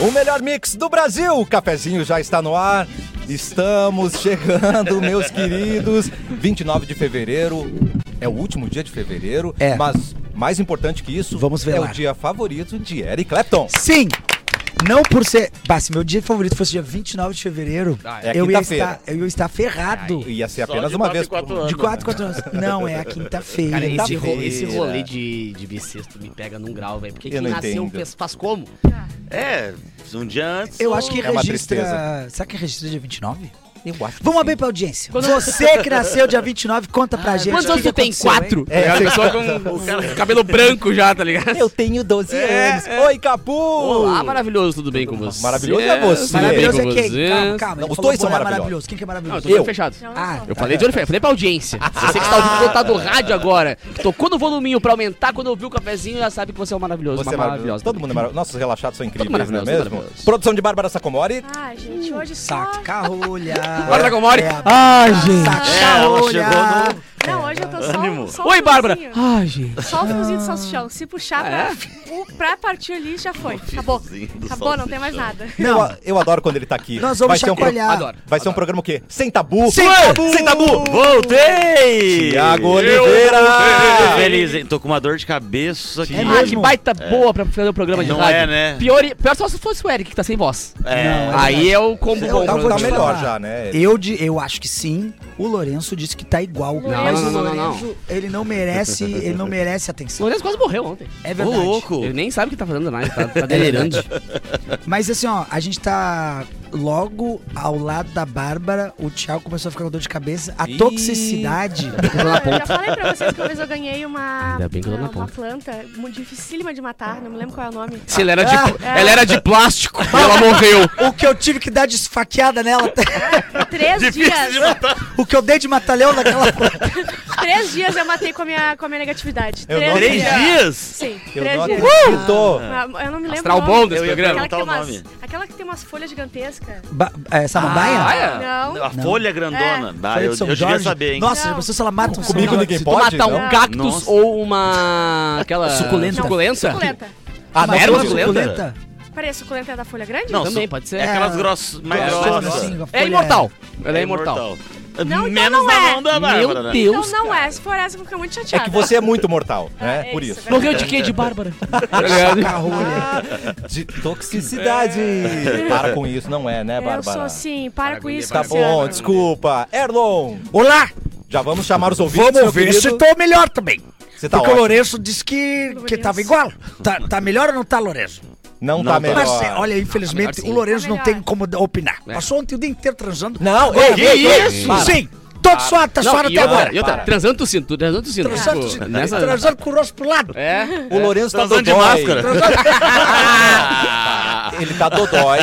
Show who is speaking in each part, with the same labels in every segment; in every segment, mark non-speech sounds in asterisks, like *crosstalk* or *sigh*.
Speaker 1: O melhor mix do Brasil. O cafezinho já está no ar. Estamos chegando, meus queridos. 29 de fevereiro é o último dia de fevereiro,
Speaker 2: É.
Speaker 1: mas mais importante que isso,
Speaker 2: Vamos
Speaker 1: é
Speaker 2: velar.
Speaker 1: o dia favorito de Eric Clapton.
Speaker 2: Sim! Não por ser. Bah, se meu dia favorito fosse dia 29 de fevereiro,
Speaker 3: Ah,
Speaker 1: é
Speaker 2: eu, ia
Speaker 1: quinta-feira.
Speaker 2: estar, eu ia estar ferrado.
Speaker 1: Ia ser
Speaker 4: Só
Speaker 1: apenas
Speaker 4: de
Speaker 1: uma
Speaker 4: quatro
Speaker 1: vez.
Speaker 4: em quatro anos.
Speaker 2: de 4 4 anos. Não, é a
Speaker 3: Cara,
Speaker 2: quinta-feira.
Speaker 3: esse, ro- esse
Speaker 1: Quinta-feira.
Speaker 3: rolê de, de bissexto me pega num grau, velho. Porque
Speaker 1: Eu
Speaker 3: quem
Speaker 1: não
Speaker 3: nasceu
Speaker 1: entendo.
Speaker 3: fez- faz como?
Speaker 4: É, um dia antes.
Speaker 2: Eu
Speaker 4: ou-
Speaker 2: acho que
Speaker 1: É uma
Speaker 2: registra.
Speaker 1: tristeza.
Speaker 2: Será que registra dia 29?
Speaker 1: Eu acho que
Speaker 2: Vamos
Speaker 1: sim.
Speaker 2: abrir pra audiência. Você que nasceu dia 29, conta pra gente.
Speaker 3: Ah, Quantos
Speaker 2: o que
Speaker 3: anos
Speaker 2: que
Speaker 3: tu tem?
Speaker 2: aconteceu,
Speaker 3: Quatro?
Speaker 2: hein?
Speaker 3: É, a
Speaker 1: *laughs*
Speaker 3: pessoa com o cara- cabelo branco já, tá ligado?
Speaker 1: Eu tenho 12
Speaker 3: É,
Speaker 1: anos.
Speaker 3: é.
Speaker 1: Oi, Capu! é
Speaker 3: Olá, maravilhoso, tudo bem com você?
Speaker 1: Maravilhoso é você.
Speaker 2: Maravilhoso
Speaker 3: Tudo
Speaker 2: é
Speaker 3: bem com
Speaker 2: quem?
Speaker 3: você?
Speaker 2: Calma, calma.
Speaker 1: Não,
Speaker 2: ele
Speaker 1: os
Speaker 2: falou
Speaker 1: dois são
Speaker 2: por olhar
Speaker 1: maravilhosos.
Speaker 2: Quem que é
Speaker 3: Não, eu
Speaker 2: maravilhoso?
Speaker 3: tô de olho
Speaker 1: Eu.
Speaker 3: fechado.
Speaker 2: Ah,
Speaker 3: Eu falei de olho fechado, eu falei pra *laughs* audiência. Você que está ouvindo botar do rádio agora, que tocou no voluminho pra aumentar, quando ouviu o cafezinho, já sabe que você é um maravilhoso,
Speaker 1: Você
Speaker 3: uma
Speaker 1: é maravilhoso.
Speaker 3: maravilhosa.
Speaker 1: Todo mundo é maravilhoso. Nossos relaxados são incríveis, não é
Speaker 3: maravilhoso, todo
Speaker 1: mesmo?
Speaker 3: maravilhoso.
Speaker 1: Produção de Bárbara Sacomori.
Speaker 5: Ah, gente, hoje só...
Speaker 2: Saca carolha.
Speaker 3: Bora, Comori.
Speaker 2: É a-
Speaker 3: Ah, gente.
Speaker 2: Saca
Speaker 4: É, ela
Speaker 2: carolha.
Speaker 4: chegou no.
Speaker 5: Não, hoje eu tô só,
Speaker 4: Ânimo.
Speaker 6: Tá
Speaker 5: só
Speaker 3: Oi, Bárbara.
Speaker 5: fiozinho.
Speaker 3: Ah, gente.
Speaker 5: Só o fiozinho do
Speaker 3: *laughs*
Speaker 5: salsichão. Se
Speaker 3: Ah,
Speaker 5: puxar
Speaker 3: é?
Speaker 5: pra, o- pra partir ali, já foi. Acabou.
Speaker 4: fiozinho do
Speaker 5: Acabou, não tem mais
Speaker 4: salsichão.
Speaker 5: nada.
Speaker 2: Não.
Speaker 1: Eu, eu adoro quando ele tá aqui.
Speaker 2: Nós vamos
Speaker 1: ser um pro-
Speaker 2: chacoalhar.
Speaker 3: Adoro.
Speaker 1: Vai ser um programa o quê? Sem tabu.
Speaker 2: Sem
Speaker 1: Ué,
Speaker 2: tabu.
Speaker 1: Sem tabu.
Speaker 4: Voltei!
Speaker 1: Tiago
Speaker 4: Eu
Speaker 1: Oliveira.
Speaker 4: tô feliz, hein? Tô com uma dor de cabeça aqui.
Speaker 2: É
Speaker 3: Ah, que
Speaker 2: mesmo?
Speaker 3: baita boa pra fazer o programa de
Speaker 4: Não
Speaker 3: rádio.
Speaker 4: é, né?
Speaker 3: Pior, pior só se fosse o Eric, que tá sem voz.
Speaker 4: É,
Speaker 2: Não, é-
Speaker 3: Aí é o combo
Speaker 2: Eu
Speaker 3: bom.
Speaker 2: tava
Speaker 3: pra-
Speaker 1: Tá
Speaker 2: te
Speaker 1: melhor
Speaker 2: falar.
Speaker 1: já, né?
Speaker 2: Eu, de, eu acho que sim. O Lourenço disse que tá igual.
Speaker 5: Não,
Speaker 2: mas
Speaker 5: não,
Speaker 2: o
Speaker 3: não, não, não.
Speaker 2: Lourenço, ele não merece, ele não merece
Speaker 3: O
Speaker 2: atenção.
Speaker 3: Lourenço quase morreu ontem.
Speaker 2: É
Speaker 4: Ô,
Speaker 2: verdade.
Speaker 4: louco!
Speaker 3: Ele nem sabe o que tá fazendo mais, tá, tá delirando.
Speaker 2: Mas assim, ó, a gente tá logo ao lado da Bárbara, o Thiago começou a ficar com dor de cabeça. A
Speaker 3: Ih.
Speaker 2: toxicidade. *laughs*
Speaker 5: Eu já falei pra vocês que uma vez eu ganhei uma,
Speaker 3: Tá Ainda bem que eu tô
Speaker 5: uma,
Speaker 3: na
Speaker 5: uma
Speaker 3: ponta.
Speaker 5: planta muito dificílima de matar, não me lembro qual é o nome.
Speaker 3: Se ela era de, ela era de plástico e ela morreu.
Speaker 2: o que eu tive que dar de esfaqueada nela, *laughs*
Speaker 5: Três dias.
Speaker 2: o que eu dei de matalhão naquela. *laughs*
Speaker 5: Três dias eu matei com a minha, com a minha negatividade.
Speaker 1: Eu
Speaker 5: três
Speaker 1: não-
Speaker 4: Três
Speaker 5: dias.
Speaker 4: dias? Ah.
Speaker 5: Sim,
Speaker 1: Eu
Speaker 5: três
Speaker 1: não
Speaker 5: dias.
Speaker 1: acredito.
Speaker 5: Mas Eu não me lembro.
Speaker 3: Astral
Speaker 5: o nome.
Speaker 3: bom desse
Speaker 4: Eu ia
Speaker 5: Aquela
Speaker 3: programa.
Speaker 5: que, tem
Speaker 4: Perguntar o
Speaker 5: umas,
Speaker 4: nome.
Speaker 5: aquela que tem umas folhas gigantescas.
Speaker 2: Ba é, samambaia?
Speaker 3: Ah,
Speaker 5: Não. É.
Speaker 4: A folha é grandona. Bah,
Speaker 2: Folha
Speaker 4: eu
Speaker 2: de São
Speaker 4: eu devia
Speaker 2: Jorge?
Speaker 4: saber, hein?
Speaker 2: Nossa,
Speaker 5: Não.
Speaker 2: as pessoas se ela mata um São
Speaker 1: Comigo
Speaker 2: Jorge.
Speaker 1: ninguém
Speaker 3: Se tu
Speaker 1: pode,
Speaker 3: matar
Speaker 1: não?
Speaker 3: um cactus
Speaker 4: Nossa.
Speaker 3: ou uma. aquela.
Speaker 2: Suculenta.
Speaker 3: Suculenta?
Speaker 5: Suculenta.
Speaker 1: Ah, não,
Speaker 2: Mas é
Speaker 3: Era
Speaker 1: não,
Speaker 3: uma
Speaker 1: não.
Speaker 3: suculenta?
Speaker 5: Peraí, suculenta é da folha grande?
Speaker 4: Não,
Speaker 3: Também
Speaker 4: su-
Speaker 3: pode ser.
Speaker 4: É aquelas grossas, mais
Speaker 2: Grossa,
Speaker 4: grossas. né?
Speaker 2: assim, a folha
Speaker 3: É imortal. Ela é imortal.
Speaker 5: Não, então
Speaker 4: Menos
Speaker 5: não
Speaker 4: na
Speaker 5: é.
Speaker 4: mão da Bárbara,
Speaker 3: Meu
Speaker 4: né?
Speaker 3: Deus.
Speaker 5: Então não é, se for essa eu vou ficar muito
Speaker 1: É
Speaker 5: chateada.
Speaker 1: que você é muito mortal, né?
Speaker 5: É,
Speaker 1: Por
Speaker 5: isso,
Speaker 1: isso.
Speaker 5: é
Speaker 3: Morreu de quê? De Bárbara? Tá ligado?
Speaker 2: Carrolha.
Speaker 1: De toxicidade. Para com isso, não é, né,
Speaker 5: Eu sou
Speaker 1: Bárbara?
Speaker 5: assim, para com isso.
Speaker 1: Tá
Speaker 5: Luciano.
Speaker 1: bom, desculpa. Erlon,
Speaker 2: Olá!
Speaker 1: já vamos chamar os ouvintes. meu
Speaker 2: Vamos ver se
Speaker 1: querido.
Speaker 2: tô melhor também.
Speaker 1: Você tá
Speaker 2: Porque o
Speaker 1: ótimo.
Speaker 2: Lourenço disse que, que tava igual. Tá, tá melhor ou não tá, Lourenço?
Speaker 1: Não,
Speaker 4: Não
Speaker 1: tá
Speaker 4: tá.
Speaker 1: melhor.
Speaker 2: Mas, é, olha,
Speaker 3: melhor
Speaker 2: infelizmente,
Speaker 3: sim.
Speaker 2: o Lourenço
Speaker 5: Tá
Speaker 2: não
Speaker 5: melhor.
Speaker 2: tem como opinar.
Speaker 3: É.
Speaker 2: Passou ontem o dia inteiro transando.
Speaker 1: Não,
Speaker 2: Agora-
Speaker 1: ei, ei, ei,
Speaker 2: Sim,
Speaker 1: para.
Speaker 2: Sim! Todo suado, tá
Speaker 3: Não,
Speaker 2: suado
Speaker 3: e
Speaker 2: até
Speaker 3: outra,
Speaker 2: agora.
Speaker 3: e outra,
Speaker 1: Para.
Speaker 3: transando tossindo, tu transando tossindo.
Speaker 2: Transando,
Speaker 3: Tipo,
Speaker 2: nessa...
Speaker 3: nessa-
Speaker 2: transando com o rosto pro lado.
Speaker 3: É.
Speaker 1: O Lourenço tá
Speaker 4: Transando de
Speaker 1: dodói.
Speaker 4: máscara. *laughs* Ah,
Speaker 1: Ele tá dodói.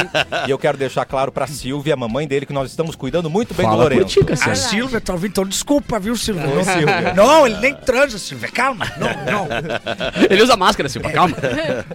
Speaker 1: e eu quero deixar claro pra Silvia, a mamãe dele, que nós estamos cuidando muito bem do
Speaker 3: Fala por
Speaker 1: Lourenço.
Speaker 3: ti,
Speaker 2: A
Speaker 3: Cassiano.
Speaker 2: Silvia tá ouvindo, então desculpa, viu, Silvia?
Speaker 1: Ô, Silvia.
Speaker 2: Não, ele nem transa, Silvia, calma. Não, não.
Speaker 3: Ele usa máscara, Silva, *laughs* calma.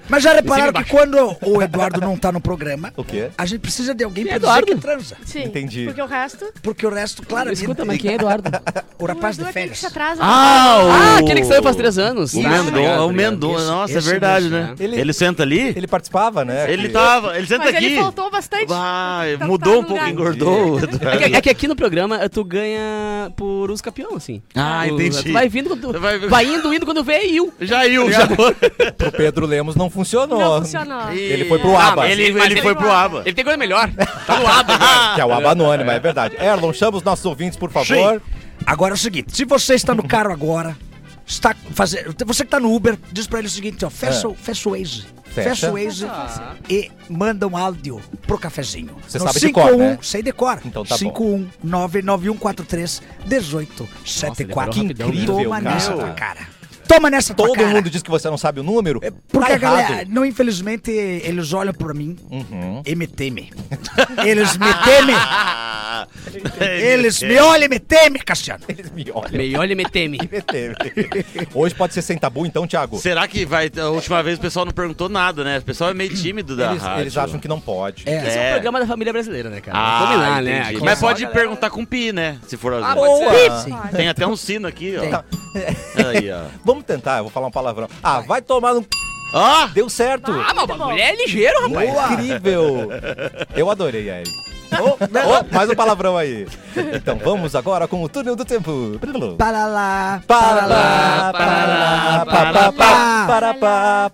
Speaker 2: Mas já repararam
Speaker 3: Siga
Speaker 2: que quando o Eduardo não tá no programa,
Speaker 1: O quê?
Speaker 2: a gente precisa de alguém pra
Speaker 3: Eduardo?
Speaker 2: dizer que transa.
Speaker 5: Sim,
Speaker 1: Entendi.
Speaker 5: Porque o resto.
Speaker 2: Porque o resto, claramente,
Speaker 3: Escuta, mas quem é Eduardo? *laughs*
Speaker 2: o rapaz de
Speaker 5: Edu é aquele que
Speaker 2: férias.
Speaker 5: se atrasa.
Speaker 3: Ah, aquele que saiu faz três anos.
Speaker 4: O
Speaker 3: Tá,
Speaker 4: Mendonça,
Speaker 3: obrigado,
Speaker 4: o
Speaker 3: obrigado.
Speaker 4: Mendonça,
Speaker 2: Isso,
Speaker 4: nossa, é
Speaker 2: isso
Speaker 4: verdade,
Speaker 3: mesmo,
Speaker 4: né?
Speaker 3: né?
Speaker 4: Ele, senta ali?
Speaker 1: Ele participava, né?
Speaker 4: Ele
Speaker 1: Que-
Speaker 4: tava, ele senta
Speaker 5: Mas
Speaker 4: aqui.
Speaker 5: ele faltou bastante.
Speaker 4: Vai,
Speaker 5: Tá- tá
Speaker 4: mudou um
Speaker 5: no
Speaker 4: pouco,
Speaker 5: lugar.
Speaker 4: engordou.
Speaker 3: *laughs* É que, é que aqui no programa eh, tu ganha por uso campeão, assim.
Speaker 4: Ah,
Speaker 3: Tu-
Speaker 4: entendi.
Speaker 3: Tu vai vindo quando.
Speaker 4: Vai-
Speaker 3: Vai indo, indo quando vê, é eu.
Speaker 4: Já iu, já
Speaker 1: Pro Pedro Lemos não funcionou.
Speaker 5: Não funcionou.
Speaker 1: Ele foi pro ABA.
Speaker 4: Ele,
Speaker 3: Mas
Speaker 4: ele
Speaker 3: ele-
Speaker 4: foi pro ABA.
Speaker 3: Ele tem coisa melhor. Tá no lado.
Speaker 1: Que é o aba anônima, é verdade. Erlon, chama os nossos ouvintes, por favor.
Speaker 2: Agora é o seguinte, se você está no carro agora, está fazendo, você que está no Uber, diz para ele o seguinte, ó, fecha, o- fecha o Waze.
Speaker 1: É. Fecha.
Speaker 2: Fecha, o Waze
Speaker 3: Ah.
Speaker 2: e manda um áudio pro cafezinho.
Speaker 1: Você
Speaker 2: No um,
Speaker 1: sabe de cor, né?
Speaker 2: Sei de cor.
Speaker 1: Então tá bom.
Speaker 2: 51991431874.
Speaker 3: 74. Que incrível,
Speaker 2: Toma
Speaker 1: cara.
Speaker 2: nessa tua cara. Toma nessa tua
Speaker 1: né? Todo
Speaker 2: cara.
Speaker 1: mundo diz que você não sabe o número.
Speaker 4: É,
Speaker 2: Porque
Speaker 1: tá
Speaker 2: a galera,
Speaker 1: errado.
Speaker 2: não, infelizmente, eles olham pra mim
Speaker 1: Uhum.
Speaker 2: e me temem. Eles me
Speaker 1: *laughs*
Speaker 2: temem.
Speaker 4: Ah,
Speaker 2: Eles me olham e me temem, Cassiano.
Speaker 1: Eles me olham. *laughs*
Speaker 3: Melhor ele me teme.
Speaker 1: Hoje pode ser sem tabu, então, Thiago?
Speaker 4: Será que vai. A última vez o pessoal não perguntou nada, né? O pessoal é meio tímido da
Speaker 1: Eles,
Speaker 4: rádio.
Speaker 1: eles acham que não pode.
Speaker 2: É.
Speaker 3: Esse é
Speaker 4: É.
Speaker 3: um programa da família brasileira, né, cara?
Speaker 4: Ah,
Speaker 3: Vamos combinar, né?
Speaker 4: entendi.
Speaker 3: Aqui
Speaker 4: Mas
Speaker 3: só-
Speaker 4: pode perguntar com pi, né? Se for
Speaker 3: Ah,
Speaker 4: azul.
Speaker 3: pode ser.
Speaker 2: Sim.
Speaker 4: Tem até um sino aqui, ó.
Speaker 1: Tá.
Speaker 4: Aí, ó.
Speaker 1: Vamos tentar, eu vou falar um palavrão. Ah, vai tomar no. c-
Speaker 4: Ó!
Speaker 1: Deu certo.
Speaker 3: Ah, mas o
Speaker 5: Muito bom.
Speaker 3: bagulho é ligeiro, rapaz.
Speaker 1: Incrível. Eu adorei, Eric. Oh, mais um palavrão aí. Então vamos agora com o túnel do tempo.
Speaker 2: Para lá,
Speaker 1: Para lá,
Speaker 2: para lá,
Speaker 1: para lá,
Speaker 3: para
Speaker 1: para pá, para
Speaker 3: lá,
Speaker 1: pá,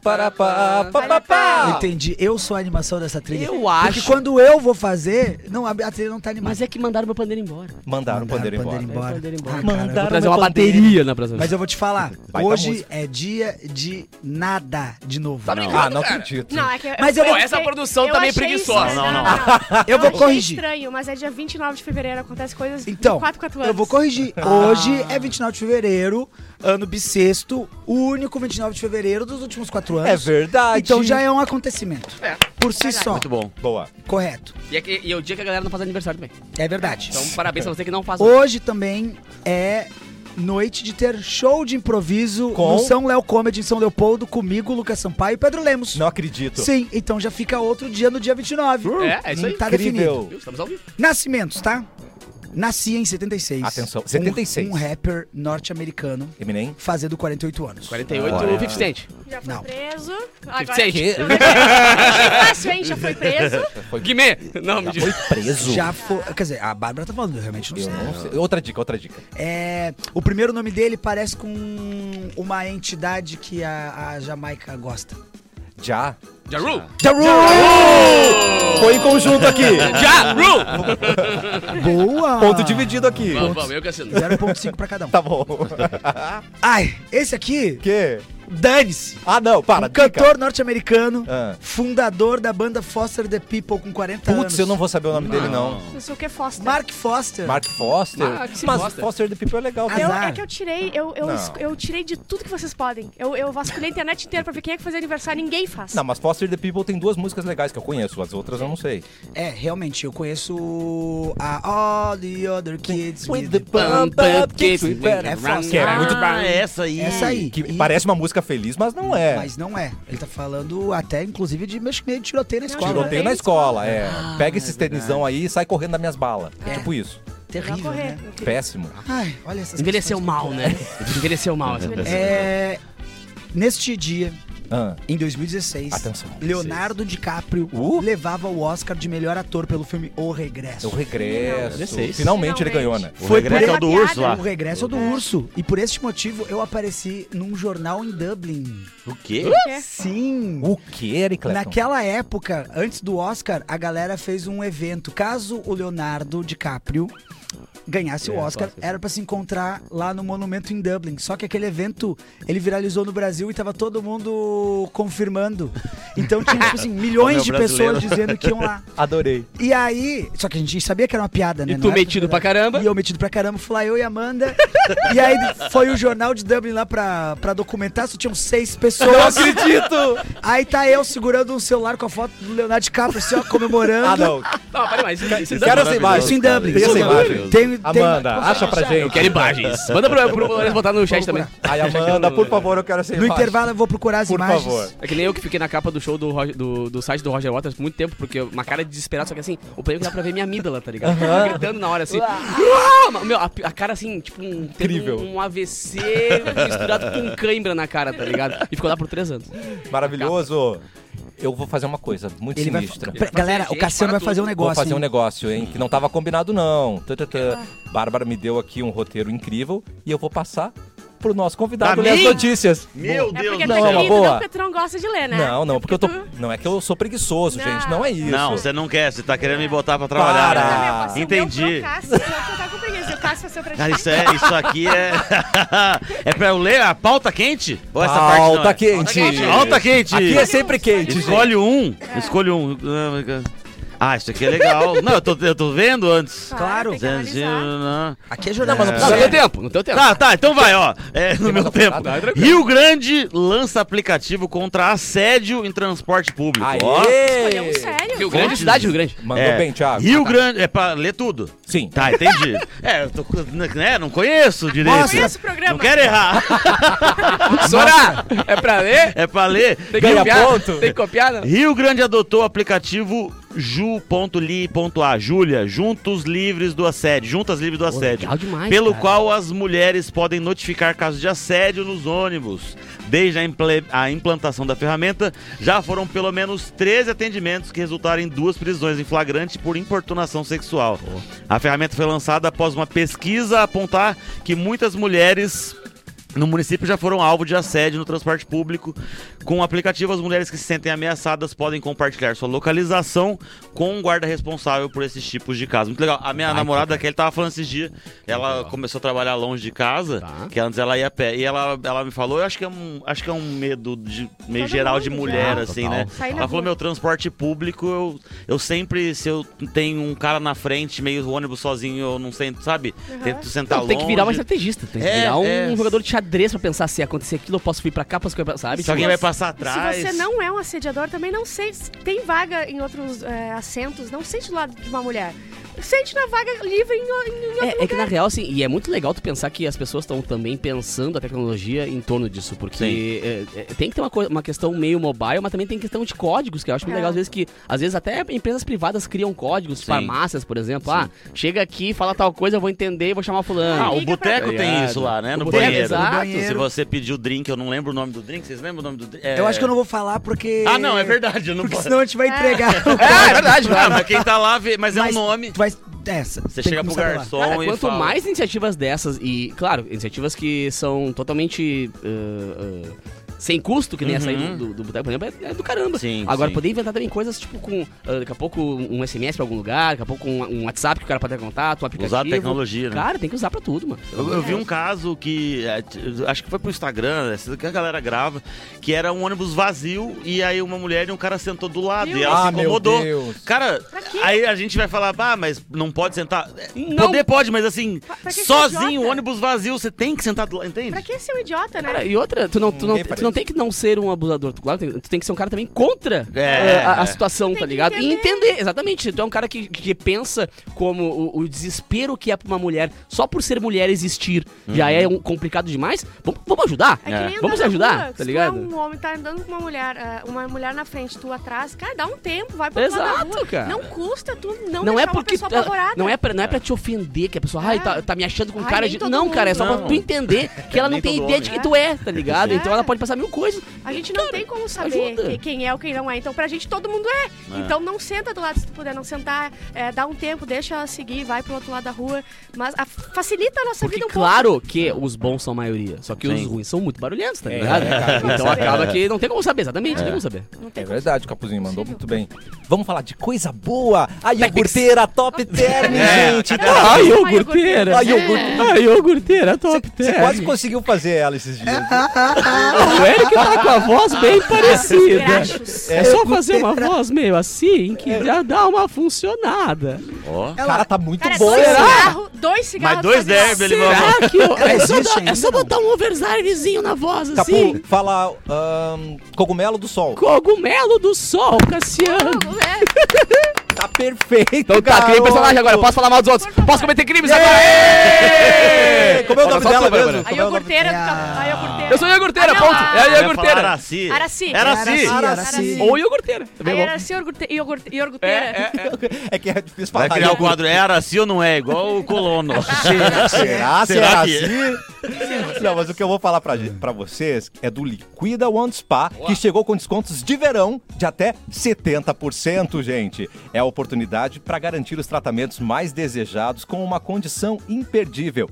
Speaker 1: para pá, para pá,
Speaker 2: Eu
Speaker 1: pá.
Speaker 2: Entendi. Eu sou a animação dessa trilha.
Speaker 3: Eu
Speaker 2: Porque
Speaker 3: acho.
Speaker 2: quando eu vou fazer, não, a a trilha não tá animada. Tá
Speaker 3: Mas é que mandaram meu pandeiro embora.
Speaker 1: Mandaram o poder embora.
Speaker 2: embora.
Speaker 3: Mandaram embora.
Speaker 2: Ah, cara,
Speaker 1: Mandaram
Speaker 2: eu
Speaker 3: Vou
Speaker 2: vou-
Speaker 3: trazer
Speaker 1: meu
Speaker 3: uma
Speaker 1: pandeiro.
Speaker 3: bateria
Speaker 4: né,
Speaker 3: na próxima
Speaker 2: Mas
Speaker 3: vez.
Speaker 2: eu vou te falar.
Speaker 1: Vai dar
Speaker 2: hoje
Speaker 1: música.
Speaker 2: é dia de nada de novo.
Speaker 3: Tá brincando?
Speaker 1: Ah, não acredito.
Speaker 6: Não, é que eu-
Speaker 2: Mas eu-
Speaker 6: eu
Speaker 2: Pô,
Speaker 6: achei-
Speaker 3: essa produção
Speaker 6: eu
Speaker 3: tá meio
Speaker 6: achei
Speaker 3: preguiçosa.
Speaker 6: estranho.
Speaker 4: Não, não.
Speaker 2: Eu vou
Speaker 6: achei
Speaker 2: corrigir.
Speaker 6: estranho, mas é dia 29 de fevereiro, acontece coisas
Speaker 2: Então,
Speaker 6: de 4, 4 anos.
Speaker 2: eu vou corrigir.
Speaker 3: Ah.
Speaker 2: Hoje é 29 de fevereiro, ano bissexto, o único 29 de fevereiro dos últimos quatro anos.
Speaker 1: É verdade.
Speaker 2: Então já é um acontecimento.
Speaker 3: É.
Speaker 2: Por si só.
Speaker 4: Muito bom.
Speaker 1: Boa.
Speaker 2: Correto.
Speaker 3: E, é que- e é o dia que a galera não faz aniversário também.
Speaker 2: É verdade.
Speaker 3: Então, parabéns a você que não faz.
Speaker 2: Hoje também é noite de ter show de improviso
Speaker 1: Com?
Speaker 2: no São Léo Comedy em São Leopoldo, comigo, Lucas Sampaio e Pedro Lemos.
Speaker 1: Não acredito.
Speaker 2: Sim, então já fica outro dia no dia 29.
Speaker 3: É, é isso aí.
Speaker 2: Tá definido.
Speaker 1: Incrível.
Speaker 3: Viu? Estamos ao vivo.
Speaker 2: Nascimentos, tá? Nasci em 76.
Speaker 1: Atenção,
Speaker 2: Um-
Speaker 1: 76.
Speaker 2: Um, rapper norte-americano
Speaker 1: Eminem?
Speaker 2: fazendo 48 anos.
Speaker 3: 48,
Speaker 1: Olha.
Speaker 3: 50 Cent.
Speaker 6: Já foi
Speaker 2: Não.
Speaker 6: preso.
Speaker 3: Cent.
Speaker 6: Agora... Achei fácil, hein? Já foi preso.
Speaker 3: Guimê. Não, me
Speaker 1: Já
Speaker 3: diz.
Speaker 1: foi preso?
Speaker 2: Já foi. Quer dizer, a Bárbara tá falando, eu realmente não
Speaker 1: Eu
Speaker 2: sei.
Speaker 1: não sei. Outra dica, outra dica.
Speaker 2: É, o primeiro nome dele parece com uma entidade que a, a Jamaica gosta.
Speaker 1: Já.
Speaker 3: Ja Rule.
Speaker 1: Jaru! Foi em conjunto aqui.
Speaker 3: Ja Rule.
Speaker 2: Boa!
Speaker 1: Ponto dividido aqui.
Speaker 3: Vamos, vamos, eu que assino.
Speaker 2: 0,5 pra cada um.
Speaker 1: Tá bom. *laughs*
Speaker 2: Ai, esse aqui,
Speaker 1: que?
Speaker 2: dane-se!
Speaker 1: Ah, não, para.
Speaker 2: Um
Speaker 1: dica.
Speaker 2: cantor norte-americano,
Speaker 1: Ah.
Speaker 2: fundador da banda Foster the People com 40 anos.
Speaker 1: Putz, eu não vou saber o nome dele, não.
Speaker 6: Não sei o que é Foster.
Speaker 2: Mark Foster.
Speaker 1: Mark Foster.
Speaker 3: Mark
Speaker 1: Mas
Speaker 3: Foster.
Speaker 1: Foster do People é legal.
Speaker 2: Ah,
Speaker 1: também.
Speaker 6: Eu,
Speaker 2: Azar.
Speaker 6: é que eu tirei, eu, eu,
Speaker 1: Não.
Speaker 6: es- eu tirei de tudo que vocês podem. Eu, eu vasculhei a internet inteira pra ver quem é que fazia aniversário, ninguém faz.
Speaker 1: Não, mas Foster the People tem duas músicas legais que eu conheço, as outras eu não sei.
Speaker 2: É, realmente, eu conheço a All the Other Kids with the
Speaker 3: Pump up kicks.
Speaker 2: É fácil.
Speaker 1: Que é muito-
Speaker 4: Ah, essa aí.
Speaker 2: Essa aí.
Speaker 1: Que
Speaker 2: E-
Speaker 1: parece uma música feliz, mas não é.
Speaker 2: Mas não é. Ele tá falando até, inclusive, de meio que meio de tiroteio na
Speaker 6: Não,
Speaker 2: escola. né?
Speaker 1: Tiroteio
Speaker 6: Tiroteio
Speaker 1: na
Speaker 2: Ah,
Speaker 6: na
Speaker 1: escola, é. Pega esses tenisão aí e sai correndo das minhas balas. É. Tipo isso.
Speaker 6: Vai
Speaker 2: Terrível,
Speaker 6: correr.
Speaker 2: né?
Speaker 1: Péssimo.
Speaker 2: Ai, olha essas
Speaker 3: Envelheceu
Speaker 2: questões
Speaker 3: mal, né? Envelheceu mal assim. essa
Speaker 6: Envelheceu.
Speaker 3: pessoa.
Speaker 2: É... Neste dia,
Speaker 1: Ah,
Speaker 2: em 2016,
Speaker 1: Atenção.
Speaker 2: Leonardo DiCaprio
Speaker 1: Uh.
Speaker 2: levava o Oscar de melhor ator pelo filme O Regresso.
Speaker 1: eu regresso. Finalmente,
Speaker 4: Dezesseis.
Speaker 1: ele ganhou, né?
Speaker 4: O
Speaker 2: Foi
Speaker 4: regresso
Speaker 2: por
Speaker 4: é o do
Speaker 6: ele-
Speaker 4: urso lá.
Speaker 2: O Regresso do Urso. E por este motivo, eu apareci num jornal em Dublin.
Speaker 4: O quê?
Speaker 6: É.
Speaker 2: Sim.
Speaker 1: O que, Eric Clapton?
Speaker 2: Naquela época, antes do Oscar, a galera fez um evento. Caso o Leonardo DiCaprio ganhasse o Oscar, era pra se encontrar lá no monumento em Dublin. Só que aquele evento, ele viralizou no Brasil e tava todo mundo confirmando. Então tinha, tipo assim, milhões
Speaker 4: Como é
Speaker 2: de
Speaker 4: brasileiro.
Speaker 2: pessoas dizendo que iam lá.
Speaker 1: Adorei.
Speaker 2: E aí, só que a gente sabia que era uma piada, né?
Speaker 3: E
Speaker 2: Não
Speaker 3: tu
Speaker 2: era
Speaker 3: metido É, pra caramba.
Speaker 2: E eu metido pra caramba, fui lá eu e a Amanda. e aí foi o jornal de Dublin lá pra, pra documentar, só tinham seis
Speaker 1: Não
Speaker 2: pessoas. *laughs*
Speaker 1: acredito!
Speaker 2: Aí tá eu segurando um celular com a foto do Leonardo DiCaprio, assim, ó, comemorando.
Speaker 1: ah, não.
Speaker 3: Não, peraí, mas isso
Speaker 1: Quero
Speaker 3: dá-
Speaker 1: essa
Speaker 2: Isso
Speaker 1: imagem.
Speaker 2: em Dublin.
Speaker 1: Tem
Speaker 2: é Isso
Speaker 1: essa
Speaker 2: em Dublin.
Speaker 1: imagem?
Speaker 2: Tem, tem-
Speaker 1: Amanda, acha pra gente.
Speaker 3: Eu quero imagens. Manda pro, pro Lourenço botar no chat também.
Speaker 1: Ai, *laughs* Amanda, né? por favor, eu quero essa
Speaker 2: No
Speaker 1: imagem.
Speaker 2: intervalo eu vou procurar as
Speaker 1: Por
Speaker 2: imagens.
Speaker 1: favor.
Speaker 3: É que nem eu que fiquei na capa do show do, Roger- do, do site do Roger Waters por muito tempo, porque eu- uma cara de desesperado, só que assim, o problema é que dá pra ver minha amígdala, tá ligado? Gritando na hora, assim. Uau! Meu, a, a cara assim, tipo um, teve
Speaker 1: Incrível.
Speaker 3: um, um AVC misturado com cãibra na cara, tá ligado? E ficou lá por três anos.
Speaker 1: Maravilhoso. Eu vou fazer uma coisa muito
Speaker 2: Ele vai,
Speaker 1: sinistra.
Speaker 2: Pra- galera,
Speaker 3: Gente,
Speaker 2: o Cassiano
Speaker 3: para
Speaker 2: vai fazer um
Speaker 3: tudo.
Speaker 1: Vou
Speaker 2: negócio.
Speaker 1: fazer um
Speaker 2: hein? Ah.
Speaker 1: negócio, hein? Que não tava combinado, não. Tã, tã, tã. Bárbara me deu aqui um roteiro incrível e eu vou passar pro nosso convidado
Speaker 4: Pra
Speaker 1: ler as
Speaker 4: mim?
Speaker 1: notícias.
Speaker 4: Meu
Speaker 6: É
Speaker 4: Deus
Speaker 6: porque
Speaker 1: não,
Speaker 6: tá
Speaker 1: é uma
Speaker 6: querido,
Speaker 1: boa.
Speaker 6: não porque tu não gosta de ler, né?
Speaker 1: Não, não,
Speaker 6: É
Speaker 1: porque eu tô.
Speaker 6: tu-
Speaker 1: Não é que eu sou preguiçoso,
Speaker 6: Não.
Speaker 1: gente. Não é isso.
Speaker 4: Não, você não quer, você tá querendo me botar pra
Speaker 1: Para.
Speaker 4: trabalhar. Ah,
Speaker 6: Eu também, eu
Speaker 4: Entendi.
Speaker 6: posso- eu trocasse, eu tô- eu tô com preguiça, eu faço seu pra ti.
Speaker 4: Cara, isso, é, isso aqui é. *laughs* é pra eu ler a pauta quente? Ou essa parte não
Speaker 1: Pauta
Speaker 4: é?
Speaker 1: quente.
Speaker 4: Pauta quente!
Speaker 1: Aqui é sempre quente, gente.
Speaker 4: Escolhe um. Escolhe um. Ah, isso aqui é legal. Não, eu tô, eu tô vendo antes.
Speaker 2: Claro.
Speaker 6: Tem que analisar.
Speaker 2: Aqui é jornal, mas não
Speaker 3: Não, no
Speaker 2: precisa.
Speaker 3: teu tempo, no teu tempo.
Speaker 4: Tá, tá, então vai, ó. É, no meu tempo.
Speaker 1: Tá, tá,
Speaker 4: Rio Grande lança aplicativo contra assédio em transporte público. Ó.
Speaker 6: Olha, um
Speaker 1: Aê!
Speaker 6: sério.
Speaker 3: Rio Grande, cidade Rio Grande.
Speaker 1: Mandou
Speaker 4: É,
Speaker 1: bem, Thiago. Tá,
Speaker 4: Rio Grande. É pra ler tudo.
Speaker 1: Sim. *laughs*
Speaker 4: Tá, entendi. é, eu tô, com- né, não conheço direito.
Speaker 6: Não conheço o programa.
Speaker 4: Não quero errar.
Speaker 3: Sora! É pra ler?
Speaker 4: É pra ler.
Speaker 3: Tem que
Speaker 1: Ganha
Speaker 3: copiar?
Speaker 1: ponto.
Speaker 3: Tem que copiar? Não?
Speaker 4: Rio Grande adotou o aplicativo ju.li.a. Júlia, juntos livres do assédio. Juntas livres do
Speaker 3: Pô,
Speaker 4: assédio.
Speaker 3: legal demais,
Speaker 4: pelo
Speaker 3: cara.
Speaker 4: qual as mulheres podem notificar casos de assédio nos ônibus. Desde a, imple- a implantação da ferramenta, já foram pelo menos 13 atendimentos que resultaram em duas prisões em flagrante por importunação sexual. A ferramenta foi lançada após uma pesquisa apontar que muitas mulheres no município já foram alvo de assédio no transporte público. Com o aplicativo, as mulheres que se sentem ameaçadas podem compartilhar sua localização com um guarda responsável por esses tipos de casos. Muito legal. A minha namorada, que ele tava falando esses dias, ela começou a trabalhar longe de casa,
Speaker 3: Tá.
Speaker 4: que antes ela ia a pé. E ela, ela me falou, eu acho que é um, acho que é um medo de, meio
Speaker 6: Todo
Speaker 4: geral
Speaker 6: mundo
Speaker 4: de
Speaker 6: já.
Speaker 4: mulher,
Speaker 6: Ah,
Speaker 4: assim,
Speaker 1: total.
Speaker 4: né?
Speaker 6: Sair na
Speaker 4: Ela falou,
Speaker 6: rua.
Speaker 4: meu transporte público, eu, eu sempre, se eu tenho um cara na frente, meio ônibus sozinho, eu não sei, sabe? Tento sentar
Speaker 3: Não, tem que virar uma
Speaker 4: tá longe.
Speaker 3: estrategista, tem que
Speaker 4: É,
Speaker 3: virar um
Speaker 4: é.
Speaker 3: jogador de xadrez pra pensar se acontecer aquilo, eu posso vir pra cá, posso ir sabe? Tipo,
Speaker 4: Se alguém vai passar
Speaker 6: E
Speaker 4: atrás.
Speaker 6: Se você não é um assediador, também não sei. se Tem vaga em outros é, assentos, não sente do lado de uma mulher. Sente na vaga livre em, o- em outro
Speaker 3: É, é que na real, assim, e é muito legal tu pensar que as pessoas estão também pensando a tecnologia em torno disso, porque é, é, tem que ter uma, coi- uma questão meio mobile, mas também tem questão de códigos, que eu acho muito
Speaker 6: É.
Speaker 3: legal, às vezes, que às vezes até empresas privadas criam códigos,
Speaker 4: Sim.
Speaker 3: farmácias, por exemplo. Ah, chega aqui, fala tal coisa, eu vou entender, vou chamar fulano.
Speaker 4: Ah, o
Speaker 6: Liga
Speaker 4: boteco
Speaker 3: pra-
Speaker 4: tem
Speaker 3: Obrigado.
Speaker 4: isso lá, né?
Speaker 3: O
Speaker 4: No
Speaker 3: boteco, é
Speaker 4: banheiro.
Speaker 3: exato.
Speaker 2: No banheiro.
Speaker 4: Se você pediu drink, eu não lembro o nome do drink. Vocês lembram o nome do drink? É-
Speaker 2: Eu acho que eu não vou falar porque.
Speaker 4: Ah, não, é verdade. Eu não
Speaker 2: Porque
Speaker 4: posso.
Speaker 2: senão a gente vai entregar.
Speaker 3: É, é verdade,
Speaker 4: Ah, mas quem tá lá vê. Mas é um
Speaker 2: Mas
Speaker 4: nome.
Speaker 2: Tu vai. Dessa.
Speaker 4: Você chega pro garçom
Speaker 3: Cara,
Speaker 4: e
Speaker 3: quanto
Speaker 4: fala.
Speaker 3: mais iniciativas dessas, e claro, iniciativas que são totalmente. ah, ah, sem custo, que nem essa aí
Speaker 4: Uhum.
Speaker 3: do, do, do Boteco, por exemplo, é, é do caramba.
Speaker 4: Sim,
Speaker 3: Agora,
Speaker 4: sim.
Speaker 3: poder inventar também coisas tipo com. ah, daqui a pouco um SMS pra algum lugar, daqui a pouco um, um WhatsApp que o cara pode ter contato, um aplicativo.
Speaker 4: Usar a tecnologia, né?
Speaker 3: Cara, tem que usar pra tudo, mano.
Speaker 4: Eu, eu vi um caso que. é, t- Acho que foi pro Instagram, né, essa que a galera grava, que era um ônibus vazio e aí uma mulher e um cara sentou do lado e ela
Speaker 1: Ah,
Speaker 4: se
Speaker 1: meu
Speaker 4: incomodou.
Speaker 1: Deus.
Speaker 4: Cara,
Speaker 6: quê?
Speaker 4: aí a gente vai falar, ah, mas não pode sentar. É,
Speaker 3: Não.
Speaker 4: Poder pode, mas assim,
Speaker 6: pra que ser
Speaker 4: sozinho,
Speaker 6: idiota?
Speaker 4: ônibus vazio, você tem que sentar do lado, entende?
Speaker 6: Pra que ser um idiota, né?
Speaker 3: Cara, e outra, tu não, tu, não,
Speaker 1: Ninguém
Speaker 3: tu não
Speaker 1: parece.
Speaker 3: tem que não ser um abusador, tu, claro, tem- tu tem que ser um cara também contra
Speaker 4: É,
Speaker 3: eh, a, a
Speaker 4: é.
Speaker 3: situação, tá
Speaker 6: que
Speaker 3: ligado? E
Speaker 6: entender.
Speaker 3: entender, exatamente. Se Tu é um cara que, que pensa como o, o desespero que é pra uma mulher, só por ser mulher existir, já é um, complicado demais, vamos, vamos ajudar.
Speaker 6: É que nem
Speaker 3: Vamos
Speaker 6: andar na
Speaker 3: ajudar,
Speaker 6: rua,
Speaker 3: tá
Speaker 6: se tu
Speaker 3: ligado?
Speaker 6: é um homem tá andando com uma mulher, ah, uma mulher na frente, tu atrás, cara, dá um tempo, vai pro outro lado
Speaker 3: Exato,
Speaker 6: da rua.
Speaker 3: cara.
Speaker 6: Não custa tu não,
Speaker 3: Não
Speaker 6: deixar
Speaker 3: é
Speaker 6: uma
Speaker 3: porque
Speaker 6: pessoa
Speaker 3: tu-
Speaker 6: apavorada. É.
Speaker 3: não é pra, não é pra te ofender que a pessoa, ai, tá, tá me achando com
Speaker 6: Ai,
Speaker 3: cara
Speaker 6: nem
Speaker 3: de
Speaker 6: todo
Speaker 3: não, cara, é só pra
Speaker 4: mundo.
Speaker 3: tu entender que ela não
Speaker 4: Nem
Speaker 3: tem
Speaker 4: todo
Speaker 3: ideia de quem
Speaker 6: homem.
Speaker 3: tu é, tá ligado?
Speaker 6: É.
Speaker 3: Então ela pode passar mil coisas.
Speaker 6: A gente não tem como saber
Speaker 3: ajuda.
Speaker 6: que- quem é ou quem não é. Então, pra gente, todo mundo é. Então, não senta do lado se tu puder. Não sentar, é, dá um tempo, deixa ela seguir, vai pro outro lado da rua. Mas a- facilita a nossa
Speaker 3: Porque
Speaker 6: vida um pouco.
Speaker 3: claro que os bons são a maioria, só que
Speaker 4: Sim.
Speaker 3: os ruins são muito barulhentos, tá
Speaker 1: É,
Speaker 3: ligado?
Speaker 1: é, cara,
Speaker 3: então
Speaker 1: isso é
Speaker 3: acaba
Speaker 1: verdade.
Speaker 3: que não tem como saber, exatamente, não tem como saber.
Speaker 6: Não tem
Speaker 1: É
Speaker 6: como.
Speaker 1: verdade, o Capuzinho mandou muito bem. Vamos falar de coisa boa. A iogurteira top term,
Speaker 4: É,
Speaker 1: gente.
Speaker 4: cadê
Speaker 1: Cara,
Speaker 6: Ah,
Speaker 3: iogurteira!
Speaker 1: A iogurte-
Speaker 3: A iogurteira,
Speaker 1: Você
Speaker 3: top
Speaker 1: você
Speaker 3: term.
Speaker 1: quase conseguiu fazer ela esses dias.
Speaker 2: Ah,
Speaker 3: O Eric tá com a voz bem parecida.
Speaker 6: Graxos.
Speaker 3: É só fazer uma voz meio assim que já dá uma funcionada.
Speaker 4: Ó.
Speaker 1: O cara tá muito
Speaker 6: Cara,
Speaker 1: boa.
Speaker 6: dois cigarros, dois cigarros.
Speaker 4: Mas dois
Speaker 6: fazem mal.
Speaker 4: derby, ele mandou.
Speaker 3: Será que eu...
Speaker 2: Ela
Speaker 3: é, só
Speaker 2: existe
Speaker 3: dar- é
Speaker 2: ainda,
Speaker 3: só
Speaker 2: não?
Speaker 3: botar um oversizezinho na voz
Speaker 1: Capu,
Speaker 3: assim?
Speaker 1: fala ahn, cogumelo do sol.
Speaker 3: Cogumelo do sol, Cassiano.
Speaker 6: É,
Speaker 1: Tá perfeito,
Speaker 3: Então tá, criei
Speaker 1: garoto.
Speaker 3: personagem agora, posso falar mal dos outros. Posso cometer crimes agora.
Speaker 1: Ê! Como é o
Speaker 3: Olha
Speaker 1: nome
Speaker 3: só
Speaker 1: dela
Speaker 3: sobre,
Speaker 1: mesmo?
Speaker 3: olha.
Speaker 6: A
Speaker 1: Como é o nome-
Speaker 6: iogurteira do
Speaker 2: Ah.
Speaker 6: cavalo. A iogurteira.
Speaker 3: Eu sou iogurteira,
Speaker 6: Ah, não,
Speaker 3: ponto.
Speaker 6: a-
Speaker 3: É a
Speaker 4: Eu ia falar assim.
Speaker 3: iogurteira.
Speaker 4: Araci.
Speaker 6: Araci.
Speaker 1: assim.
Speaker 2: assim,
Speaker 4: Araci.
Speaker 2: Araci.
Speaker 3: Ou iogurteira.
Speaker 6: A
Speaker 3: Também é bom.
Speaker 6: Araci assim, iogurte- iogurte- iogurteira.
Speaker 1: É que é difícil falar.
Speaker 4: Vai criar o
Speaker 1: né?
Speaker 4: quadro. É Araci ou não é? Igual o colono.
Speaker 1: é? Será? Será,
Speaker 4: *laughs* Será que- é?
Speaker 1: assim? Não, mas o que eu vou falar pra, gen- pra vocês é do Liquida One Spa, que chegou com descontos de verão de até 70%, gente. É a oportunidade pra garantir os tratamentos mais desejados com uma condição imperdível.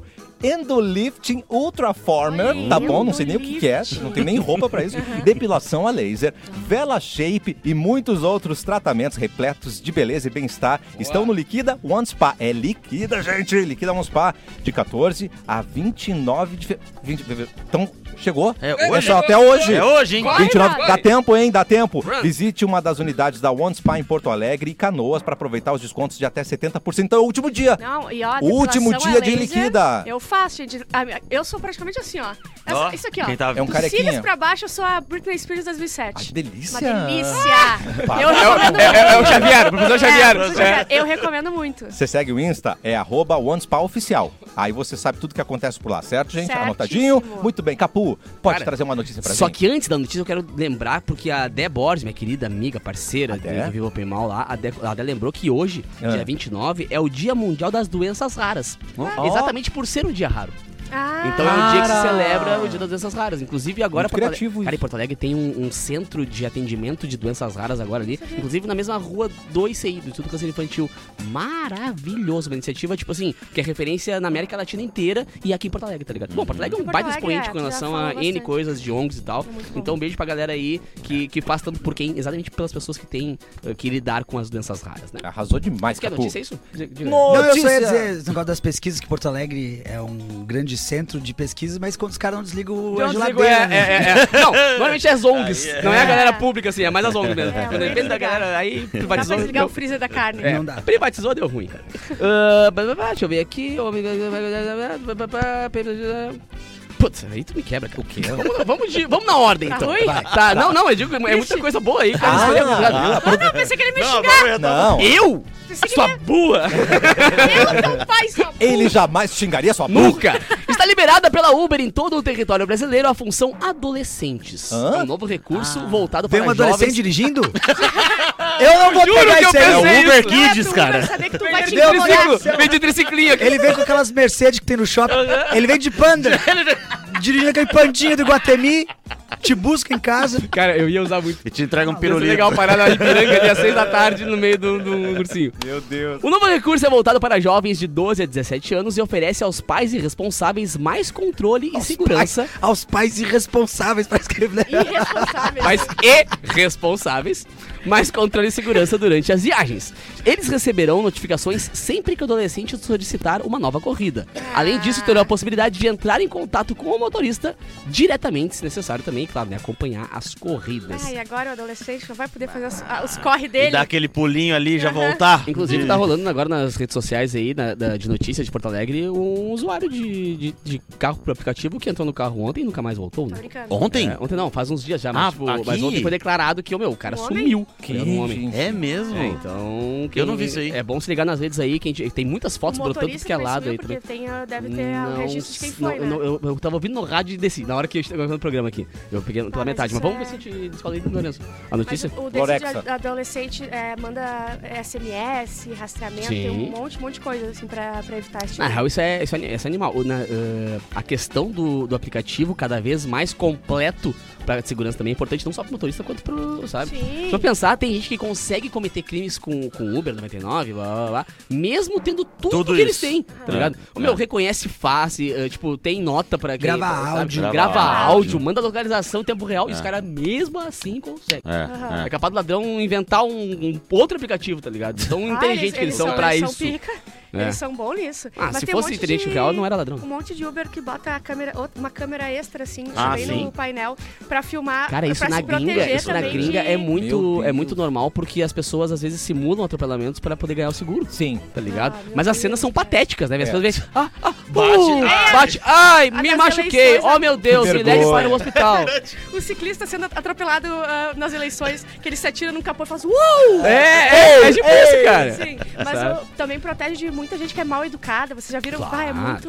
Speaker 1: Endolifting Ultraformer,
Speaker 6: Olha aí,
Speaker 1: tá bom? Não sei nem o que, que é,
Speaker 6: endolifting.
Speaker 1: não tem nem roupa pra isso. Depilação a laser, vela shape e muitos outros tratamentos repletos de beleza e bem-estar estão no Liquida One Spa. É liquida, gente! Liquida One Spa de 14 a 29 de fe... 20 de fevereiro. Então, chegou?
Speaker 4: É
Speaker 1: Olha
Speaker 4: hoje?
Speaker 1: só, até hoje!
Speaker 4: É hoje, hein?
Speaker 1: 29,
Speaker 3: vai.
Speaker 1: dá tempo, hein? Dá tempo.
Speaker 3: Run.
Speaker 1: Visite uma das unidades da One Spa em Porto Alegre e Canoas para aproveitar os descontos de até 70%. Então é o último dia.
Speaker 6: Não, e ó, a
Speaker 1: Último
Speaker 6: depilação
Speaker 1: dia
Speaker 6: a
Speaker 1: de
Speaker 6: laser,
Speaker 1: liquida.
Speaker 6: Eu faço, gente. A- Eu sou praticamente assim, ó. Essa-
Speaker 4: Ó,
Speaker 6: isso aqui, ó.
Speaker 4: quem tá-
Speaker 1: É um
Speaker 6: Dos
Speaker 1: carequinha.
Speaker 6: cílios pra baixo, eu sou a Britney Spears
Speaker 1: Ah,
Speaker 6: 2007.
Speaker 1: que delícia.
Speaker 6: Uma delícia! Eu recomendo
Speaker 3: É, é- é o
Speaker 6: muito.
Speaker 3: Xavier, o professor
Speaker 6: É,
Speaker 3: Xavier.
Speaker 6: professor Xavier. Eu recomendo muito.
Speaker 1: Você segue o Insta? É arroba One Spa Oficial. Aí você sabe tudo que acontece por lá, certo, gente?
Speaker 6: Certíssimo.
Speaker 1: Anotadinho? Muito bem. Capu, pode
Speaker 3: Cara,
Speaker 1: trazer uma notícia pra
Speaker 3: Só
Speaker 1: gente?
Speaker 3: que antes da notícia, eu quero lembrar, porque a Dé Borges, minha querida amiga, parceira
Speaker 1: A
Speaker 3: do
Speaker 1: Dé?
Speaker 3: do Viva Open Mall lá, a Dé, a Dé lembrou que hoje,
Speaker 1: Ah.
Speaker 3: dia 29, é o Dia Mundial das Doenças Raras.
Speaker 1: Ó.
Speaker 3: Exatamente por ser um dia raro.
Speaker 6: Ah,
Speaker 3: Então é o dia que se
Speaker 1: Cara!
Speaker 3: celebra o Dia das Doenças Raras. Inclusive agora...
Speaker 1: Muito
Speaker 3: Porto Ale-
Speaker 1: criativo
Speaker 3: Cara,
Speaker 1: isso.
Speaker 3: em Porto Alegre tem um, um centro de atendimento de doenças raras agora ali. Inclusive na mesma rua do ICI, do Instituto Câncer Infantil. Maravilhoso. Uma iniciativa, tipo assim, que é referência na América Latina inteira e aqui em Porto Alegre, tá ligado? Bom, Porto Alegre é um
Speaker 6: Porto
Speaker 3: baita
Speaker 6: Alegre,
Speaker 3: expoente
Speaker 6: é,
Speaker 3: com
Speaker 6: tu já
Speaker 3: relação
Speaker 6: falou
Speaker 3: a N
Speaker 6: bastante.
Speaker 3: coisas de ONGs e tal.
Speaker 6: É muito bom. É.
Speaker 3: Então um beijo pra galera aí que, que faz tanto por quem, exatamente pelas pessoas que têm eh, que lidar com as doenças raras, né?
Speaker 1: Arrasou demais,
Speaker 3: Você quer
Speaker 1: Ah, Capu.
Speaker 3: notícia, é isso? Diga- diga.
Speaker 2: Não, eu só ia
Speaker 1: Notícia!
Speaker 2: dizer esse negócio das pesquisas, que Porto Alegre é um grande centro de pesquisa, mas quando os caras não desligam a
Speaker 3: Eu não digo,
Speaker 2: geladeira.
Speaker 3: é,
Speaker 2: né?
Speaker 3: é, é, é. Não, normalmente é as ONGs.
Speaker 4: Aí é.
Speaker 3: Não é a galera pública, assim, é mais as ONGs mesmo.
Speaker 6: É,
Speaker 3: Quando depende da galera, aí
Speaker 6: dá pra
Speaker 3: privatizou.
Speaker 6: desligar o
Speaker 3: deu-
Speaker 6: freezer da carne.
Speaker 3: é,
Speaker 2: Não dá.
Speaker 3: Privatizou, deu ruim, cara. Ah, blá, blá, blá, deixa eu ver aqui. Putz, aí tu me quebra, cara. O quê? Vamos, vamos, de- vamos na ordem,
Speaker 6: Tá
Speaker 3: então.
Speaker 6: ruim?
Speaker 3: Tá, não, não, eu digo, é muita coisa boa aí, cara. Isso aí é complicado.
Speaker 1: Ah, ah,
Speaker 6: Eu pensei que ele me
Speaker 4: Não,
Speaker 6: xingava.
Speaker 4: não, já tá-
Speaker 1: não,
Speaker 3: eu?
Speaker 6: Pensei que
Speaker 3: Sua bua?
Speaker 6: ele é não faz sua
Speaker 1: ele jamais xingaria sua boca.
Speaker 3: Nunca! Está liberada pela Uber em todo o território brasileiro a função adolescentes.
Speaker 1: Hã?
Speaker 3: É um novo recurso voltado
Speaker 2: Vem
Speaker 3: para
Speaker 2: um
Speaker 3: jovens...
Speaker 2: adolescente dirigindo? eu não vou
Speaker 3: Juro
Speaker 2: pegar
Speaker 3: que eu
Speaker 2: isso aí.
Speaker 4: É o
Speaker 3: pensei
Speaker 4: Uber
Speaker 3: isso.
Speaker 4: Kids, cara.
Speaker 6: saber que tu vai te
Speaker 2: Deu
Speaker 6: incomodar.
Speaker 2: triciclo.
Speaker 3: Vem de triciclinha aqui.
Speaker 2: Ele vem com aquelas Mercedes que tem no shopping. Ele vem de panda. dirigindo aquele pandinha do Guatemi. Te busca em casa.
Speaker 3: *laughs* Cara, eu ia usar muito.
Speaker 4: E te entrega um
Speaker 3: Pirulito.
Speaker 4: pirulito.
Speaker 3: é legal parar na Ipiranga dia 6 da tarde no meio do, do ursinho.
Speaker 1: Meu Deus.
Speaker 3: O novo recurso é voltado para jovens de 12 a 17 anos e oferece aos pais e responsáveis mais controle e segurança.
Speaker 2: Pais, aos pais irresponsáveis pra escrever.
Speaker 6: Irresponsável.
Speaker 3: Mas e responsáveis, mais controle e segurança durante as viagens. Eles receberão notificações sempre que o adolescente solicitar uma nova corrida. Além disso, terão a possibilidade de entrar em contato com o motorista diretamente, se necessário também, claro, né, acompanhar as corridas.
Speaker 6: Ai, agora o adolescente não vai poder fazer as- a- os corre dele.
Speaker 4: E dá aquele pulinho ali e já
Speaker 6: Aham.
Speaker 4: voltar. Hum.
Speaker 3: Inclusive,
Speaker 4: De-
Speaker 3: tá rolando agora nas redes sociais aí, na- da- de notícias de Porto Alegre, um usuário de, de, de carro por aplicativo que entrou no carro ontem e nunca mais voltou,
Speaker 6: Tá
Speaker 3: né?
Speaker 6: brincando.
Speaker 4: Ontem?
Speaker 3: É, ontem não, faz uns dias já,
Speaker 4: Ah,
Speaker 3: mas, tipo,
Speaker 4: aqui?
Speaker 3: mas ontem foi declarado que, ô, meu, o cara
Speaker 6: Um homem?
Speaker 3: sumiu.
Speaker 1: Que
Speaker 3: Era um homem.
Speaker 1: gente.
Speaker 4: É mesmo?
Speaker 3: É, então.
Speaker 4: não vi isso aí.
Speaker 3: É bom se ligar nas redes aí, que a gente- tem muitas fotos
Speaker 6: O
Speaker 3: brotando tudo
Speaker 6: motorista
Speaker 3: que é
Speaker 6: também
Speaker 3: lado
Speaker 6: sumiu,
Speaker 3: aí também.
Speaker 6: porque tem, ah, deve ter ah, o registro de quem foi,
Speaker 3: não,
Speaker 6: né?
Speaker 3: não, eu, eu tava ouvindo no rádio e desci, na hora que eu estava gravando o programa aqui. Eu peguei pela
Speaker 6: mas
Speaker 3: metade, mas
Speaker 6: isso
Speaker 3: vamos ver
Speaker 6: é-
Speaker 3: se a gente desfalei do Lourenço. A
Speaker 6: Mas
Speaker 3: notícia? é,
Speaker 6: o o desse de
Speaker 1: Lorexa.
Speaker 6: a- adolescente é, manda SMS, rastreamento, tem
Speaker 3: Sim.
Speaker 6: um monte, monte de coisa assim pra, pra evitar esse tipo.
Speaker 3: Na real, isso é, isso é, isso é animal. O- na, eh, a questão do, do aplicativo cada vez mais completo para segurança também é importante, não só pro motorista quanto pro, sabe?
Speaker 6: Sim.
Speaker 3: Se eu pensar, tem gente que consegue cometer crimes com, com Uber 99, blá blá blá, mesmo tendo tudo,
Speaker 4: Tudo
Speaker 3: que eles
Speaker 4: isso.
Speaker 3: têm, tá
Speaker 4: É.
Speaker 3: ligado? O meu reconhece face, eh, tipo, tem nota pra quem-
Speaker 2: Grava
Speaker 3: sabe?
Speaker 2: áudio.
Speaker 3: grava,
Speaker 4: Grava
Speaker 3: áudio,
Speaker 4: áudio.
Speaker 3: manda localização em tempo real, e os caras mesmo assim conseguem.
Speaker 4: É,
Speaker 6: Aham.
Speaker 3: É capaz do ladrão inventar um, um outro aplicativo, tá ligado? Então
Speaker 6: Ah,
Speaker 3: inteligente que eles são pra
Speaker 6: eles
Speaker 3: isso.
Speaker 6: São pica,
Speaker 3: É.
Speaker 6: Eles são bons nisso.
Speaker 3: Ah, se
Speaker 6: tem um
Speaker 3: fosse
Speaker 6: monte
Speaker 3: inteligente
Speaker 6: de-
Speaker 3: real, não era ladrão.
Speaker 6: Um monte de Uber que bota a câmera, outra- uma câmera extra, assim,
Speaker 4: Ah,
Speaker 6: bem
Speaker 4: sim.
Speaker 6: no painel, pra filmar,
Speaker 3: Cara, isso
Speaker 6: pra
Speaker 3: na
Speaker 6: se
Speaker 3: gringa,
Speaker 6: proteger
Speaker 3: isso na
Speaker 6: também
Speaker 3: gringa
Speaker 6: de-
Speaker 3: é
Speaker 1: Meu
Speaker 3: muito,
Speaker 1: Deus.
Speaker 3: é muito normal porque as pessoas às vezes simulam atropelamentos para poder ganhar o seguro,
Speaker 1: Sim.
Speaker 3: tá ligado?
Speaker 6: Ah, meu
Speaker 3: Mas as cenas
Speaker 6: Deus,
Speaker 3: são
Speaker 6: cara.
Speaker 3: patéticas, né? As
Speaker 1: É.
Speaker 3: pessoas vezes, ah, ah,
Speaker 4: Bate,
Speaker 3: uh, bate, ai, me
Speaker 6: das
Speaker 3: machuquei,
Speaker 6: eleições,
Speaker 3: oh
Speaker 6: né?
Speaker 3: meu Deus,
Speaker 1: Que
Speaker 3: me leve
Speaker 1: vergonha.
Speaker 3: para
Speaker 1: *laughs*
Speaker 3: o hospital.
Speaker 6: O um ciclista sendo atropelado ah, nas eleições, que ele se atira num capô e faz uou!
Speaker 3: é, é, é tipo isso, cara.
Speaker 6: Sim, mas
Speaker 3: Sabe?
Speaker 6: o- também protege de muita gente que é mal educada. Vocês já viram?
Speaker 3: Claro.
Speaker 6: Vai, é muito.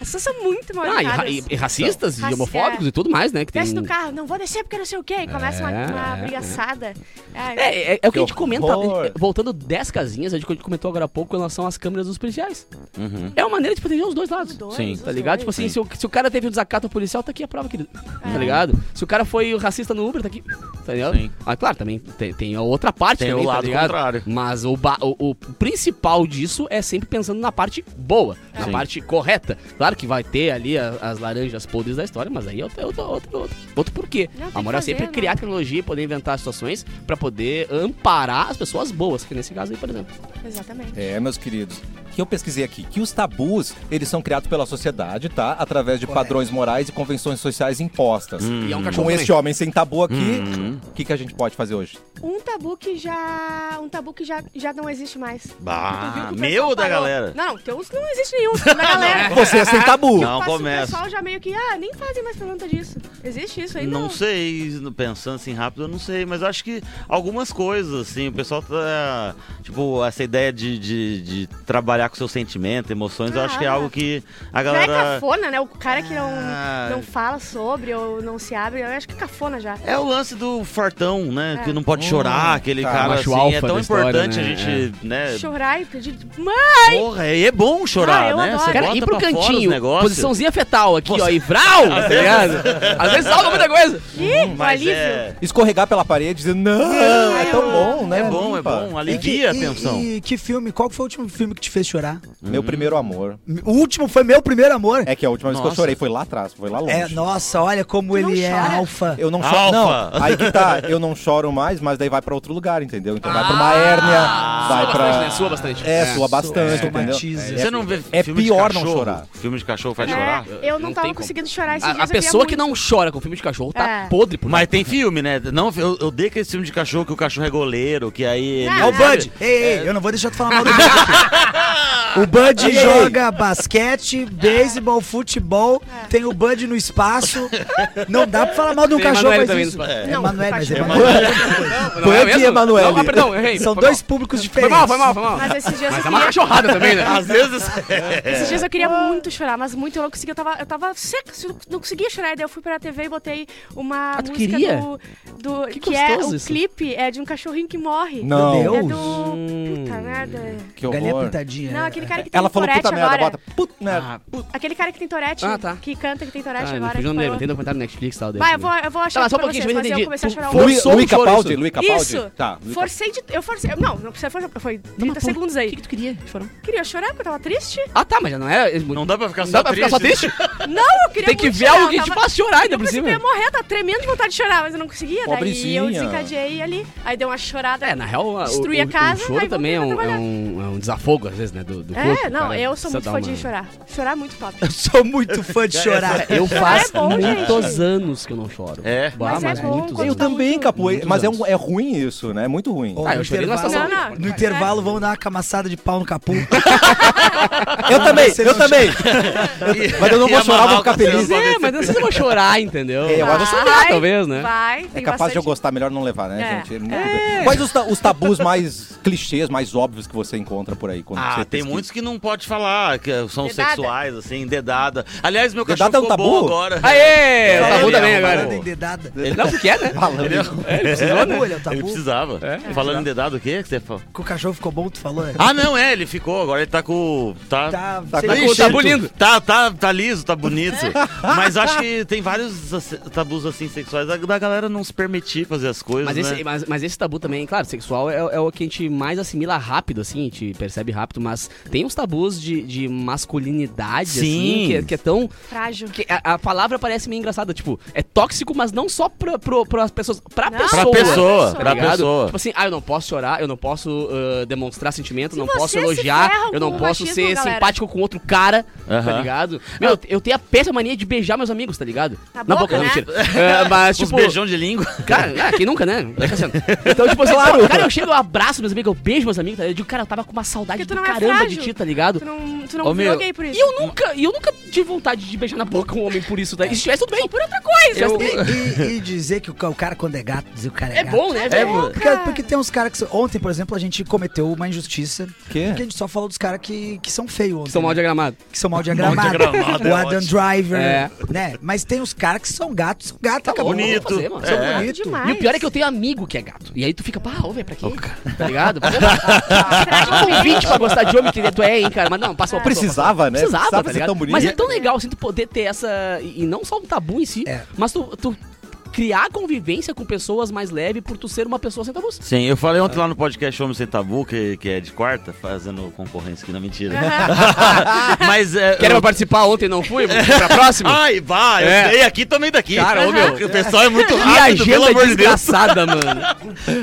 Speaker 6: As pessoas são muito mal
Speaker 3: Ah, e, ra-
Speaker 6: educadas.
Speaker 3: e- e racistas e
Speaker 6: Raci-
Speaker 3: homofóbicos e tudo mais, né? Que tem...
Speaker 6: Desce do carro, não vou descer porque não sei o quê. E começa uma, uma
Speaker 3: É,
Speaker 6: brigaçada. É,
Speaker 3: É, é, é o que a
Speaker 1: Que
Speaker 3: gente comenta,
Speaker 1: horror.
Speaker 3: a gente- voltando 10 casinhas, a gente comentou agora há pouco em relação às câmeras dos policiais.
Speaker 4: Uhum.
Speaker 3: É uma maneira de proteger os dois lados.
Speaker 6: os dois,
Speaker 4: Sim.
Speaker 6: os
Speaker 3: Tá ligado? Tipo
Speaker 6: dois.
Speaker 3: assim, se o, se o cara teve um desacato policial, tá aqui a prova, querido. Tá ligado? Se o cara foi racista no Uber, tá aqui. Tá ligado?
Speaker 4: É. Sim.
Speaker 3: Ah, claro, também tem, tem a outra parte
Speaker 4: Tem
Speaker 3: também,
Speaker 4: o
Speaker 3: tá
Speaker 4: lado
Speaker 3: ligado?
Speaker 4: contrário.
Speaker 3: Mas o, ba- o- o principal disso é sempre pensando na parte boa, na
Speaker 4: Sim.
Speaker 3: parte correta. Claro que vai ter ali a- as, laranjas podres da história, mas aí é outro, outro, outro, outro, outro porquê.
Speaker 6: Não, tem
Speaker 3: a
Speaker 6: que
Speaker 3: moral é
Speaker 6: fazer,
Speaker 3: sempre
Speaker 6: né?
Speaker 3: criar tecnologia e poder inventar situações pra poder amparar as pessoas boas, que nesse caso aí, por exemplo.
Speaker 6: Exatamente.
Speaker 1: É, meus queridos. Que eu pesquisei aqui que os tabus eles são criados pela sociedade, tá? Através de
Speaker 2: Correto.
Speaker 1: padrões morais e convenções sociais impostas.
Speaker 4: Hum,
Speaker 3: E é
Speaker 4: Uhum.
Speaker 3: um cachorro
Speaker 1: Com
Speaker 3: também.
Speaker 1: esse homem sem tabu aqui, o que, que a gente pode fazer hoje?
Speaker 6: Um tabu que já. Um tabu que já, já não existe mais. Tu viu
Speaker 4: Bah,
Speaker 6: que o
Speaker 4: meu
Speaker 6: pessoal
Speaker 4: ou da
Speaker 6: parou?
Speaker 4: galera?
Speaker 6: Não, teus não existe nenhum. Da galera.
Speaker 1: Você é sem tabu.
Speaker 4: Não,
Speaker 6: Passa o
Speaker 4: começa.
Speaker 6: pessoal já meio que, ah, nem fazem mais pergunta disso. Existe isso aí?
Speaker 4: Não sei, pensando assim rápido, eu não sei, mas eu acho que algumas coisas, assim, o pessoal tá. Tipo, essa ideia de, de, de trabalhar trabalhar com seu sentimento, emoções, eu acho que é
Speaker 6: Ah.
Speaker 4: algo que a
Speaker 6: Não é
Speaker 4: galera.
Speaker 6: cafona, né? O cara que não,
Speaker 4: Ah.
Speaker 6: não fala sobre ou não se abre, eu acho que é cafona já.
Speaker 4: É o lance do fartão, né?
Speaker 6: É.
Speaker 4: Que não pode chorar, aquele
Speaker 1: tá.
Speaker 4: cara
Speaker 3: Macho
Speaker 4: assim. É
Speaker 3: alfa
Speaker 4: tão
Speaker 3: da história,
Speaker 4: importante
Speaker 3: né?
Speaker 4: a gente, né?
Speaker 6: Chorar e pedir. Mãe!
Speaker 4: Porra, e é bom chorar,
Speaker 6: Ah, eu
Speaker 4: né?
Speaker 6: adoro.
Speaker 4: Você
Speaker 3: Cara,
Speaker 4: bota
Speaker 3: ir pro
Speaker 4: pra fora os
Speaker 3: cantinho,
Speaker 4: negócios.
Speaker 3: posiçãozinha fetal aqui, ó, e vral, tá ligado? Às vezes salva muita coisa.
Speaker 6: Ih, o
Speaker 4: Mas
Speaker 6: alívio!
Speaker 4: é,
Speaker 1: Escorregar pela parede e dizer, não, é tão bom, né?
Speaker 4: é bom, é
Speaker 1: Limpa.
Speaker 4: bom,
Speaker 2: E que-
Speaker 4: alivia a
Speaker 2: e-
Speaker 4: tensão.
Speaker 2: E, que filme? Qual foi o último filme que te fez chorar?
Speaker 4: Hum.
Speaker 1: Meu primeiro amor.
Speaker 2: O último foi meu primeiro amor.
Speaker 1: É que a última vez que eu
Speaker 4: Nossa.
Speaker 1: chorei foi lá atrás, foi lá longe.
Speaker 2: É, nossa, olha como
Speaker 6: não
Speaker 2: ele é
Speaker 6: chora?
Speaker 2: alfa.
Speaker 1: Eu não
Speaker 4: Alfa.
Speaker 1: choro. Não, aí que
Speaker 4: *laughs*
Speaker 1: tá, eu não choro mais, mas daí vai pra outro lugar, entendeu? Então vai pra uma hérnia, vai
Speaker 3: sua
Speaker 1: pra.
Speaker 3: bastante, né? Sua bastante.
Speaker 1: É, sua bastante,
Speaker 2: é,
Speaker 1: entendeu?
Speaker 2: somatiza.
Speaker 4: Você não vê
Speaker 1: É
Speaker 4: filme de
Speaker 1: pior não
Speaker 4: cachorro?
Speaker 1: chorar.
Speaker 4: Filme de cachorro faz
Speaker 6: É,
Speaker 4: chorar?
Speaker 6: eu
Speaker 3: Não
Speaker 6: não,
Speaker 3: tem
Speaker 6: tava
Speaker 3: como.
Speaker 6: conseguindo chorar esses
Speaker 3: A, a
Speaker 6: dias. eu via
Speaker 3: pessoa que
Speaker 6: é muito.
Speaker 3: não chora com filme de cachorro tá
Speaker 6: É.
Speaker 3: podre por
Speaker 4: Mas tem filme, né? Não, eu, eu dei aquele filme de cachorro que o cachorro é goleiro, que aí.
Speaker 6: Ah,
Speaker 2: É o
Speaker 4: Ele,
Speaker 2: Bud. Ei, ei, eu não vou deixar tu falar mal do Bud. aqui. o Bud
Speaker 1: Ei, ei.
Speaker 2: joga basquete, beisebol, futebol.
Speaker 6: É.
Speaker 2: Tem o Bud no espaço. Não dá pra falar mal de um
Speaker 3: Tem
Speaker 2: cachorro,
Speaker 3: Emanuele
Speaker 2: mas
Speaker 3: também
Speaker 2: isso.
Speaker 3: no espaço.
Speaker 2: É
Speaker 6: Não,
Speaker 2: Emanuele, mas é
Speaker 6: cachorro.
Speaker 2: Emanuele.
Speaker 3: Não, não é
Speaker 1: Bud e
Speaker 3: mesmo?
Speaker 1: Emanuele.
Speaker 3: Não, perdão, errei.
Speaker 2: São
Speaker 3: Foi
Speaker 2: dois
Speaker 3: mal.
Speaker 2: públicos
Speaker 3: Foi
Speaker 2: diferentes.
Speaker 3: mal, foi mal, foi mal.
Speaker 6: Mas esses dias,
Speaker 3: Mas é uma
Speaker 6: eu
Speaker 3: É.
Speaker 6: queria,
Speaker 3: cachorrada também,
Speaker 4: *laughs*
Speaker 3: né?
Speaker 4: Às vezes.
Speaker 6: esses dias eu queria muito chorar, mas muito eu não conseguia. Eu tava, eu tava seca, eu não conseguia chorar. Daí eu fui pra TV e botei uma
Speaker 3: Ah, tu
Speaker 6: música
Speaker 3: queria?
Speaker 6: do. do-
Speaker 3: Que
Speaker 6: que é
Speaker 3: gostoso
Speaker 6: o
Speaker 3: isso.
Speaker 6: clipe é de um cachorrinho que morre.
Speaker 1: Não,
Speaker 2: Meu
Speaker 6: É
Speaker 2: Deus.
Speaker 6: do.
Speaker 3: Hum.
Speaker 6: Puta merda.
Speaker 1: que
Speaker 2: Galinha
Speaker 1: horror.
Speaker 2: pintadinha.
Speaker 6: Não, aquele cara que tem
Speaker 1: É. Ela falou
Speaker 6: Tourette
Speaker 1: puta merda,
Speaker 6: agora.
Speaker 1: bota. Puta merda.
Speaker 3: Ah, puta.
Speaker 6: Aquele cara que tem Tourette,
Speaker 3: Ah, tá.
Speaker 6: que canta que tem Tourette
Speaker 3: Ah,
Speaker 6: agora.
Speaker 3: me fugiu o
Speaker 6: que
Speaker 3: nome,
Speaker 6: falou.
Speaker 3: tem documentário no Netflix e tal dele.
Speaker 6: Vai, eu vou, eu vou achar
Speaker 3: Tá, mas só
Speaker 6: pra
Speaker 3: um pouquinho, eu
Speaker 6: vocês, mas
Speaker 3: entendi.
Speaker 6: eu comecei a
Speaker 3: Tu
Speaker 6: chorar
Speaker 3: foi-
Speaker 6: hoje.
Speaker 1: Luiz
Speaker 3: forçou
Speaker 1: Luiz
Speaker 3: o choro
Speaker 1: Capaldi,
Speaker 3: isso.
Speaker 1: Luiz Capaldi.
Speaker 6: Isso.
Speaker 1: Tá, Luiz
Speaker 6: Forcei de... Eu forcei... Não, não precisa forçar. Foi 30
Speaker 3: mas por-
Speaker 6: segundos aí.
Speaker 3: O que, que tu tá queria? Chorou.
Speaker 6: Queria chorar porque eu tava triste?
Speaker 3: Ah, tá, mas já não é.
Speaker 4: Não dá pra ficar
Speaker 3: Não
Speaker 4: só
Speaker 3: dá pra ficar só
Speaker 4: triste.
Speaker 3: triste?
Speaker 6: Não, eu queria
Speaker 3: Tem que
Speaker 6: muito
Speaker 3: ver
Speaker 6: chorar,
Speaker 3: algo que
Speaker 6: eu
Speaker 3: te
Speaker 6: tava-
Speaker 3: faça chorar ainda
Speaker 6: Eu
Speaker 3: por
Speaker 6: pensei que
Speaker 3: cima.
Speaker 6: eu ia morrer, tá tremendo de vontade de chorar, mas eu não conseguia. Daí
Speaker 1: Pobrezinha.
Speaker 6: eu desencadeei ali. Aí dei uma chorada.
Speaker 3: É, na real, a- o,
Speaker 6: Destruir a
Speaker 3: o- o
Speaker 6: casa, aí
Speaker 3: choro também é
Speaker 6: voltei
Speaker 3: um,
Speaker 6: pra
Speaker 3: é, um, é um desafogo, às vezes, né? Do, do corpo,
Speaker 6: É,
Speaker 3: o
Speaker 6: não,
Speaker 3: cara
Speaker 6: eu
Speaker 3: precisa
Speaker 6: sou muito
Speaker 3: dar
Speaker 6: fã
Speaker 3: uma-
Speaker 6: de chorar. Chorar é muito top.
Speaker 2: Eu *laughs* sou muito fã de chorar.
Speaker 6: é,
Speaker 3: Eu faz
Speaker 6: bom, gente.
Speaker 3: muitos anos que eu não choro.
Speaker 4: É.
Speaker 3: Bah,
Speaker 6: Mas é bom
Speaker 3: muitos
Speaker 6: quando
Speaker 1: Eu
Speaker 3: anos.
Speaker 6: tá
Speaker 1: também,
Speaker 6: muito-
Speaker 1: Capoeira.
Speaker 3: Muitos
Speaker 1: Mas é,
Speaker 3: anos.
Speaker 1: um- é ruim isso, né? É muito ruim.
Speaker 2: Ó,
Speaker 3: Ah, eu
Speaker 2: no
Speaker 3: chorei numa
Speaker 2: intervalo-
Speaker 3: situação-
Speaker 6: Não, não.
Speaker 2: No intervalo, vamos dar uma camaçada de pau no capu.
Speaker 1: Eu também,
Speaker 2: Você
Speaker 1: eu
Speaker 2: não
Speaker 1: também. Mas eu não
Speaker 4: *laughs* E
Speaker 1: vou chorar,
Speaker 4: amarrar
Speaker 1: vou
Speaker 4: o
Speaker 1: ficar
Speaker 4: cabelo.
Speaker 1: feliz.
Speaker 3: É, mas *laughs* não sei se eu vou chorar, entendeu?
Speaker 1: É, eu
Speaker 3: Vou
Speaker 1: acho-
Speaker 3: sangrar, talvez, né?
Speaker 6: Vai,
Speaker 1: É
Speaker 6: tem
Speaker 1: capaz de eu
Speaker 6: bastante-
Speaker 1: gostar, melhor não levar, né,
Speaker 6: É.
Speaker 1: gente? Muito bem. Quais os, ta- os tabus mais clichês, mais óbvios que você encontra por aí? Quando
Speaker 4: Ah,
Speaker 1: você
Speaker 4: tem
Speaker 1: pesquisa?
Speaker 4: muitos que não pode falar, que são
Speaker 6: Dedada.
Speaker 4: sexuais, assim, dedada. Aliás, meu cachorro
Speaker 1: Dedada é um
Speaker 4: ficou bom
Speaker 1: tabu?
Speaker 4: agora.
Speaker 3: Aê!
Speaker 4: Ele
Speaker 3: Tá bom
Speaker 4: é
Speaker 3: também
Speaker 4: um-
Speaker 3: agora.
Speaker 2: Falando em dedada.
Speaker 3: Ele não quer, né?
Speaker 1: Falando.
Speaker 4: é *laughs*
Speaker 2: Precisou, né? Ele é o
Speaker 4: Ele
Speaker 2: tabu.
Speaker 4: precisava. Falando em dedada, o quê que você fala?
Speaker 2: Que o cachorro ficou bom, tu falou? né?
Speaker 4: Ah, não, é, ele ficou, agora ele tá com... Tá,
Speaker 2: Tá,
Speaker 1: Tá
Speaker 2: sei
Speaker 1: com
Speaker 2: lá,
Speaker 1: o
Speaker 2: com
Speaker 4: Ixi,
Speaker 3: tá
Speaker 2: cheiro.
Speaker 3: tabu lindo.
Speaker 4: Tá, tá, tá liso,
Speaker 1: *laughs*
Speaker 4: tá bonito. Mas acho que tem vários ace- tabus, assim, sexuais da, da galera não se permitir fazer as coisas,
Speaker 3: Mas
Speaker 4: né?
Speaker 3: esse, é mas, mas esse tabu também, claro, sexual é, é o que a gente mais assimila rápido, assim, a gente percebe rápido, mas tem uns tabus de, de masculinidade, assim,
Speaker 4: Sim.
Speaker 3: que, é- que é tão.
Speaker 6: Frágil.
Speaker 3: que a, a palavra parece meio engraçada, tipo, é tóxico, mas não só pra, pro, pras pessoas. Pra
Speaker 6: Não.
Speaker 3: pessoa.
Speaker 4: Pra
Speaker 6: Sou,
Speaker 4: pessoa,
Speaker 6: sou.
Speaker 3: tá
Speaker 4: pra
Speaker 3: ligado?
Speaker 4: pessoa.
Speaker 3: Tipo assim, ah, eu não posso chorar, eu não posso ah, demonstrar sentimento,
Speaker 6: Se
Speaker 3: não
Speaker 6: você
Speaker 3: posso
Speaker 6: se
Speaker 3: elogiar,
Speaker 6: ferra
Speaker 3: eu não
Speaker 6: com o
Speaker 3: posso
Speaker 6: machismo,
Speaker 3: ser
Speaker 6: galera.
Speaker 3: simpático com outro cara, tá
Speaker 4: Aham.
Speaker 3: ligado? Meu, eu tenho a péssima mania de beijar meus amigos, tá ligado?
Speaker 6: Na
Speaker 3: Na boca,
Speaker 6: boca,
Speaker 3: não,
Speaker 6: né?
Speaker 3: mentira. Ah, mas,
Speaker 4: *laughs* Uns
Speaker 3: tipo,
Speaker 4: beijão de língua.
Speaker 3: *laughs* Cara, ah, quem nunca, né? Vai
Speaker 4: *laughs*
Speaker 3: crescendo. Então, tipo assim, pô, cara, eu chego, eu abraço meus amigos, eu beijo meus amigos, tá ligado? Eu digo, cara, eu tava com uma saudade
Speaker 6: Porque
Speaker 3: do
Speaker 6: tu não é
Speaker 3: caramba de
Speaker 6: frágil.
Speaker 3: ti, tá ligado?
Speaker 6: Tu não, é tu não
Speaker 4: Ô,
Speaker 6: virou
Speaker 4: meu,
Speaker 6: gay por isso.
Speaker 3: E eu nunca, e eu nunca tive vontade de beijar na boca um homem por isso, tá? E se tivesse, tudo bem. por outra coisa.
Speaker 2: E, e- e dizer que o ca- o cara quando é gato, dizer que o cara é,
Speaker 3: É
Speaker 2: gato.
Speaker 3: bom, né, velho?
Speaker 2: Porque,
Speaker 6: cara.
Speaker 2: porque tem uns caras que. são- Ontem, por exemplo, a gente cometeu uma injustiça.
Speaker 1: Quê?
Speaker 2: Porque a gente só falou dos caras que, que são feios ontem.
Speaker 3: É. Que são mal
Speaker 2: né?
Speaker 3: diagramados.
Speaker 2: Que são mal diagramados.
Speaker 4: diagramado, é
Speaker 2: o Adam
Speaker 4: ótimo.
Speaker 2: Driver.
Speaker 3: É.
Speaker 2: Né? Mas tem uns caras que são gatos, são gatos, acabou.
Speaker 4: bonito.
Speaker 3: Fazer, mano.
Speaker 2: São
Speaker 4: É.
Speaker 2: bonitos.
Speaker 6: Demais.
Speaker 3: E o pior é que eu tenho amigo que é gato. E aí tu fica, pá, ô, velho, pra quê? Tá ligado? Pô, Convite pra gostar de homem que tu é, hein, cara. Mas não, passa uma pessoa,
Speaker 1: Precisava, né?
Speaker 3: Precisava,
Speaker 1: Precisava
Speaker 3: tá
Speaker 1: ser
Speaker 3: ligado?
Speaker 1: tão bonito.
Speaker 3: Mas é tão legal, assim, tu poder ter essa... E e não só um tabu em si,
Speaker 2: É.
Speaker 3: mas tu... tu Criar convivência com pessoas mais leve por tu ser uma pessoa sem tabus.
Speaker 4: Sim, eu falei ontem lá no podcast Homem Sem Tabu, que, que é de quarta, fazendo concorrência aqui
Speaker 3: *laughs*
Speaker 4: na mentira. *laughs* Mas é.
Speaker 3: Quero
Speaker 4: eu-
Speaker 3: participar ontem, não fui? Vamos pra próxima?
Speaker 4: Ai, vai,
Speaker 3: É.
Speaker 4: eu dei aqui também daqui.
Speaker 3: Cara, ô, meu.
Speaker 4: O pessoal é muito
Speaker 3: Que
Speaker 4: rápido, pelo
Speaker 3: agenda
Speaker 4: amor de Deus.
Speaker 3: desgraçada, mano.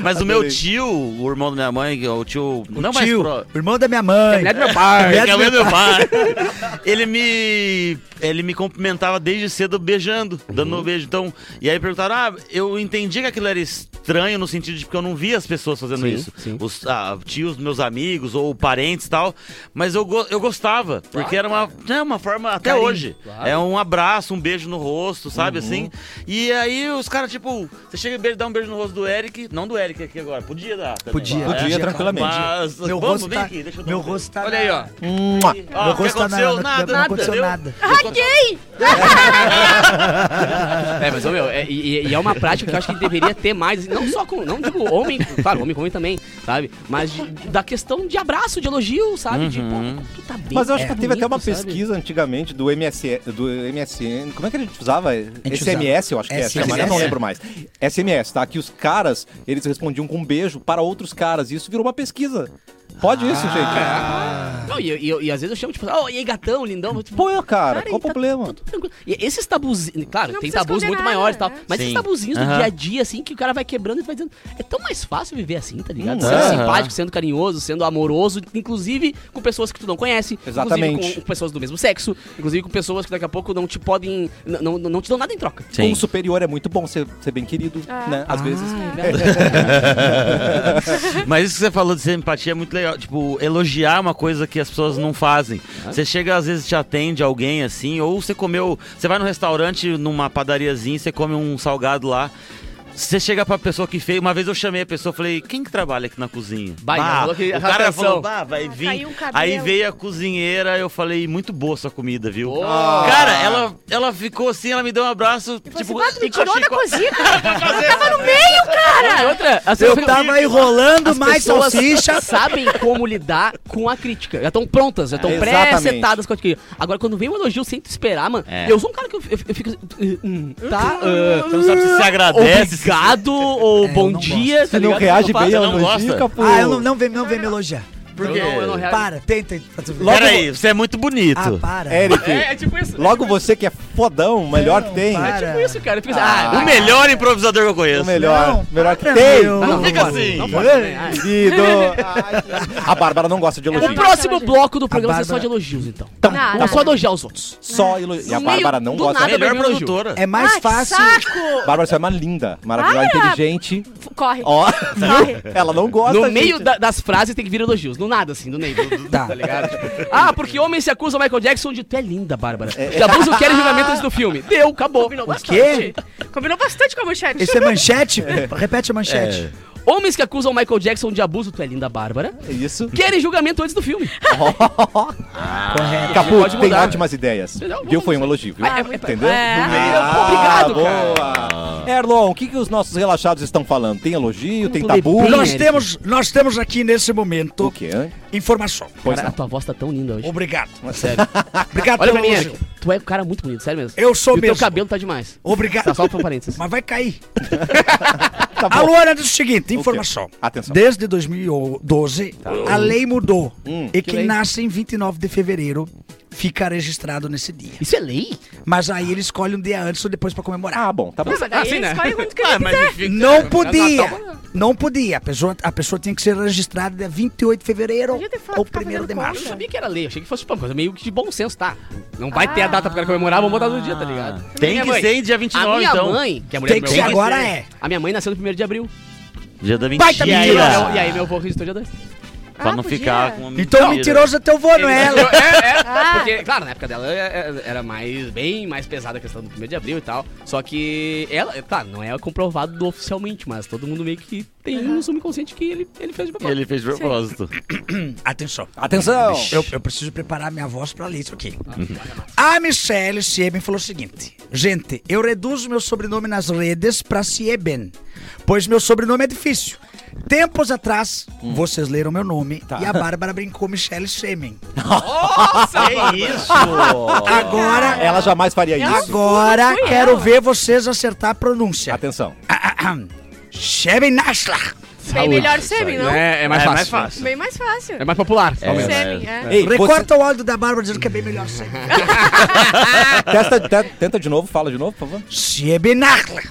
Speaker 4: Mas o meu tio, o irmão da minha mãe, que é o tio.
Speaker 2: O
Speaker 4: não
Speaker 2: tio,
Speaker 4: mais pro.
Speaker 2: o irmão da minha mãe.
Speaker 3: Mulher do meu pai.
Speaker 2: Mulher
Speaker 4: que é
Speaker 2: do
Speaker 4: o meu *laughs* pai.
Speaker 3: Uhum.
Speaker 4: ele me. Ele me cumprimentava desde cedo beijando, dando um beijo. Então, e aí perguntava perguntaram, ah, eu entendi que aquilo era estranho no sentido de que eu não via as pessoas fazendo
Speaker 3: Sim,
Speaker 4: isso.
Speaker 3: sim.
Speaker 4: Os ah, tios dos meus amigos ou parentes e tal. Mas eu, go- eu gostava, porque era uma, é uma forma, até
Speaker 3: Carinho,
Speaker 4: hoje,
Speaker 3: claro. Uhum.
Speaker 4: é um abraço, um beijo no rosto, sabe assim? E aí os caras, tipo, você chega e be- dá um beijo no rosto do Eric, não do Eric aqui agora, podia dar. também.
Speaker 2: Podia,
Speaker 4: É,
Speaker 1: Podia,
Speaker 2: cara.
Speaker 1: tranquilamente.
Speaker 4: Mas,
Speaker 2: Meu
Speaker 4: vamos,
Speaker 2: rosto
Speaker 4: vem
Speaker 2: tá,
Speaker 4: aqui, deixa eu dar
Speaker 2: meu
Speaker 4: um beijo.
Speaker 2: rosto tá
Speaker 3: Olha aí, ó.
Speaker 1: Mua.
Speaker 4: Ah,
Speaker 2: Meu
Speaker 4: o que
Speaker 2: rosto tá na-
Speaker 4: aconteceu?
Speaker 2: na-
Speaker 4: nada,
Speaker 2: não aconteceu
Speaker 4: entendeu?
Speaker 2: nada.
Speaker 6: Hackei!
Speaker 3: É, mas, ô, meu, é, e, e é uma prática que eu acho que deveria ter mais, não só com, não digo homem, claro, homem com homem também, sabe? Mas de- da questão de abraço, de elogio, sabe? De, pô, tu tá bem.
Speaker 1: Mas eu acho
Speaker 3: tá
Speaker 1: que teve
Speaker 3: bonito,
Speaker 1: até uma
Speaker 3: sabe?
Speaker 1: pesquisa antigamente do MSN, do MSN. Como é que a gente usava?
Speaker 2: gente
Speaker 1: SMS, eu acho que é,
Speaker 2: SMS.
Speaker 1: chamado, eu não lembro mais. SMS, tá? Que os caras, eles respondiam com um beijo para outros caras. E isso virou uma pesquisa. Pode isso, gente.
Speaker 3: Ah. Não, e, e- e às vezes eu chamo, tipo, oh, e aí, gatão, lindão. Tipo,
Speaker 1: Pô, cara,
Speaker 3: Cara,
Speaker 1: qual o
Speaker 3: e tá
Speaker 1: problema?
Speaker 3: tudo tranquilo. E esses tabuzinhos, claro,
Speaker 6: Não
Speaker 3: tem
Speaker 6: precisa
Speaker 3: tabus
Speaker 6: esconder
Speaker 3: muito
Speaker 6: nada,
Speaker 3: maiores e tal,
Speaker 6: né?
Speaker 3: mas
Speaker 4: Sim.
Speaker 3: esses tabuzinhos do
Speaker 4: Aham.
Speaker 3: dia a dia, assim, que o cara vai quebrando e vai dizendo, é tão mais fácil viver assim, tá ligado?
Speaker 1: Hum,
Speaker 3: sendo
Speaker 4: aham.
Speaker 3: simpático, sendo carinhoso, sendo amoroso, inclusive com pessoas que tu não conhece,
Speaker 1: Exatamente.
Speaker 3: inclusive com, com pessoas do mesmo sexo, inclusive com pessoas que daqui a pouco não te podem, n- não, não, não te dão nada em troca.
Speaker 1: Um superior é muito bom ser, ser bem querido,
Speaker 6: É.
Speaker 1: né? Às
Speaker 3: Tá
Speaker 1: vezes.
Speaker 3: Ah,
Speaker 4: *laughs* Mas isso que você falou de ser empatia é muito legal. Tipo, elogiar é uma coisa que as pessoas não fazem.
Speaker 3: É.
Speaker 4: Você chega, às vezes, te atende alguém assim, ou você comeu. Você vai num restaurante, numa padariazinha, você come um salgado lá. Você chega pra pessoa que fez. Uma vez eu chamei a pessoa falei: quem que trabalha aqui na cozinha?
Speaker 3: Bah, falou que-
Speaker 4: o cara
Speaker 3: atenção.
Speaker 4: falou: bah, vai vir.
Speaker 6: caiu um cabelo.
Speaker 4: Aí veio a cozinheira, eu falei: muito boa sua comida, viu?
Speaker 3: Oh.
Speaker 4: Cara, ela, ela ficou assim, ela me deu um abraço.
Speaker 6: Você
Speaker 4: tipo,
Speaker 6: quase assim, me
Speaker 4: eu achei
Speaker 6: tirou da
Speaker 4: co-
Speaker 6: cozinha.
Speaker 3: *laughs* Cara, outra, assim, as
Speaker 2: Eu
Speaker 3: pessoas-
Speaker 2: tava enrolando
Speaker 3: *laughs* as
Speaker 2: mais
Speaker 3: pessoas
Speaker 2: salsicha.
Speaker 3: sabem como lidar com a crítica. Já estão prontas, já estão
Speaker 1: É,
Speaker 3: pré-setadas com a crítica. Agora, quando vem um elogio sem tu esperar, mano,
Speaker 4: É.
Speaker 3: eu sou um cara que eu, eu- eu fico. assim, hum, tá? ah,
Speaker 4: Você não sabe se
Speaker 6: *laughs*
Speaker 4: você agradece. se-
Speaker 3: obrigado ou
Speaker 2: É, eu
Speaker 3: bom
Speaker 2: não
Speaker 3: dia. tá
Speaker 1: Você não
Speaker 3: ligado?
Speaker 1: reage
Speaker 3: Eu faço-
Speaker 1: bem
Speaker 4: eu
Speaker 1: ao
Speaker 4: não
Speaker 1: elogio,
Speaker 4: gosto.
Speaker 1: Capu.
Speaker 2: Ah, eu não, não vem, não vem me elogiar.
Speaker 4: Por
Speaker 3: Eu
Speaker 4: quê?
Speaker 3: não- eu não reajo.
Speaker 2: Para, tenta. pra tu ver.
Speaker 1: Logo-
Speaker 4: Peraí, você é muito bonito.
Speaker 2: Ah, para.
Speaker 1: Eric,
Speaker 3: É, é tipo isso. é
Speaker 1: logo
Speaker 3: tipo
Speaker 1: você que é fodão, o melhor
Speaker 2: Não,
Speaker 1: que tem.
Speaker 2: para.
Speaker 3: isso, É tipo isso, cara. Eu fico assim,
Speaker 1: Ah,
Speaker 3: ah,
Speaker 4: O melhor improvisador que eu
Speaker 1: O
Speaker 4: conheço.
Speaker 1: melhor,
Speaker 2: Não,
Speaker 1: melhor que
Speaker 2: para,
Speaker 1: tem.
Speaker 2: meu.
Speaker 3: Não, não
Speaker 4: Fica
Speaker 3: pode,
Speaker 4: assim.
Speaker 3: Ah, não pode,
Speaker 1: Ei,
Speaker 3: né? Ah,
Speaker 2: *laughs*
Speaker 1: querido. A Bárbara não gosta de
Speaker 3: O
Speaker 1: elogio.
Speaker 3: próximo bloco do programa vai ser só
Speaker 2: Bárbara-
Speaker 3: de elogios, então.
Speaker 1: Então,
Speaker 6: Não,
Speaker 1: tá
Speaker 3: Vou
Speaker 6: não.
Speaker 3: só elogiar os outros.
Speaker 1: Só elogio. E a
Speaker 3: No
Speaker 1: Bárbara
Speaker 3: meio
Speaker 1: não
Speaker 3: do
Speaker 1: gosta.
Speaker 4: A
Speaker 3: nada.
Speaker 4: melhor
Speaker 3: Elogio.
Speaker 4: produtora.
Speaker 2: É mais
Speaker 6: Ai,
Speaker 2: fácil.
Speaker 6: saco!
Speaker 1: Bárbara, você é uma linda, maravilhosa,
Speaker 6: Bárbara.
Speaker 1: inteligente.
Speaker 6: F- Corre.
Speaker 1: Ó,
Speaker 6: Corre.
Speaker 1: ela não gosta.
Speaker 3: No meio
Speaker 1: gente.
Speaker 3: da- das frases tem que vir elogios. No nada, assim, do meio. do- do-
Speaker 2: Tá.
Speaker 3: Tá ligado? Tipo, ah, porque homem se acusa Michael Jackson de tu é linda, Bárbara. De abuso quer julgamento antes do filme. Deu, acabou.
Speaker 6: Combinou
Speaker 2: quê?
Speaker 6: bastante. Combinou bastante com a manchete.
Speaker 2: Isso é manchete? Repete a manchete.
Speaker 3: Homens que acusam Michael Jackson de abuso, tu é linda, Bárbara.
Speaker 2: Uhum.
Speaker 1: É Isso.
Speaker 3: Querem julgamento antes
Speaker 2: *laughs*
Speaker 3: do filme.
Speaker 2: Correto.
Speaker 1: Capu,
Speaker 3: Pode
Speaker 1: tem
Speaker 3: mudar.
Speaker 1: ótimas ideias.
Speaker 3: Entendeu?
Speaker 1: Viu? Foi um elogio, viu?
Speaker 3: Ah, é muito-
Speaker 1: Entendeu?
Speaker 3: é.
Speaker 1: No meio.
Speaker 3: Ah, obrigado,
Speaker 1: boa. Erlon, o que, que os nossos relaxados estão falando? Tem elogio? Tem
Speaker 3: tu
Speaker 1: tabu?
Speaker 3: lê bem,
Speaker 2: Nós
Speaker 3: Eric.
Speaker 2: temos, nós temos aqui nesse momento
Speaker 1: É. O quê? hein?
Speaker 2: informação.
Speaker 1: Pois
Speaker 3: Cara,
Speaker 1: não.
Speaker 3: a tua voz tá tão linda hoje.
Speaker 2: Obrigado.
Speaker 3: Sério.
Speaker 2: Obrigado
Speaker 3: Olha
Speaker 2: pelo
Speaker 3: pra mim,
Speaker 2: elogio.
Speaker 3: Eric. Tu é um cara muito bonito, sério mesmo.
Speaker 2: Eu sou
Speaker 3: e o teu
Speaker 2: mesmo.
Speaker 3: cabelo tá demais.
Speaker 2: Obrigado.
Speaker 3: Tá só por parênteses.
Speaker 2: *laughs* Mas vai cair.
Speaker 1: Tá
Speaker 2: A
Speaker 1: bom.
Speaker 2: Luana diz é o seguinte, informação.
Speaker 1: Atenção.
Speaker 2: Desde 2012, a lei mudou. e
Speaker 3: que
Speaker 2: quem
Speaker 3: lei?
Speaker 2: nasce em 29 de fevereiro fica registrado nesse dia.
Speaker 3: Isso é lei?
Speaker 2: Mas aí ele escolhe um dia antes ou depois pra comemorar.
Speaker 1: Ah, bom, tá bom.
Speaker 6: Não, mas daí
Speaker 3: Assim, né?
Speaker 6: É,
Speaker 3: *laughs*
Speaker 6: escolhe quando que
Speaker 4: Ah,
Speaker 6: ele
Speaker 4: mas
Speaker 6: quiser.
Speaker 4: enfim,
Speaker 2: Não podia. Não podia. A pessoa, a pessoa tinha que ser registrada dia 28 de fevereiro
Speaker 6: Podia ter falado
Speaker 2: ou
Speaker 6: que tava
Speaker 2: 1 de
Speaker 6: fazendo
Speaker 3: Eu
Speaker 2: março.
Speaker 6: conta.
Speaker 3: sabia que era lei. Achei que fosse tipo, uma coisa meio que de bom senso, tá? Não vai ter a data pro cara comemorar, vamos botar no dia, tá ligado?
Speaker 4: É,
Speaker 2: Ah,
Speaker 4: Tem
Speaker 3: Minha
Speaker 4: que
Speaker 3: mãe.
Speaker 4: ser em dia
Speaker 3: A
Speaker 4: 29,
Speaker 3: minha
Speaker 4: então.
Speaker 3: mãe, que é a mulher
Speaker 2: Tem
Speaker 3: do
Speaker 2: que
Speaker 3: meu
Speaker 2: ser
Speaker 3: pai,
Speaker 2: agora é.
Speaker 3: A minha mãe nasceu no 1 de abril.
Speaker 4: Dia da
Speaker 2: Baita
Speaker 4: mentira. É
Speaker 3: E aí,
Speaker 2: Mentira.
Speaker 3: meu- e aí meu avô registrou dia 2.
Speaker 4: Pra
Speaker 6: Ah,
Speaker 4: não
Speaker 6: podia.
Speaker 4: ficar com uma
Speaker 2: Então mentiroso é teu vô, não é ela.
Speaker 3: É, é,
Speaker 6: *laughs* Ah.
Speaker 3: porque, claro, na época dela é, é, era mais, bem mais pesada a questão do 1 de abril e tal. Só que ela, é, claro, não é comprovado oficialmente, mas todo mundo meio que tem um subconsciente que ele, ele fez de propósito.
Speaker 4: Ele fez de propósito.
Speaker 3: *laughs*
Speaker 2: Atenção.
Speaker 1: Atenção!
Speaker 2: Eu, eu preciso preparar minha voz pra ler isso aqui. A Michelle Sieben falou o seguinte: Gente, eu reduzo meu sobrenome nas redes pra Sieben, pois meu sobrenome é difícil. Tempos atrás,
Speaker 1: Hum.
Speaker 2: vocês leram meu nome
Speaker 1: Tá.
Speaker 2: e a Bárbara brincou Michelle Siemen.
Speaker 3: É
Speaker 4: Que isso?
Speaker 2: Agora,
Speaker 1: Ela jamais faria isso.
Speaker 2: agora
Speaker 6: fui
Speaker 2: quero
Speaker 6: ela.
Speaker 2: ver vocês acertar a pronúncia. Ah,
Speaker 1: Atenção.
Speaker 2: Siemen Nashlar.
Speaker 6: Bem É melhor semi, não?
Speaker 3: É, é mais
Speaker 4: É
Speaker 3: fácil.
Speaker 4: mais fácil.
Speaker 6: Bem mais fácil.
Speaker 3: É mais popular, pelo menos.
Speaker 6: Semi, é.
Speaker 1: Ei, você,
Speaker 2: Recorta o áudio da Bárbara dizendo que é bem
Speaker 1: *laughs*
Speaker 2: melhor Siemen.
Speaker 1: testa, te- tenta de novo, fala de novo, por favor. É,
Speaker 2: Siebenachla.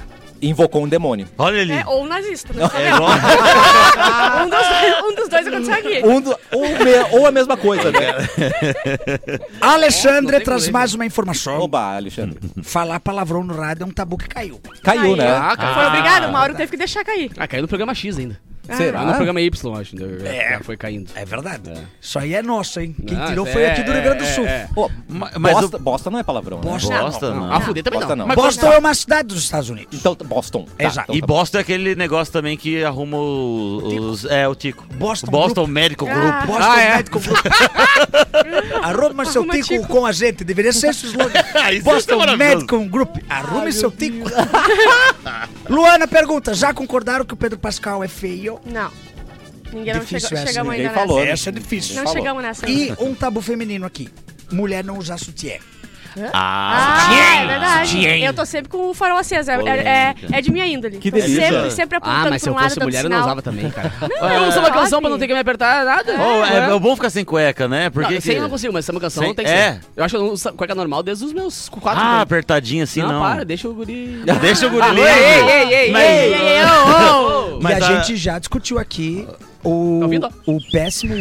Speaker 1: invocou um demônio.
Speaker 4: Olha ali.
Speaker 6: É, ou um nazista, não
Speaker 4: É
Speaker 6: sabe?
Speaker 4: igual-
Speaker 6: *laughs* Um, dos dois, um dos dois aconteceu aqui.
Speaker 1: Um do- ou, me- ou a mesma coisa, né?
Speaker 3: Nossa, não
Speaker 2: Alexandre
Speaker 3: tem
Speaker 2: traz
Speaker 3: problema.
Speaker 2: mais uma informação.
Speaker 1: Oba, Alexandre.
Speaker 2: Falar palavrão no rádio é um tabu que caiu.
Speaker 1: Caiu, né?
Speaker 3: Ah, cara.
Speaker 6: Foi obrigado, Ah. o Mauro teve que deixar cair.
Speaker 3: Ah, caiu no programa X ainda.
Speaker 1: Será?
Speaker 3: Caiu no programa Y, acho. entendeu? Já Foi caindo.
Speaker 2: Ah. É verdade. Isso aí é nosso, hein? Quem
Speaker 3: Ah,
Speaker 2: tirou
Speaker 3: isso
Speaker 2: foi
Speaker 3: é-
Speaker 2: aqui do Rio Grande do
Speaker 3: é-
Speaker 2: Sul.
Speaker 3: é.
Speaker 1: Pô,
Speaker 4: Ma- mas
Speaker 1: bosta, bosta não é palavrão, né?
Speaker 2: Bosta.
Speaker 4: Bosta,
Speaker 3: não.
Speaker 4: não.
Speaker 3: A fuder também
Speaker 1: Bosta
Speaker 3: não.
Speaker 1: não.
Speaker 2: Boston é uma cidade dos Estados Unidos.
Speaker 1: Então, Boston. Tá,
Speaker 2: Exato.
Speaker 1: então
Speaker 4: E
Speaker 1: tá
Speaker 4: Boston é aquele negócio também que arruma os. É, o Tico.
Speaker 2: Boston
Speaker 4: Boston Medical Group.
Speaker 6: Ah.
Speaker 2: Boston
Speaker 3: Ah, é?
Speaker 2: Medical Group. Arrume seu
Speaker 6: Arruma
Speaker 2: tico,
Speaker 6: tico.
Speaker 2: com a gente. Deveria ser esse o slogan.
Speaker 4: Isso é
Speaker 2: Boston
Speaker 4: maravilhoso.
Speaker 2: Medical Group. Arrume seu tico. *laughs* Luana pergunta: já concordaram que o Pedro Pascal é feio?
Speaker 6: Não. Ninguém né? não
Speaker 2: Difícil
Speaker 6: chegou,
Speaker 2: essa,
Speaker 6: chegamos
Speaker 1: ninguém
Speaker 6: ainda
Speaker 1: falou.
Speaker 6: nessa.
Speaker 2: Essa é difícil.
Speaker 6: Não
Speaker 1: Falou.
Speaker 6: chegamos nessa.
Speaker 2: E um tabu feminino aqui: mulher não usar sutiã.
Speaker 4: Ah,
Speaker 6: Ah,
Speaker 4: sutiã.
Speaker 6: é verdade.
Speaker 4: Sutiã.
Speaker 6: Eu tô sempre com o farol aceso. É, é, é- é de minha índole.
Speaker 1: Que delícia.
Speaker 6: Sempre, sempre apontando
Speaker 3: Ah, mas se
Speaker 6: pra um
Speaker 3: eu
Speaker 6: lado,
Speaker 3: fosse
Speaker 6: dando
Speaker 3: mulher, eu não
Speaker 6: sinal. é
Speaker 3: usava também, cara. eu uso uma canção pra não ter que me apertar nada.
Speaker 4: Oh, é,
Speaker 3: Não,
Speaker 4: é bom ficar sem cueca, né? Porque
Speaker 3: isso aí eu Uhum. não consigo, mas samba canção
Speaker 4: Sem-
Speaker 3: tem que
Speaker 4: é.
Speaker 3: ser. Eu acho que eu não uso cueca normal desde os meus quatro
Speaker 4: Ah,
Speaker 3: anos.
Speaker 4: apertadinho assim não.
Speaker 3: não, para, deixa o
Speaker 4: *laughs*
Speaker 3: guri...
Speaker 4: Deixa o guri livre.
Speaker 3: ei, ei, ei,
Speaker 4: Mas-
Speaker 3: ei, ei, ô,
Speaker 4: *laughs*
Speaker 3: ô.
Speaker 4: Mas
Speaker 2: e a,
Speaker 4: a-
Speaker 2: gente já discutiu aqui
Speaker 3: Tá
Speaker 2: o,
Speaker 3: ouvindo?
Speaker 2: o péssimo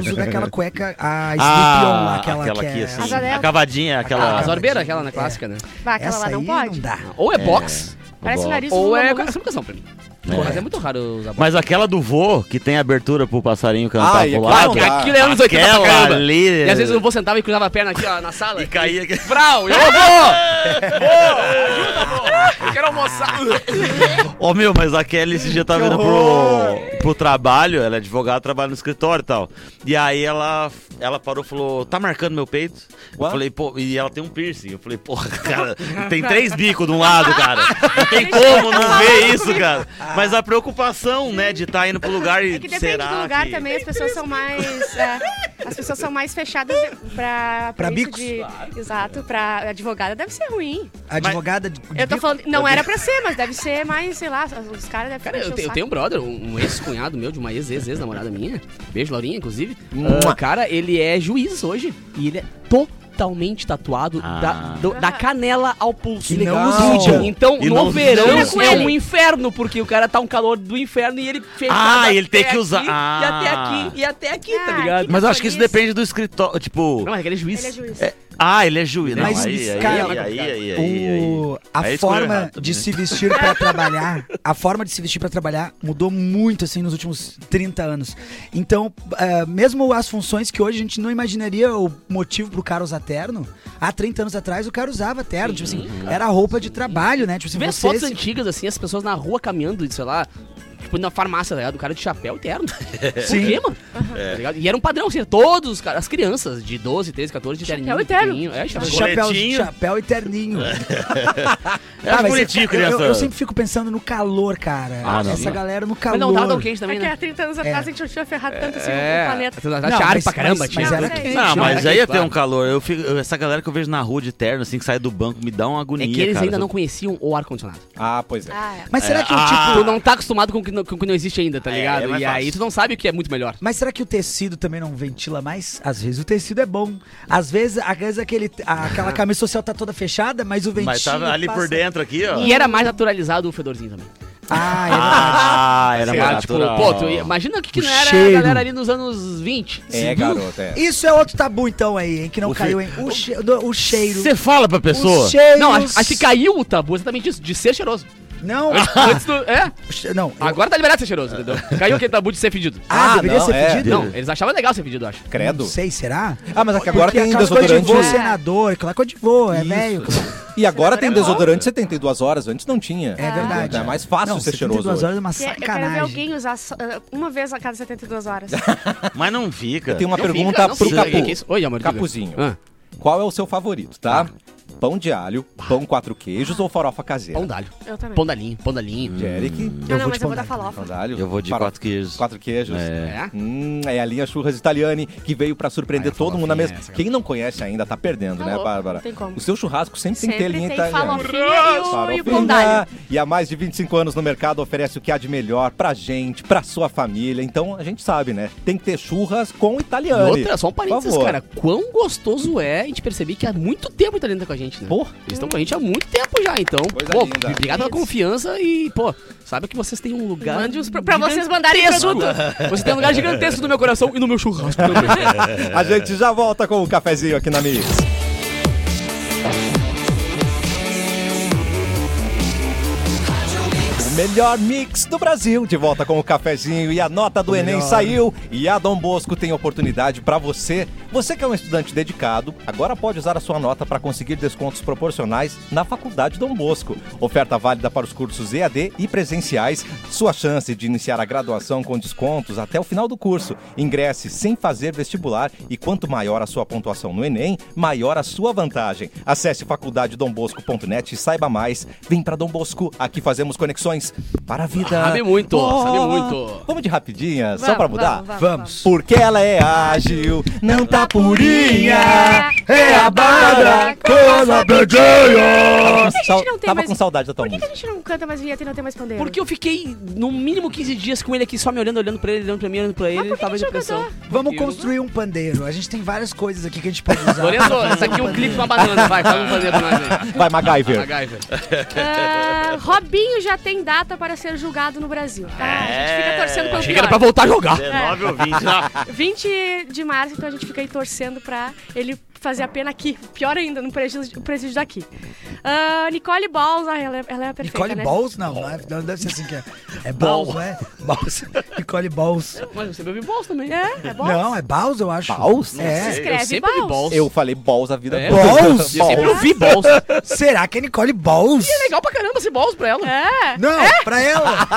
Speaker 2: uso daquela cueca, a Sleep On,
Speaker 4: Ah,
Speaker 2: lá, aquela, que é-
Speaker 4: assim.
Speaker 6: As
Speaker 4: a
Speaker 6: anelas.
Speaker 4: cavadinha, aquela.
Speaker 3: A
Speaker 2: As
Speaker 3: zorbeira, aquela, né, clássica, né?
Speaker 6: Vai, aquela
Speaker 2: Essa
Speaker 6: lá
Speaker 2: aí
Speaker 6: não pode.
Speaker 2: dá.
Speaker 3: Ou é box,
Speaker 6: Parece o nariz do
Speaker 3: ou
Speaker 6: Lula
Speaker 3: é
Speaker 6: Moura.
Speaker 3: samba canção pra mim.
Speaker 4: É.
Speaker 3: Mas é muito raro usar box.
Speaker 4: Mas aquela do vô, que tem abertura pro passarinho cantar
Speaker 1: Ai,
Speaker 4: pro
Speaker 1: é claro
Speaker 4: lado.
Speaker 1: que dá.
Speaker 3: Aquilo é anos 80 pra
Speaker 4: Aquela
Speaker 3: caramba.
Speaker 4: ali.
Speaker 3: E às vezes eu vou sentava e cruzava a perna aqui, ó, na sala.
Speaker 4: E caía aqui.
Speaker 3: Frau,
Speaker 4: *laughs*
Speaker 3: eu vou! Ajuda, vô! Eu quero almoçar.
Speaker 4: *laughs* Ô meu, mas a Kelly esse dia tava indo pro, pro trabalho, ela é advogada, trabalha no escritório e tal. E aí ela, ela parou e falou: tá marcando meu peito? Eu
Speaker 1: What?
Speaker 4: falei, pô, e ela tem um piercing. Eu falei, porra, cara,
Speaker 6: *laughs*
Speaker 4: tem três bicos de um lado, cara. Não tem como não ver isso, cara. Mas a preocupação, né, de estar indo pro lugar e.
Speaker 6: É que depende
Speaker 4: será
Speaker 6: do lugar
Speaker 4: que-
Speaker 6: também, as pessoas são mais. é, as pessoas são mais fechadas de- pra.
Speaker 2: Pra
Speaker 6: isso
Speaker 2: bicos?
Speaker 6: de- exato, pra advogada deve ser ruim.
Speaker 2: A advogada de,
Speaker 6: Eu tô falando, não era pra ser, mas deve ser mais, sei lá, os caras devem
Speaker 3: Cara,
Speaker 6: encher
Speaker 3: eu,
Speaker 6: o
Speaker 3: te- eu
Speaker 6: saco.
Speaker 3: tenho um brother, um, um ex-cunhado meu, de uma ex-ex-ex-namorada minha. Beijo, Laurinha, inclusive.
Speaker 1: Mua.
Speaker 3: O cara, ele é juiz hoje. E ele é totalmente tatuado
Speaker 4: Ah.
Speaker 3: da, do- da canela ao pulso.
Speaker 2: Que não
Speaker 3: Legal.
Speaker 2: usa sutiã.
Speaker 3: Então,
Speaker 4: E
Speaker 3: no
Speaker 4: não-
Speaker 3: verão
Speaker 4: não
Speaker 6: usa
Speaker 3: é
Speaker 6: sutiã.
Speaker 3: um inferno, porque o cara tá um calor do inferno e ele fecha.
Speaker 4: Ah, ele tem que usar.
Speaker 3: E
Speaker 4: Ah.
Speaker 3: até aqui, e até aqui, tá
Speaker 6: Ah,
Speaker 3: ligado?
Speaker 4: Mas eu acho que isso
Speaker 6: Isso.
Speaker 4: depende do escritório. Tipo.
Speaker 3: Não, mas aquele é juiz.
Speaker 6: Ele é juiz.
Speaker 4: é- ah, ele é juiz. Não,
Speaker 2: Mas,
Speaker 4: aí, aí,
Speaker 2: cara,
Speaker 4: aí, aí, aí, aí,
Speaker 2: O, a
Speaker 4: Aí escolheu
Speaker 2: forma
Speaker 4: errado
Speaker 2: de
Speaker 4: também. né?
Speaker 2: se vestir pra trabalhar, a forma de se vestir pra trabalhar mudou muito assim nos últimos 30 anos. Então, eh, mesmo as funções que hoje a gente não imaginaria o motivo pro cara usar terno, há 30 anos atrás o cara usava terno, tipo assim, era roupa de trabalho, né? Tipo
Speaker 3: Tu
Speaker 2: assim,
Speaker 3: vê as
Speaker 2: você
Speaker 3: fotos
Speaker 2: se-
Speaker 3: antigas, assim, as pessoas na rua caminhando, sei lá, tipo na farmácia, tá ligado? O cara de chapéu e
Speaker 2: *laughs*
Speaker 3: terno. Por quê, mano? Tá ligado? E era um padrão, assim, todos os caras, as crianças de 12, 13, 14, de terninho.
Speaker 6: Chapéu e terno.
Speaker 3: pequenininho. É, chapéu.
Speaker 2: Chapéu,
Speaker 4: Boletinho.
Speaker 2: chapéu e terninho. *laughs* Ah,
Speaker 4: Eu acho
Speaker 2: mas
Speaker 4: É. bonitinho,
Speaker 2: eu-
Speaker 4: criança.
Speaker 2: Eu, eu sempre fico pensando no calor, cara.
Speaker 4: Ah, não,
Speaker 2: Essa
Speaker 4: não.
Speaker 2: galera no
Speaker 3: Mas
Speaker 2: calor.
Speaker 3: não tava tão quente
Speaker 6: É
Speaker 3: também,
Speaker 6: que há
Speaker 3: né?
Speaker 6: 30 anos atrás a gente não tinha ferrado tanto assim
Speaker 4: é
Speaker 6: o planeta.
Speaker 3: tu tá
Speaker 2: Não,
Speaker 3: chato
Speaker 2: mas-
Speaker 3: pra caramba,
Speaker 2: mas-
Speaker 3: tio.
Speaker 2: mas era né?
Speaker 3: Tu-
Speaker 6: quente.
Speaker 4: Não,
Speaker 6: Não,
Speaker 4: mas
Speaker 3: era
Speaker 4: aí ia
Speaker 3: quente,
Speaker 4: ter um
Speaker 3: claro.
Speaker 4: calor. Eu fico- eu- essa galera que eu vejo na rua de terno, assim, que sai do banco, me dá uma agonia.
Speaker 3: É que eles
Speaker 4: cara.
Speaker 3: ainda não conheciam o ar-condicionado.
Speaker 1: Ah, pois é.
Speaker 6: Ah, é.
Speaker 2: Mas será que o
Speaker 4: Ah.
Speaker 2: tipo.
Speaker 3: Tu não tá acostumado com o que não, com o que não existe ainda, tá
Speaker 4: É, é
Speaker 3: ligado?
Speaker 4: mais
Speaker 3: e
Speaker 4: fácil.
Speaker 3: aí tu não sabe o que é muito melhor.
Speaker 2: Mas será que o tecido também não ventila mais? Às vezes o tecido é bom. Às vezes, às vezes aquele, a-
Speaker 4: *laughs*
Speaker 2: aquela camisa social tá toda fechada, mas o ventinho
Speaker 4: Mas tava ali
Speaker 2: passa.
Speaker 4: por dentro aqui, ó.
Speaker 3: E era mais naturalizado o fedorzinho também.
Speaker 2: Ah, é verdade.
Speaker 4: Ah, era
Speaker 1: Sei
Speaker 4: mais
Speaker 1: lá,
Speaker 3: Era, tipo,
Speaker 4: natural.
Speaker 3: pô, tu, imagina o que, que
Speaker 2: O
Speaker 3: não era
Speaker 2: cheiro.
Speaker 3: a galera ali nos anos 20.
Speaker 1: É, garoto, é.
Speaker 2: Isso é outro tabu então aí, hein, que não
Speaker 4: O
Speaker 2: caiu, hein? O, che- do- o cheiro.
Speaker 4: Você fala pra pessoa?
Speaker 2: Os cheiros.
Speaker 3: Não, acho, acho que caiu o tabu exatamente disso, de ser cheiroso.
Speaker 4: *laughs*
Speaker 2: Não,
Speaker 1: *laughs*
Speaker 3: Antes do. É?
Speaker 2: o che- não. eu-
Speaker 3: Agora tá liberado ser cheiroso, entendeu? Caiu aquele tabu de ser fedido.
Speaker 2: Ah,
Speaker 1: Ah,
Speaker 2: deveria
Speaker 1: não,
Speaker 2: ser
Speaker 1: é.
Speaker 2: pedido?
Speaker 3: Não, eles achavam legal ser fedido, eu acho.
Speaker 1: Credo.
Speaker 2: Não sei, será?
Speaker 1: Ah, mas é que agora
Speaker 2: Porque
Speaker 1: tem
Speaker 2: aquela coisa de
Speaker 1: desodorante.
Speaker 2: vô,
Speaker 6: É.
Speaker 2: senador, aquela coisa de vô, é
Speaker 1: Isso.
Speaker 2: velho.
Speaker 1: E agora tem
Speaker 6: Senador é bom.
Speaker 1: desodorante 72 horas, antes não tinha.
Speaker 2: É verdade.
Speaker 1: É mais fácil
Speaker 2: Não,
Speaker 1: ser
Speaker 2: 72
Speaker 1: cheiroso. hoje.
Speaker 2: horas é uma
Speaker 6: Eu quero ver
Speaker 2: sacanagem.
Speaker 6: alguém usar só, eh, uma vez a cada 72 horas.
Speaker 4: Mas não fica.
Speaker 1: Tem uma
Speaker 3: Não
Speaker 1: pergunta
Speaker 3: fica, não
Speaker 1: pro
Speaker 3: fica.
Speaker 1: Capu.
Speaker 3: Que isso? Oi, amor. diga.
Speaker 1: Capuzinho.
Speaker 3: Ah,
Speaker 1: Qual é o seu favorito, tá? Pão de alho, pão quatro queijos ou farofa caseira?
Speaker 3: pão d'alho.
Speaker 6: Eu também.
Speaker 3: Pão d'alhinho, pão d'alhinho.
Speaker 1: Jeric,
Speaker 6: não, não,
Speaker 2: vou
Speaker 6: mas
Speaker 2: te
Speaker 6: Hum. eu vou
Speaker 2: mandar.
Speaker 6: dar farofa.
Speaker 1: pão de alho.
Speaker 4: Eu vou de
Speaker 1: farofa-
Speaker 4: quatro queijos.
Speaker 1: Quatro queijos.
Speaker 3: É?
Speaker 1: Hum, é a linha Churras Italiani que veio pra surpreender
Speaker 3: Ai, a
Speaker 1: todo mundo na
Speaker 3: farofinha
Speaker 1: mesa.
Speaker 3: é essa, cara.
Speaker 1: Quem não conhece ainda tá perdendo,
Speaker 6: Tá
Speaker 1: né,
Speaker 6: louco,
Speaker 1: Bárbara?
Speaker 6: não tem como.
Speaker 1: O seu churrasco sempre, tem que ter
Speaker 6: Sempre
Speaker 1: linha
Speaker 6: tem
Speaker 1: italiana.
Speaker 6: falofinha e o, e o pão d'alho.
Speaker 1: E há mais de 25 anos no mercado oferece o que há de melhor pra gente, pra sua família. Então a gente sabe, né? Tem que ter churras com
Speaker 3: E um
Speaker 1: italiano.
Speaker 3: outra, só um parênteses, cara. Quão gostoso é a gente perceber que há muito tempo o italiano tá com a gente. gente, né? Pô, eles estão com a gente há muito tempo já, então.
Speaker 1: Coisa
Speaker 3: pô,
Speaker 1: linda.
Speaker 3: obrigado pela confiança e, pô, sabe que vocês têm um lugar.
Speaker 6: Mande os pra- pra vocês mandarem
Speaker 3: gigantesco. Vocês têm um lugar gigantesco no meu coração e no meu churrasco também.
Speaker 1: A gente já volta com o cafezinho aqui na Mix. O Melhor mix do Brasil, de volta com o cafezinho e a nota do Enem saiu e a Dom Bosco tem oportunidade pra você. Você que é um estudante dedicado, agora pode usar a sua nota para conseguir descontos proporcionais na Faculdade Dom Bosco. Oferta válida para os cursos EAD e presenciais. Sua chance de iniciar a graduação com descontos até o final do curso. Ingresse sem fazer vestibular e quanto maior a sua pontuação no Enem, maior a sua vantagem. Acesse faculdadedombosco.net e saiba mais. Vem pra Dom Bosco, aqui fazemos conexões para a vida.
Speaker 3: Ah, Sabe muito, sabe muito.
Speaker 1: Vamos de rapidinha, só
Speaker 6: Vamos,
Speaker 1: pra mudar?
Speaker 6: vamos, vamos,
Speaker 2: Vamos.
Speaker 1: Porque ela é ágil, não tá purinha, é a barra
Speaker 6: Por que a gente não tem
Speaker 1: Tava
Speaker 6: mais-
Speaker 1: com saudade da tua
Speaker 6: Por que, que a
Speaker 1: música.
Speaker 6: gente não canta mais vinheta e não tem mais pandeiro?
Speaker 3: Porque eu fiquei no mínimo 15 dias com ele aqui, só me olhando, olhando pra ele, olhando pra mim, olhando pra ele,
Speaker 6: por que
Speaker 3: tava
Speaker 6: que
Speaker 3: de
Speaker 6: a gente não
Speaker 3: pressão.
Speaker 2: Vamos construir um pandeiro. A gente tem várias coisas aqui que a gente pode usar.
Speaker 3: Lorenzo, essa aqui é um clipe pra banana, vai, faz um fazer pra nós aí.
Speaker 1: *laughs* Vai, MacGyver.
Speaker 3: MacGyver.
Speaker 6: Ah, Robinho já tem data para ser julgado no Brasil. Ah, a gente fica torcendo pelo
Speaker 3: Chega
Speaker 6: pior.
Speaker 3: era É. pra voltar a jogar.
Speaker 4: 19 ou 20. Ah,
Speaker 6: 20 de março, então a gente fica aí torcendo pra ele fazer a pena aqui. Pior ainda, no presídio, presídio daqui. Ah, Nicole Balls, ah, ela, é- ela é a perfeita,
Speaker 2: Nicole
Speaker 6: né?
Speaker 2: Balls? Não, não, é, não deve ser assim que é. É Balls, não é? Balls. *laughs* Nicole Balls.
Speaker 3: Mas você bebeu balls também.
Speaker 6: É, é Balls?
Speaker 2: Não, é Balls, eu acho.
Speaker 1: Balls?
Speaker 2: É.
Speaker 6: Escreve
Speaker 3: Eu sempre vi
Speaker 6: Balls.
Speaker 3: balls.
Speaker 1: Eu falei balls a vida
Speaker 3: É?
Speaker 1: toda.
Speaker 2: Balls?
Speaker 3: Eu
Speaker 1: *laughs*
Speaker 3: sempre
Speaker 1: Balls.
Speaker 3: ouvi balls.
Speaker 2: Será que é Nicole Balls?
Speaker 3: É legal né? pra caramba esse balls pra ela.
Speaker 6: É.
Speaker 2: Não, pra ela.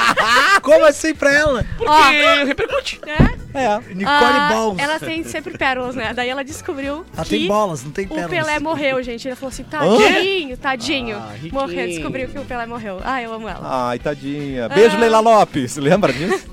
Speaker 2: Como assim pra ela?
Speaker 3: Porque repercute.
Speaker 6: É.
Speaker 1: É.
Speaker 2: Nicole
Speaker 6: Ah,
Speaker 2: Balls.
Speaker 6: Ela tem sempre pérolas, né? Daí ela descobriu
Speaker 2: Ela
Speaker 6: que
Speaker 2: tem bolas, não tem
Speaker 6: o
Speaker 2: pérolas.
Speaker 6: Pelé é morreu, gente. Ela falou assim, tadinho, tadinho.
Speaker 3: Ah, riquinho.
Speaker 6: morreu, descobriu que o Pelé morreu. Ah, eu amo ela.
Speaker 1: Ai, tadinha. Beijo, Leila Lopes. Lembra disso?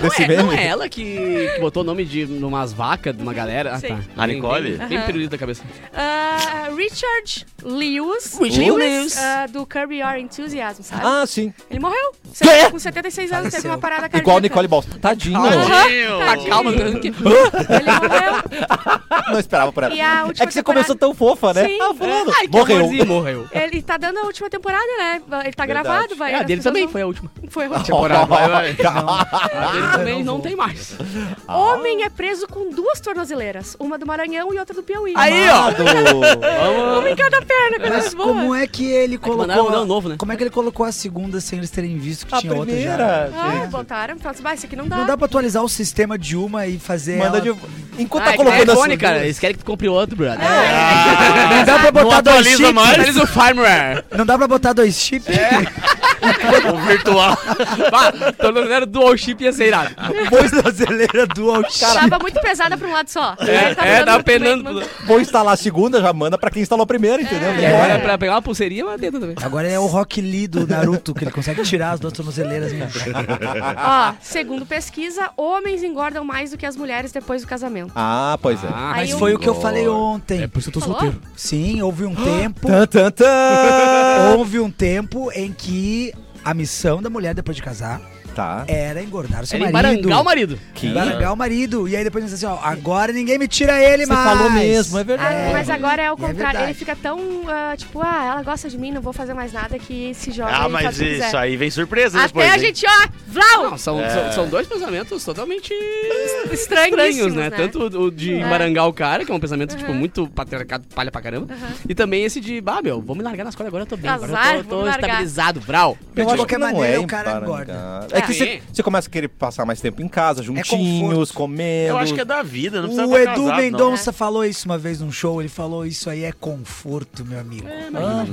Speaker 1: Desse
Speaker 3: É,
Speaker 1: meme?
Speaker 3: Ah. *laughs* não é ela que, que botou o nome de umas vacas de uma galera? Ah,
Speaker 6: Sim.
Speaker 3: tá.
Speaker 4: A Nicole?
Speaker 3: Tem, tem pirulito na cabeça.
Speaker 6: Ah, Richard Lewis.
Speaker 3: Richard Lewis.
Speaker 6: ah, do Curb Your Enthusiasm, sabe?
Speaker 1: Ah, sim.
Speaker 3: Tá
Speaker 6: Ele morreu.
Speaker 1: Quê?
Speaker 6: Com 76 anos, teve
Speaker 2: Faleceu.
Speaker 6: uma parada cardíaca.
Speaker 1: Igual Nicole Balls. Tadinho.
Speaker 3: Calma.
Speaker 4: Tadinho.
Speaker 3: Tá calma, tanto que-
Speaker 6: Ele morreu.
Speaker 1: Não esperava por ela.
Speaker 6: E
Speaker 1: É
Speaker 6: a
Speaker 1: que
Speaker 6: última
Speaker 1: você
Speaker 6: temporada-
Speaker 1: começou tão fofa, né?
Speaker 6: Sim.
Speaker 1: Ah, fulano.
Speaker 3: Ai, que amorzinho,
Speaker 1: Morreu. *laughs*
Speaker 3: morreu.
Speaker 6: Ele tá dando a última temporada, né? Ele
Speaker 1: Verdade.
Speaker 6: tá gravado, vai.
Speaker 3: É, a
Speaker 6: as
Speaker 3: dele
Speaker 6: pessoas
Speaker 3: também
Speaker 6: vão-
Speaker 3: foi a última.
Speaker 6: Foi a última.
Speaker 4: Temporada, vai, vai.
Speaker 1: Tá
Speaker 3: A dele também Ah, não,
Speaker 2: vou.
Speaker 3: tem mais.
Speaker 6: Homem é preso com duas tornozeleiras. Uma do Maranhão e outra do Piauí.
Speaker 3: Aí, ó.
Speaker 6: Uma em cada perna,
Speaker 2: Mas
Speaker 6: coisas
Speaker 2: como
Speaker 6: boas.
Speaker 2: é que ele colocou...
Speaker 3: mandaram um novo, né?
Speaker 2: Como é que ele colocou a segunda sem eles terem visto que
Speaker 1: A
Speaker 2: tinha outra já?
Speaker 1: primeira.
Speaker 6: Ah, botaram. Falaram assim, "Bah, isso aqui não dá.
Speaker 2: Não dá pra atualizar o sistema de uma e fazer
Speaker 1: Manda
Speaker 2: ela...
Speaker 1: de... Enquanto
Speaker 3: Ah,
Speaker 1: tá
Speaker 3: é que tá
Speaker 1: colocando
Speaker 3: iPhone,
Speaker 1: assim...
Speaker 3: cara. Eles querem que tu compre outro, brother.
Speaker 2: Não dá pra
Speaker 4: Não
Speaker 2: botar tá dois
Speaker 4: atualiza
Speaker 2: chips?
Speaker 4: mais.
Speaker 3: Eles o firmware.
Speaker 2: Não dá pra botar dois chips?
Speaker 1: É.
Speaker 4: O virtual.
Speaker 3: Bah, tornozeiro dual chip ia ser irado.
Speaker 2: Pois na acelera dual chip.
Speaker 6: Tava muito pesada pra um lado só. Ele tá
Speaker 3: É, é
Speaker 6: mandando
Speaker 3: tava
Speaker 6: muito bem,
Speaker 3: penando.
Speaker 6: mandando-
Speaker 1: Vou instalar a segunda, já manda pra quem instalou a primeira, entendeu?
Speaker 3: É. E agora,
Speaker 6: É.
Speaker 3: pra pegar uma pulseirinha, mas dentro também.
Speaker 2: Agora é o Rock Lee do Naruto, que ele consegue tirar as duas tornozeleiras. né?
Speaker 6: Ó, segundo pesquisa, homens engordam mais do que as mulheres depois do casamento.
Speaker 1: Ah, pois é.
Speaker 2: Mas
Speaker 6: Aí
Speaker 2: foi
Speaker 6: eu-
Speaker 2: o que eu falei ontem.
Speaker 3: isso eu tô
Speaker 6: Falou?
Speaker 2: Sim, houve um tempo...
Speaker 1: Tan, tan,
Speaker 3: *laughs*
Speaker 1: tan.
Speaker 2: Houve um tempo em que a missão da mulher depois de casar
Speaker 1: Tá.
Speaker 2: era engordar o seu
Speaker 3: Ele
Speaker 2: É marido.
Speaker 3: embarangar o marido.
Speaker 1: Que...
Speaker 2: Embarangar o marido. E aí depois diz assim, ó, agora ninguém me tira ele
Speaker 1: Você
Speaker 2: mais.
Speaker 1: falou mesmo, é
Speaker 6: Ah,
Speaker 1: verdade.
Speaker 6: mas agora é
Speaker 2: E é
Speaker 6: o contrário.
Speaker 2: verdade.
Speaker 6: ele fica tão, ah, tipo, ah, ela gosta de mim, não vou fazer mais nada que se joga.
Speaker 4: Ah,
Speaker 6: e faz
Speaker 4: mas
Speaker 6: o que quiser.
Speaker 4: isso aí vem surpresa
Speaker 6: Até
Speaker 4: depois.
Speaker 6: a
Speaker 4: hein?
Speaker 6: gente, ó, Vlau!
Speaker 3: Não, são,
Speaker 4: É.
Speaker 3: são, são dois pensamentos totalmente
Speaker 6: Estranhíssimos,
Speaker 3: estranhos, né?
Speaker 6: né?
Speaker 3: Tanto o o de embarangar o cara, que é um pensamento, tipo, muito patriarcado, palha pra caramba. E também esse de, bah, meu, vou me largar nas cordas agora, eu tô bem. agora
Speaker 6: Azar,
Speaker 3: eu tô, eu
Speaker 6: vou
Speaker 3: tô
Speaker 6: me largar.
Speaker 3: estabilizado, Vral.
Speaker 2: De
Speaker 1: Eu acho
Speaker 2: qualquer
Speaker 1: que não
Speaker 2: maneira,
Speaker 1: é
Speaker 2: o cara
Speaker 1: embarangar.
Speaker 2: engorda. É
Speaker 1: É que
Speaker 3: É.
Speaker 1: você você começa a querer passar mais tempo em casa, juntinhos,
Speaker 2: conforto.
Speaker 1: comendo.
Speaker 4: Eu acho que é da vida, não precisa
Speaker 1: tá
Speaker 2: O
Speaker 4: estar
Speaker 2: Edu
Speaker 4: casado,
Speaker 2: Mendonça falou isso uma vez num show, ele falou isso aí é conforto, meu amigo. É,
Speaker 1: Aham.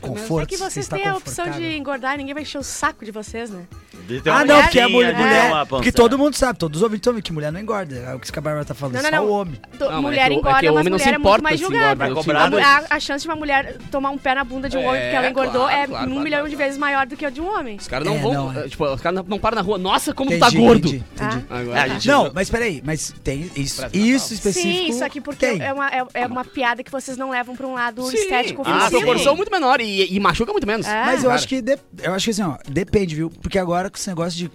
Speaker 2: conforto.
Speaker 6: É que vocês
Speaker 2: está
Speaker 6: têm a opção de
Speaker 2: tá confortável.
Speaker 6: engordar e ninguém vai encher o saco de vocês, né?
Speaker 4: não. De ter
Speaker 2: Ah,
Speaker 4: uma né,
Speaker 2: não, porque
Speaker 6: é
Speaker 2: a mulher.
Speaker 4: barriguinha,
Speaker 2: né?
Speaker 4: de ter uma
Speaker 2: mulher
Speaker 4: pança.
Speaker 2: porque todo mundo sabe, todos os ouvintes sabem que mulher não engorda. É o que a Bárbara tá falando,
Speaker 6: Não,
Speaker 2: só
Speaker 6: não, não.
Speaker 2: o homem.
Speaker 6: Do-
Speaker 3: Não, mas
Speaker 6: mulher
Speaker 3: é que o- é
Speaker 6: engorda,
Speaker 3: que o
Speaker 6: mas
Speaker 3: homem não se
Speaker 6: mulher é
Speaker 3: importa
Speaker 6: muito mais
Speaker 3: se
Speaker 6: julgada.
Speaker 3: engorda,
Speaker 4: Vai
Speaker 3: eu te-
Speaker 4: cobrar,
Speaker 6: A,
Speaker 4: né?
Speaker 6: mu- a- a chance de uma mulher tomar um pé na bunda de um
Speaker 3: É,
Speaker 6: homem porque ela engordou
Speaker 3: claro, claro,
Speaker 6: é um
Speaker 3: claro,
Speaker 6: milhão
Speaker 3: claro,
Speaker 6: de vezes maior do que a de um homem.
Speaker 3: Os caras não
Speaker 2: É,
Speaker 3: vão.
Speaker 2: não, é.
Speaker 3: Tipo, os caras não param na rua. Nossa, como tu
Speaker 2: Entendi,
Speaker 3: tá gordo.
Speaker 2: entendi,
Speaker 6: Ah.
Speaker 2: entendi.
Speaker 3: Agora,
Speaker 4: É, a gente-
Speaker 2: Não, mas peraí, mas tem isso, isso específico.
Speaker 6: Sim, isso aqui porque
Speaker 2: tem.
Speaker 6: é uma, é, é uma piada que vocês não levam pra um lado
Speaker 3: Sim.
Speaker 6: estético
Speaker 3: Ah, a
Speaker 4: sim.
Speaker 6: ofensivo.
Speaker 3: proporção muito menor e, e machuca muito menos.
Speaker 6: É.
Speaker 2: Mas eu
Speaker 3: Cara.
Speaker 2: acho que de- eu acho que assim, ó, depende, viu? Porque agora com esse negócio de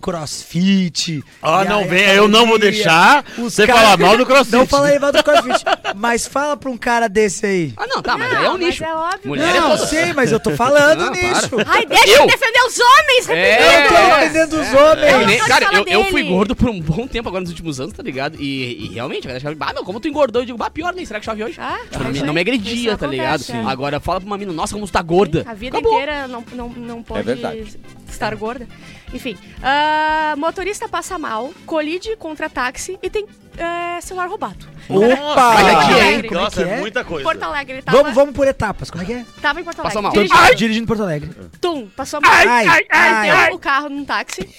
Speaker 2: crossfit.
Speaker 4: Ah,
Speaker 2: e
Speaker 4: não
Speaker 2: aí,
Speaker 4: venha, eu não vou
Speaker 2: academia,
Speaker 4: deixar
Speaker 2: os
Speaker 4: você
Speaker 2: cara-
Speaker 4: falar
Speaker 2: *laughs*
Speaker 4: mal do crossfit.
Speaker 2: Não fala aí mal do crossfit. mas fala pra um cara desse aí.
Speaker 3: Ah, não, tá, mas aí é um
Speaker 6: mas
Speaker 3: nicho. Ah,
Speaker 6: é óbvio.
Speaker 3: Mulher
Speaker 2: não,
Speaker 3: é toda.
Speaker 2: sim, mas eu tô falando
Speaker 3: Não,
Speaker 2: nisso.
Speaker 6: Ai, deixa eu,
Speaker 3: Eu?
Speaker 6: defender os homens,
Speaker 3: É.
Speaker 2: Eu tô defendendo os
Speaker 3: Eu
Speaker 2: homens.
Speaker 3: É nem-
Speaker 6: gosto de
Speaker 3: cara,
Speaker 6: falar
Speaker 3: eu, eu
Speaker 6: dele.
Speaker 3: fui gordo por um bom tempo agora nos últimos anos, tá ligado? E, e realmente, a galera achava, ah, meu, como tu engordou? Eu digo, bah, pior, nem será que chove hoje?
Speaker 6: Ah,
Speaker 3: Tipo, não
Speaker 6: mas
Speaker 3: me-
Speaker 6: isso
Speaker 3: não me
Speaker 6: aí- isso
Speaker 3: agredia, tá ligado?
Speaker 6: acontece, é.
Speaker 3: Agora fala pra uma mina, nossa, como tu tá gorda.
Speaker 6: A vida
Speaker 3: Acabou. É
Speaker 6: inteira não, não, não pode
Speaker 1: verdade.
Speaker 6: estar gorda. Enfim, ah, motorista passa mal, colide contra táxi e tem eh, celular roubado.
Speaker 4: é
Speaker 2: Opa!
Speaker 4: Olha aqui,
Speaker 6: Como é
Speaker 4: hein?
Speaker 6: que
Speaker 4: Nossa,
Speaker 2: é?
Speaker 4: é muita coisa.
Speaker 6: Porto Alegre, ele tava,
Speaker 2: Vamos, vamos por etapas. Como é que é?
Speaker 6: tava em Porto Alegre.
Speaker 3: Passou mal.
Speaker 6: Dirigindo,
Speaker 2: Ai! Dirigindo Porto Alegre.
Speaker 6: tum, passou mal.
Speaker 2: Ai, ai, ai,
Speaker 6: Perdeu
Speaker 2: ai.
Speaker 6: o carro num táxi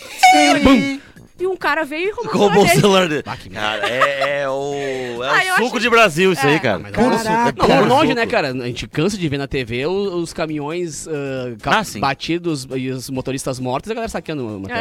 Speaker 6: e um cara veio e roubou,
Speaker 4: Roubou o
Speaker 6: dele.
Speaker 4: celular dele.
Speaker 3: Ah, que
Speaker 4: Cara, é, é o, é o
Speaker 6: Ah, eu
Speaker 4: suco
Speaker 6: achei-
Speaker 4: de Brasil isso aí,
Speaker 6: É.
Speaker 4: cara.
Speaker 3: Mas-
Speaker 4: Puro suco, é
Speaker 2: Caraca.
Speaker 3: Não,
Speaker 4: puro
Speaker 3: por longe,
Speaker 4: suco.
Speaker 3: né, cara? A gente cansa de ver na TV os, os caminhões ah, ca-
Speaker 4: Ah, sim.
Speaker 3: batidos e os motoristas mortos e a galera saqueando. uma cara.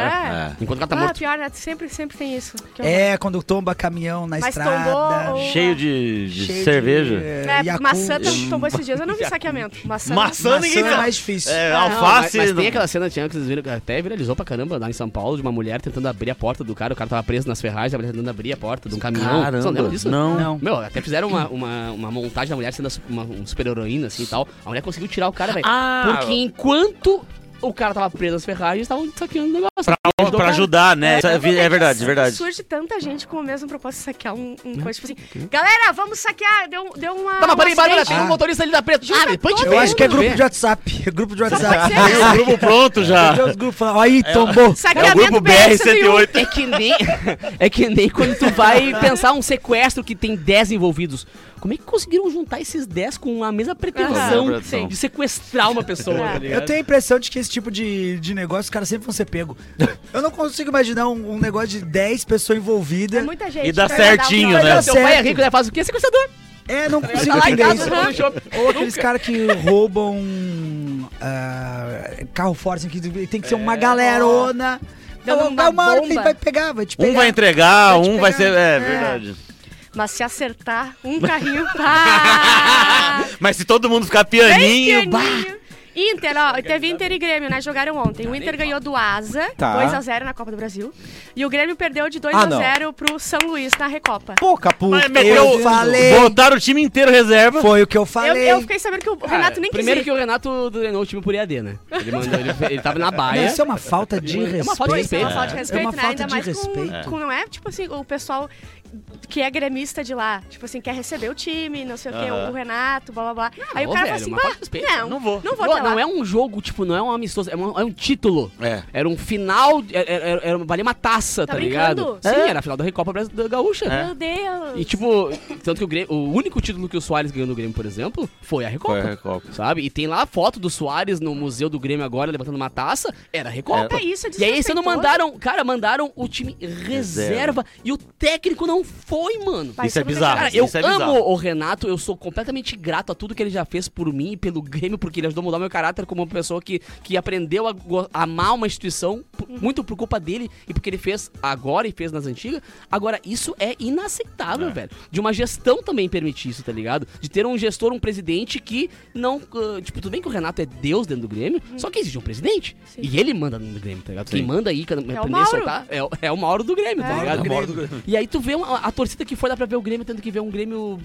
Speaker 4: É.
Speaker 6: É.
Speaker 3: Enquanto o cara tá
Speaker 6: Ah,
Speaker 3: morto.
Speaker 6: pior, né? Sempre, sempre tem isso. Que horror.
Speaker 2: É, quando tomba caminhão na
Speaker 6: Mas
Speaker 2: estrada.
Speaker 6: tombou ou-
Speaker 4: Cheio de, de
Speaker 2: cheio de,
Speaker 4: cerveja.
Speaker 2: eh,
Speaker 6: É,
Speaker 2: Yakult.
Speaker 6: maçã tam- tombou esses dias,
Speaker 4: *laughs*
Speaker 6: eu não vi saqueamento. Maçã.
Speaker 4: Maçã?
Speaker 2: Maçã
Speaker 4: ninguém
Speaker 2: é
Speaker 4: tá-
Speaker 2: mais difícil.
Speaker 4: É,
Speaker 3: Não,
Speaker 4: alface.
Speaker 3: mas, mas tem aquela cena tinha, que vocês viram, que até viralizou pra caramba lá em São Paulo, de uma mulher tentando abrir a porta do cara, o cara tava preso nas ferragens, tava tentando abrir a porta de um caminhão. Vocês não lembram disso?
Speaker 4: Não.
Speaker 2: Não.
Speaker 3: Meu, até fizeram uma, uma, uma montagem da mulher sendo a- uma, um super heroína, assim e tal. A mulher conseguiu tirar o cara, velho.
Speaker 4: Ah,
Speaker 3: porque enquanto o cara tava preso nas ferragens, estavam saqueando o negócio.
Speaker 4: pra, pra ajudar, né? Isso É, vi- é verdade, é verdade.
Speaker 6: Surge tanta gente com o mesmo propósito de saquear um,
Speaker 4: Hum,
Speaker 6: um coisa, tipo assim, galera, vamos saquear, deu, deu uma...
Speaker 3: Tá, mas peraí,
Speaker 6: um
Speaker 3: Bárbara,
Speaker 6: acidente."
Speaker 3: tem um
Speaker 2: Ah.
Speaker 3: motorista ali da preta. Ah, depois te
Speaker 2: Eu
Speaker 3: vê,
Speaker 2: acho que é
Speaker 3: depois
Speaker 2: grupo de
Speaker 3: te vê.
Speaker 2: WhatsApp. É grupo de
Speaker 6: Só pode
Speaker 2: WhatsApp. *laughs*
Speaker 6: ser.
Speaker 4: O É um grupo pronto já.
Speaker 2: Tem os grupos falando, Aí, tombou.
Speaker 4: É o
Speaker 6: Saqueamento
Speaker 4: grupo BR-108.
Speaker 3: É que nem. *laughs* É que nem quando tu vai pensar um sequestro que tem 10 envolvidos. Como é que conseguiram juntar esses 10 com a mesma pretensão
Speaker 4: Aham. Sim.
Speaker 3: de sequestrar uma pessoa, tá ligado?
Speaker 2: Eu tenho a impressão de que esse tipo de, de negócio, os caras sempre vão ser pego. Eu não consigo imaginar um, um negócio de 10 pessoas
Speaker 6: É
Speaker 2: envolvidas.
Speaker 6: muita gente.
Speaker 4: E dá
Speaker 6: pra mandar um
Speaker 4: certinho,
Speaker 6: pra-
Speaker 4: né?
Speaker 2: Tá
Speaker 3: Seu pai é
Speaker 2: certo.
Speaker 3: rico, né? Faz o quê? Sequestrador.
Speaker 2: É, não
Speaker 3: Tá
Speaker 2: consigo
Speaker 3: lá em
Speaker 2: entender
Speaker 3: casa,
Speaker 2: isso.
Speaker 3: no shopping.
Speaker 2: Ou aqueles caras que roubam ah, carro forte, que tem que ser uma
Speaker 6: É,
Speaker 2: galerona.
Speaker 6: Dando
Speaker 2: Ou-
Speaker 6: uma
Speaker 2: vai uma hora que
Speaker 6: bomba.
Speaker 2: vai pegar, vai te pegar.
Speaker 4: Um vai entregar,
Speaker 2: Vai te
Speaker 4: um vai
Speaker 2: pegar.
Speaker 4: ser. É, verdade.
Speaker 6: Mas se acertar um carrinho... Ah!
Speaker 4: Mas se todo mundo ficar
Speaker 6: Bem
Speaker 4: pianinho.
Speaker 6: pianinho. Inter, ó, teve Inter e Grêmio, né? Jogaram ontem.
Speaker 3: Tá,
Speaker 6: O Inter ganhou do Asa,
Speaker 1: Tá.
Speaker 6: 2x0 na Copa do Brasil. E o Grêmio perdeu de
Speaker 1: Ah, não.
Speaker 6: 2x0 pro São Luís na Recopa.
Speaker 1: Pouca puta.
Speaker 4: Mas é meteu.
Speaker 2: Eu falei.
Speaker 4: Botaram o time inteiro reserva.
Speaker 2: Foi o que eu
Speaker 6: Eu,
Speaker 2: falei.
Speaker 6: eu fiquei sabendo que o Renato nem quis
Speaker 3: Primeiro
Speaker 6: ir.
Speaker 3: que o Renato treinou o time por IAD, né? Ele mandou, ele, ele tava na
Speaker 2: Não,
Speaker 3: baia.
Speaker 2: isso é uma falta de
Speaker 3: Ah, É
Speaker 2: respeito.
Speaker 3: uma falta de
Speaker 6: Pois é, uma
Speaker 3: respeito.
Speaker 6: falta de
Speaker 2: É
Speaker 6: respeito,
Speaker 2: uma
Speaker 6: né?
Speaker 2: falta
Speaker 6: Ainda
Speaker 2: de
Speaker 6: mais
Speaker 2: respeito.
Speaker 6: Com, com, não é, tipo assim, o pessoal que é gremista de lá, tipo assim, quer receber o time, não sei o quê,
Speaker 4: Aham.
Speaker 6: o Renato, blá blá blá. Aí
Speaker 3: ô,
Speaker 6: o cara
Speaker 3: velho, uma
Speaker 6: fala
Speaker 3: falta de
Speaker 6: assim,
Speaker 3: respeito.
Speaker 6: "Bah, não,
Speaker 4: Não vou."
Speaker 6: não vou
Speaker 3: Não,
Speaker 6: até
Speaker 3: não
Speaker 6: lá.
Speaker 3: é um jogo, tipo, não é um amistoso, é um, é um título.
Speaker 4: É.
Speaker 3: Era um final, era, era, era- valia uma taça, tá,
Speaker 6: Tá
Speaker 3: ligado?
Speaker 6: brincando?
Speaker 3: Sim,
Speaker 6: É.
Speaker 3: era a final da Recopa Bras- da Gaúcha.
Speaker 4: É.
Speaker 6: Meu Deus.
Speaker 3: um- E tipo, tanto que o, Grêmio- o único título que o Soares ganhou no Grêmio, por exemplo, foi a Recopa.
Speaker 4: Foi a Recopa.
Speaker 3: Sabe? E tem lá a foto do Soares no Museu do Grêmio agora, levantando uma taça, era a Recopa.
Speaker 6: É isso, é
Speaker 3: E aí esse ano
Speaker 6: desrespeitoso.
Speaker 3: mandaram, cara, mandaram o time reserva e o técnico não foi, mano.
Speaker 6: Vai
Speaker 4: Isso é
Speaker 6: ser muito
Speaker 4: bizarro.
Speaker 3: Cara,
Speaker 6: legal.
Speaker 3: eu
Speaker 4: isso é
Speaker 3: amo
Speaker 4: bizarro.
Speaker 3: o Renato, eu sou completamente grato a tudo que ele já fez por mim e pelo Grêmio, porque ele ajudou a mudar meu caráter como uma pessoa que, que aprendeu a go- amar uma instituição por- muito por culpa dele e porque ele fez agora e fez nas antigas. Agora, isso é inaceitável, velho. De uma gestão também permitir isso, tá ligado? De ter um gestor, um presidente que não. ah, tipo, tudo bem que o Renato é Deus dentro do Grêmio, só que existe um presidente.
Speaker 6: Uhum. Sim.
Speaker 3: E ele manda dentro do Grêmio, tá ligado? Quem manda aí, que eu não-
Speaker 6: É o
Speaker 3: aprender a
Speaker 6: Mauro.
Speaker 3: soltar, é, o- é o Mauro do Grêmio, tá
Speaker 6: É.
Speaker 3: ligado? E aí tu vê uma- a torcida que foi, dá pra ver o Grêmio tendo que ver um Grêmio,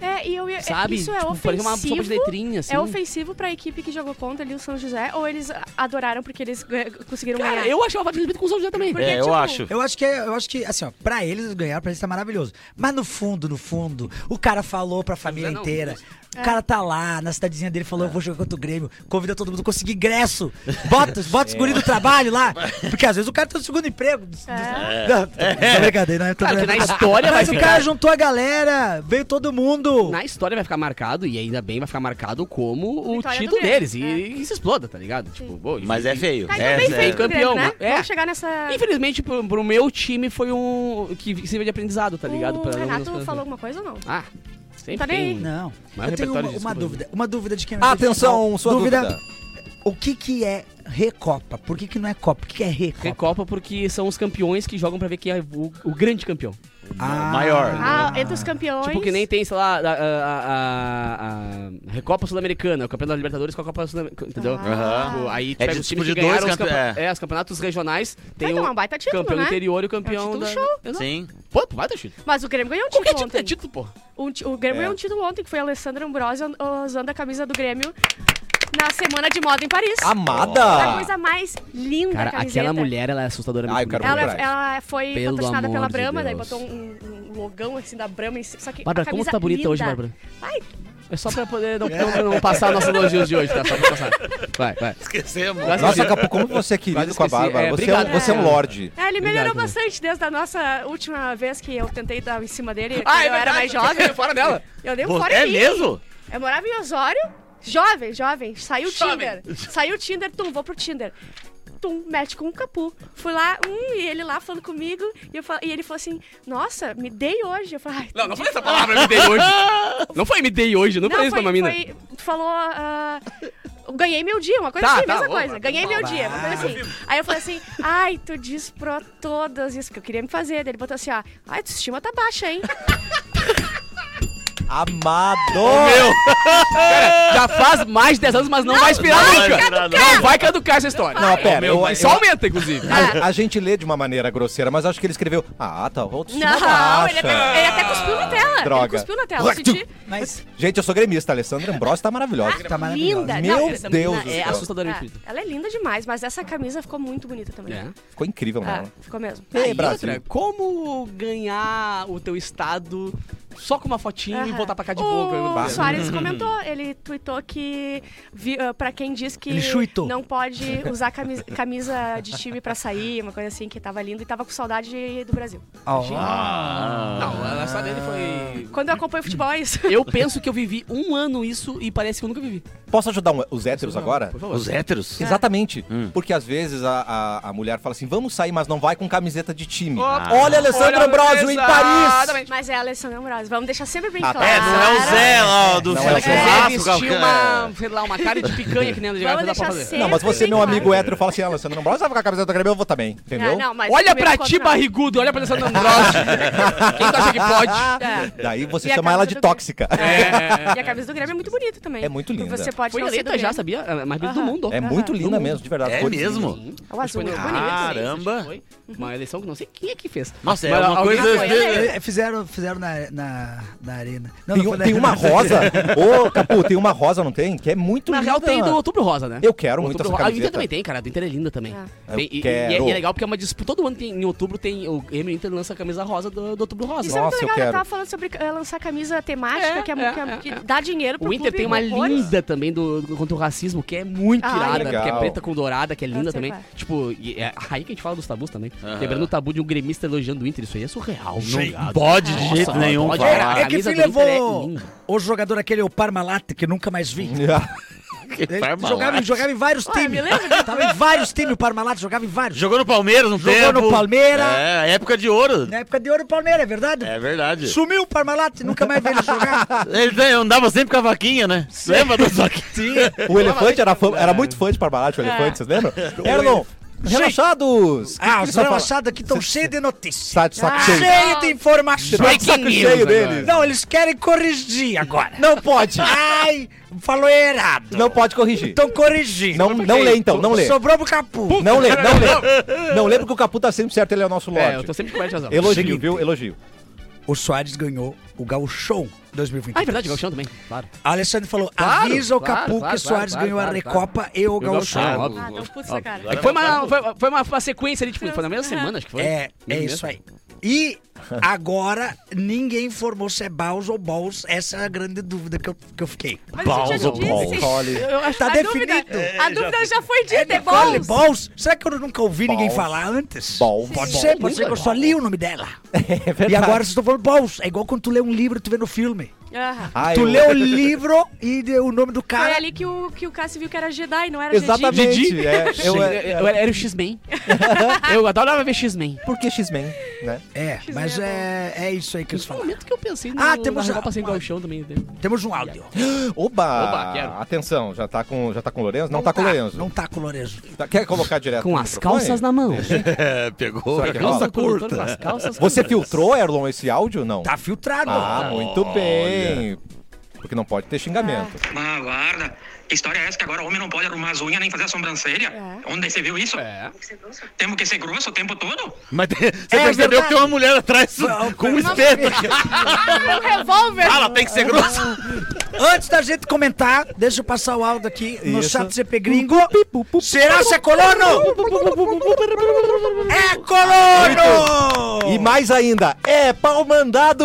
Speaker 6: É, e eu, ia-
Speaker 3: sabe?
Speaker 6: isso é
Speaker 3: tipo, parece uma sopa de
Speaker 6: ofensivo.
Speaker 3: letrinha, assim.
Speaker 6: É ofensivo pra equipe que jogou contra ali o São José ou eles adoraram porque eles ganha- conseguiram
Speaker 3: Cara,
Speaker 6: ganhar?
Speaker 3: eu achava falta de respeito com o São José também.
Speaker 6: É. Porque,
Speaker 4: É, eu
Speaker 6: tipo,
Speaker 4: acho.
Speaker 2: Eu acho que é- eu acho que assim, ó, pra eles ganhar, pra eles tá maravilhoso. Mas no fundo, no fundo, o cara falou pra família
Speaker 3: não,
Speaker 2: inteira. O
Speaker 6: É.
Speaker 2: cara tá lá, na cidadezinha dele, falou: Eu vou jogar contra o Grêmio. Convida todo mundo, consegui ingresso. Bota, bota os guri do trabalho lá. Porque às vezes o cara tá no segundo emprego.
Speaker 6: É.
Speaker 2: Não, tô, tô brincadeira, não é? Tô
Speaker 3: Claro que na
Speaker 2: brincadeira.
Speaker 3: história vai
Speaker 2: Mas o
Speaker 3: ficar.
Speaker 2: cara juntou a galera, veio todo mundo.
Speaker 3: Na história vai ficar marcado, e ainda bem vai ficar marcado como o
Speaker 6: Vitória do
Speaker 3: título
Speaker 6: Grêmio,
Speaker 3: deles. E,
Speaker 6: é.
Speaker 3: e isso exploda, tá ligado? Tipo, bom,
Speaker 4: Mas é feio.
Speaker 6: Tá, então
Speaker 4: é,
Speaker 6: bem
Speaker 4: é-
Speaker 6: feito, o
Speaker 3: campeão,
Speaker 6: Grêmio, né?
Speaker 3: é.
Speaker 6: Vamos chegar nessa...
Speaker 3: Infelizmente, pro, pro meu time foi um. que sirva de aprendizado, tá ligado?
Speaker 6: O
Speaker 3: Pra-
Speaker 6: Renato falou alguma coisa ou não?
Speaker 3: Ah, sempre.
Speaker 6: Tá nem aí.
Speaker 3: tem.
Speaker 2: Não.
Speaker 3: Maior
Speaker 2: eu tenho uma,
Speaker 3: repertório de
Speaker 2: uma
Speaker 1: Ah,
Speaker 3: desculpas.
Speaker 2: dúvida. Uma dúvida de quem
Speaker 1: Atenção, sua dúvida.
Speaker 2: O que que é Recopa. Por que, que não é Copa? Por que, que é Recopa?
Speaker 3: Recopa porque são os campeões que jogam pra ver quem é o, o grande campeão.
Speaker 2: Ah,
Speaker 4: Maior.
Speaker 6: Ah, entre os campeões.
Speaker 3: Tipo que nem tem, sei lá, a, a- a- a- a Recopa Sul-Americana, o campeão da Libertadores com a Copa Sul-Americana, entendeu?
Speaker 6: Ah.
Speaker 3: Tipo, Aí tu
Speaker 4: É
Speaker 3: pega
Speaker 4: de-
Speaker 3: os times
Speaker 4: tipo
Speaker 3: que
Speaker 4: de dois
Speaker 3: ganharam os,
Speaker 4: campe-
Speaker 3: campe-
Speaker 4: é.
Speaker 3: é, os campeonatos regionais,
Speaker 6: Vai
Speaker 3: tem
Speaker 6: tomar
Speaker 3: o
Speaker 6: um baita título,
Speaker 3: campeão
Speaker 6: né?
Speaker 3: interior e o campeão
Speaker 6: título
Speaker 3: da...
Speaker 6: show.
Speaker 3: Exato.
Speaker 4: Sim.
Speaker 3: Pô, tu baita título.
Speaker 6: Mas o Grêmio ganhou um
Speaker 3: Qualquer
Speaker 6: título
Speaker 3: título
Speaker 6: ontem.
Speaker 3: é título, pô.
Speaker 6: Um ti- o Grêmio
Speaker 4: É.
Speaker 6: ganhou um título ontem, que foi Alessandro Ambrosio an- usando a camisa do Grêmio na Semana de Moda em Paris. A
Speaker 1: Amada!
Speaker 6: coisa mais linda
Speaker 3: Cara,
Speaker 6: a camiseta.
Speaker 3: aquela mulher, ela é assustadora.
Speaker 1: Ah, eu quero
Speaker 6: Ela,
Speaker 1: Verdade.
Speaker 6: ela foi
Speaker 3: Pelo
Speaker 6: patrocinada
Speaker 3: amor
Speaker 6: pela
Speaker 3: de
Speaker 6: Brahma, daí
Speaker 3: Deus.
Speaker 6: botou um, um logão assim da Brahma em cima. Só que
Speaker 3: Bárbara,
Speaker 6: a
Speaker 3: como
Speaker 6: camisa
Speaker 3: tu tá bonita
Speaker 6: linda.
Speaker 3: hoje, Bárbara?
Speaker 6: Ai,
Speaker 3: É só pra poder não, não- não passar nossos elogios de hoje, tá? Só pra passar. Vai, vai.
Speaker 4: Esquecemos.
Speaker 3: Quase
Speaker 1: Nossa,
Speaker 3: esqueci.
Speaker 1: Capu, como você é querido
Speaker 3: Quase
Speaker 1: com a
Speaker 3: esqueci.
Speaker 1: Bárbara.
Speaker 3: É,
Speaker 1: você, é um,
Speaker 3: obrigado.
Speaker 1: você é um
Speaker 3: É.
Speaker 1: lorde.
Speaker 6: É, ele melhorou
Speaker 3: Obrigado.
Speaker 6: bastante desde a nossa última vez que eu tentei dar em cima dele.
Speaker 3: Ah,
Speaker 6: quando
Speaker 3: é
Speaker 6: eu era
Speaker 3: verdade,
Speaker 6: mais jovem.
Speaker 3: *laughs* Fora dela.
Speaker 6: Eu dei um
Speaker 4: Pô,
Speaker 6: fora
Speaker 4: é
Speaker 6: em mim.
Speaker 4: mesmo?
Speaker 6: Eu morava em Osório, jovem, jovem. Saiu o
Speaker 3: Jovem.
Speaker 6: Tinder. Saiu o Tinder, tum, vou pro Tinder. Tum, mete com um capu. Fui lá, hum, e ele lá falando comigo. E, eu fal- e ele falou assim: Nossa, me dei hoje. Eu falei: Ai,
Speaker 3: Não, não foi essa palavra, me dei hoje. Não foi me dei hoje, não, foi isso pra uma mina.
Speaker 6: foi- tu falou. ah, eu ganhei meu dia, uma coisa
Speaker 3: Tá,
Speaker 6: assim,
Speaker 3: tá,
Speaker 6: mesma
Speaker 3: ô,
Speaker 6: coisa.
Speaker 3: mas-
Speaker 6: Ganhei meu dia, uma coisa assim. Aí eu falei assim, ai, tu diz pra todas isso que eu queria me fazer. Daí ele botou assim, ó, ai, tua estima tá baixa,
Speaker 1: *laughs*
Speaker 6: hein?
Speaker 1: Amado!
Speaker 3: Já faz mais de 10 anos, mas não, vai expirar
Speaker 4: não vai
Speaker 3: nunca.
Speaker 4: expirar, não.
Speaker 3: não. vai caducar essa história.
Speaker 1: Não, pera,
Speaker 4: meu,
Speaker 1: eu-
Speaker 4: mas-
Speaker 1: eu-
Speaker 3: Só aumenta, inclusive.
Speaker 1: a, a gente lê de uma maneira grosseira, mas acho que ele escreveu. Ah, tá, autoestima
Speaker 6: Não,
Speaker 1: baixa.
Speaker 6: ele é- até, ele até cuspiu na tela.
Speaker 1: Droga.
Speaker 6: Ele cuspiu na tela. Eu senti-
Speaker 2: Mas
Speaker 1: Gente, eu sou gremista. A Alessandra Ambrosio tá maravilhosa.
Speaker 2: tá maravilhosa.
Speaker 6: linda.
Speaker 1: Meu
Speaker 6: Não, essa
Speaker 1: Deus
Speaker 6: menina
Speaker 1: do
Speaker 3: É
Speaker 1: céu. Tá.
Speaker 3: assustador
Speaker 6: é,
Speaker 3: infinito.
Speaker 6: ela é linda demais, mas essa camisa ficou muito bonita também. né?
Speaker 1: É, Ficou incrível,
Speaker 6: Ah,
Speaker 1: mano.
Speaker 6: ficou mesmo.
Speaker 1: Ei,
Speaker 3: E
Speaker 1: Brasil.
Speaker 3: outra, como ganhar o teu estado só com uma fotinha e
Speaker 6: Aham.
Speaker 3: voltar pra cá de
Speaker 6: o
Speaker 3: boca? *laughs*
Speaker 6: O Soares comentou, ele tweetou que vi, ah, pra quem diz que
Speaker 2: Ele chuitou.
Speaker 6: não pode usar camisa, camisa de time pra sair, uma coisa assim, que tava lindo e tava com saudade do Brasil.
Speaker 2: Ó,
Speaker 4: Ah,
Speaker 3: Não, a história dele foi...
Speaker 6: Quando eu acompanho futebol é isso. *laughs*
Speaker 3: Eu penso que eu vivi um ano isso e parece que eu nunca vivi.
Speaker 1: Posso ajudar um- os héteros
Speaker 3: Não,
Speaker 1: agora?
Speaker 3: por favor.
Speaker 4: Os
Speaker 1: É,
Speaker 4: héteros?
Speaker 1: Exatamente. Porque às vezes a, a, a mulher fala assim: vamos sair, mas não vai com camiseta de time.
Speaker 3: Ah.
Speaker 1: Olha Alessandro
Speaker 3: Olha,
Speaker 1: Ambrosio em Paris!
Speaker 3: exatamente.
Speaker 6: Mas é a Alessandra Ambrosio. Vamos deixar sempre bem
Speaker 1: Ah,
Speaker 6: claro.
Speaker 1: tá.
Speaker 4: É, não é o Zé lá do
Speaker 1: Não
Speaker 4: Fila
Speaker 1: é o Zé.
Speaker 4: Churrasco,
Speaker 3: vestir
Speaker 4: Galcão.
Speaker 3: uma, sei lá, uma cara de picanha que nem a Lady Gaga
Speaker 6: Vamos
Speaker 3: dá pra
Speaker 6: deixar
Speaker 3: fazer.
Speaker 6: sempre
Speaker 1: Não, mas você,
Speaker 6: bem
Speaker 1: meu
Speaker 6: claro.
Speaker 1: amigo hétero, fala assim: ah, Alessandro Ambrosio vai com a camiseta do Grêmio, eu vou também. Entendeu?
Speaker 6: Ah, não, mas
Speaker 3: Olha
Speaker 6: primeiro
Speaker 3: pra ti,
Speaker 6: contrato.
Speaker 3: barrigudo, olha pra Alessandra *laughs* Ambrosio. Quem tu acha que pode?
Speaker 6: É.
Speaker 1: Daí você
Speaker 6: E a
Speaker 1: chama ela
Speaker 6: camisa
Speaker 1: de
Speaker 6: do Grêmio.
Speaker 1: tóxica.
Speaker 6: É. E a camisa do Grêmio é muito bonita também.
Speaker 1: É muito linda.
Speaker 6: Você pode
Speaker 3: Foi
Speaker 6: não ser
Speaker 3: eleita
Speaker 6: do
Speaker 3: já,
Speaker 6: Grêmio.
Speaker 3: sabia? É a mais bonita do mundo.
Speaker 1: É muito linda mesmo, de verdade. um,
Speaker 4: É
Speaker 1: Cores
Speaker 4: mesmo?
Speaker 1: lindas.
Speaker 6: O azul é
Speaker 3: Acho que
Speaker 6: bonito.
Speaker 3: foi no-
Speaker 4: Caramba.
Speaker 3: acho que foi. Uhum. Uma eleição que não sei quem é que fez.
Speaker 4: Nossa, é
Speaker 3: Mas
Speaker 4: uma
Speaker 3: alguém
Speaker 4: coisa-
Speaker 3: foi eleito.
Speaker 2: É, Fizeram, fizeram na, na, na arena. Não,
Speaker 1: Tem,
Speaker 2: não
Speaker 1: um-
Speaker 2: foi na
Speaker 1: tem uma
Speaker 2: arena.
Speaker 1: rosa. Ô, Capu, tem uma rosa, não tem? Que é muito
Speaker 3: Na
Speaker 1: linda.
Speaker 3: real tem do Outubro Rosa, né?
Speaker 1: Eu quero muito
Speaker 3: Outubro
Speaker 1: essa
Speaker 3: Rosa. Ah, o Inter
Speaker 1: camiseta. Ah.
Speaker 3: também tem, cara. Do Inter é linda também.
Speaker 1: Eu
Speaker 3: Tem- e, e-
Speaker 1: quero.
Speaker 3: e é, e é legal porque é uma disputa. Todo ano tem, em outubro tem. O Grêmio e o Inter lança a camisa rosa do, do Outubro Rosa.
Speaker 6: Isso
Speaker 1: Nossa,
Speaker 6: é
Speaker 1: eu
Speaker 6: muito legal,
Speaker 1: quero.
Speaker 6: eu tava falando sobre eh, lançar camisa temática,
Speaker 3: É,
Speaker 6: que, é,
Speaker 3: é,
Speaker 6: que, é-
Speaker 3: é,
Speaker 6: que
Speaker 3: é.
Speaker 6: dá dinheiro pro
Speaker 3: O Inter
Speaker 6: clube,
Speaker 3: tem uma
Speaker 6: horrores.
Speaker 3: linda também do, do- contra o racismo, que é muito
Speaker 6: Ah,
Speaker 3: irada,
Speaker 1: legal.
Speaker 3: que é preta com dourada, que é linda
Speaker 6: sei
Speaker 3: também.
Speaker 6: qual é.
Speaker 3: Tipo, e é aí que a gente fala dos tabus também.
Speaker 4: Aham.
Speaker 3: Quebrando o tabu de um gremista elogiando o Inter, isso aí é surreal,
Speaker 4: Sim,
Speaker 3: não
Speaker 4: pode de jeito nenhum
Speaker 3: pode,
Speaker 4: falar.
Speaker 2: *laughs*
Speaker 3: cara.
Speaker 2: É, é que
Speaker 3: Camisa
Speaker 2: se
Speaker 3: do Inter é
Speaker 2: levou
Speaker 3: linda.
Speaker 2: o jogador aquele, o Parmalat, que nunca mais
Speaker 1: Hum,
Speaker 2: vi. Ele
Speaker 4: Parmalat.
Speaker 2: jogava, em- jogava em vários
Speaker 6: Ah,
Speaker 2: times.
Speaker 6: me lembro.
Speaker 2: Tava em vários times, o Parmalat jogava em vários.
Speaker 4: Jogou no Palmeiras um tempo.
Speaker 2: Jogou no Palmeiras.
Speaker 4: É, época de ouro.
Speaker 2: Na época de ouro, o Palmeiras, é verdade?
Speaker 4: É verdade.
Speaker 2: Sumiu o Parmalat, nunca mais vi ele jogar.
Speaker 4: *laughs* Ele andava sempre com a vaquinha, né? Lembra da vaquinha?
Speaker 1: *laughs* O elefante era, fã- era muito fã de Parmalat, o
Speaker 6: É.
Speaker 1: elefante, vocês lembram? Erlon, relaxados!
Speaker 2: Ah, os
Speaker 1: Só fala-
Speaker 2: relaxados aqui estão cheios de notícias.
Speaker 1: Tá de saco
Speaker 6: Ah.
Speaker 1: cheio.
Speaker 2: Cheio de informações.
Speaker 1: Tá de saco cheio deles.
Speaker 2: Não, eles querem corrigir agora.
Speaker 1: Não *laughs* pode!
Speaker 2: Ai, falou errado.
Speaker 1: Não pode corrigir.
Speaker 2: Estão corrigindo.
Speaker 1: Não, não lê então, não lê.
Speaker 2: Sobrou pro Capu.
Speaker 1: Não lê, não lê. Não lê porque o Capu tá sempre certo, ele é o nosso
Speaker 3: É, eu
Speaker 1: Lorde.
Speaker 3: tô sempre com mais razão.
Speaker 1: Elogio,
Speaker 2: Seguinte.
Speaker 1: viu? Elogio.
Speaker 2: O Soares ganhou o Gauchão 2020.
Speaker 3: Ah, é verdade, Galchão também, claro.
Speaker 2: Alessandro falou,
Speaker 3: Claro,
Speaker 2: avisa o
Speaker 3: claro,
Speaker 2: Capu que
Speaker 3: claro,
Speaker 2: o Soares
Speaker 3: claro,
Speaker 2: ganhou a
Speaker 3: claro,
Speaker 2: Recopa e o Gauchão.
Speaker 3: Gauchão.
Speaker 4: óbvio.
Speaker 6: Ah, não, putz, cara.
Speaker 3: É que Foi, uma, foi, foi uma, uma sequência ali, tipo, foi na mesma semana, acho que foi.
Speaker 2: É, é isso aí. E agora, ninguém informou se é Baus ou Balls. Essa é a grande dúvida que eu, que eu fiquei.
Speaker 6: Mas a gente já
Speaker 4: Balls,
Speaker 6: disse,
Speaker 4: balls.
Speaker 1: Olha.
Speaker 3: Eu acho
Speaker 2: Tá
Speaker 6: a
Speaker 2: definido.
Speaker 6: Dúvida, a dúvida já foi dita, é
Speaker 2: Nicole
Speaker 6: bom.
Speaker 2: Balls? Será que eu nunca ouvi ninguém
Speaker 1: Balls.
Speaker 2: falar antes?
Speaker 1: Balls.
Speaker 2: Pode
Speaker 1: *laughs*
Speaker 3: Sim.
Speaker 2: ser, pode ser que eu só li o nome dela.
Speaker 1: É
Speaker 2: e agora vocês estão falando Balls. É igual quando tu lê um livro e tu vê no filme.
Speaker 6: Aham.
Speaker 1: Ah,
Speaker 2: tu
Speaker 1: eu-
Speaker 2: lê o livro e deu o nome do
Speaker 6: Foi
Speaker 2: cara.
Speaker 6: ali que o, que o Cássio viu que era Jedi, não era Jedi.
Speaker 1: *laughs* Exatamente. é,
Speaker 3: Eu,
Speaker 1: eu-
Speaker 3: eu- eu era o X-Men. eu adorava ver X-Men.
Speaker 1: Por que X-Men, né?
Speaker 2: É, mas Mas é, é isso aí que eles
Speaker 3: No
Speaker 2: falam.
Speaker 3: um momento que eu pensei no,
Speaker 2: Ah, temos
Speaker 3: na
Speaker 2: a-
Speaker 3: Copa Sem Galchão também. né?
Speaker 2: Temos um áudio.
Speaker 1: Oba!
Speaker 3: Oba, quero.
Speaker 1: Atenção, já tá com, já tá com o Lourenço? Não, tá, com o Lourenço.
Speaker 2: Não tá com o Lorenzo.
Speaker 1: Tá- Quer colocar direto
Speaker 3: Com
Speaker 1: no
Speaker 3: as
Speaker 1: microfone?
Speaker 3: calças na mão.
Speaker 4: É, pegou.
Speaker 1: Será que
Speaker 3: Calça
Speaker 1: rola?
Speaker 3: curta. Com as calças
Speaker 1: Você
Speaker 3: curtas.
Speaker 1: filtrou, Erlon, esse áudio? Não.
Speaker 2: Tá filtrado.
Speaker 1: Ah, muito bem. Porque não pode ter xingamento.
Speaker 7: Mas aguarda. Que história é essa que agora homem não pode arrumar as unhas nem fazer a sobrancelha?
Speaker 6: É.
Speaker 7: Onde você viu isso?
Speaker 3: É.
Speaker 7: Temos que ser grosso o tempo todo?
Speaker 4: Mas tem- você
Speaker 2: É
Speaker 4: percebeu
Speaker 2: verdade.
Speaker 4: que tem uma mulher atrás com um espeto aqui.
Speaker 6: Um revólver.
Speaker 4: Ah, Ela tem que ser grossa.
Speaker 2: Antes da gente comentar, deixa eu passar o áudio aqui no
Speaker 1: Isso.
Speaker 2: chat GP Gringo. Será se é colono? É colono!
Speaker 1: E mais ainda, é pau mandado!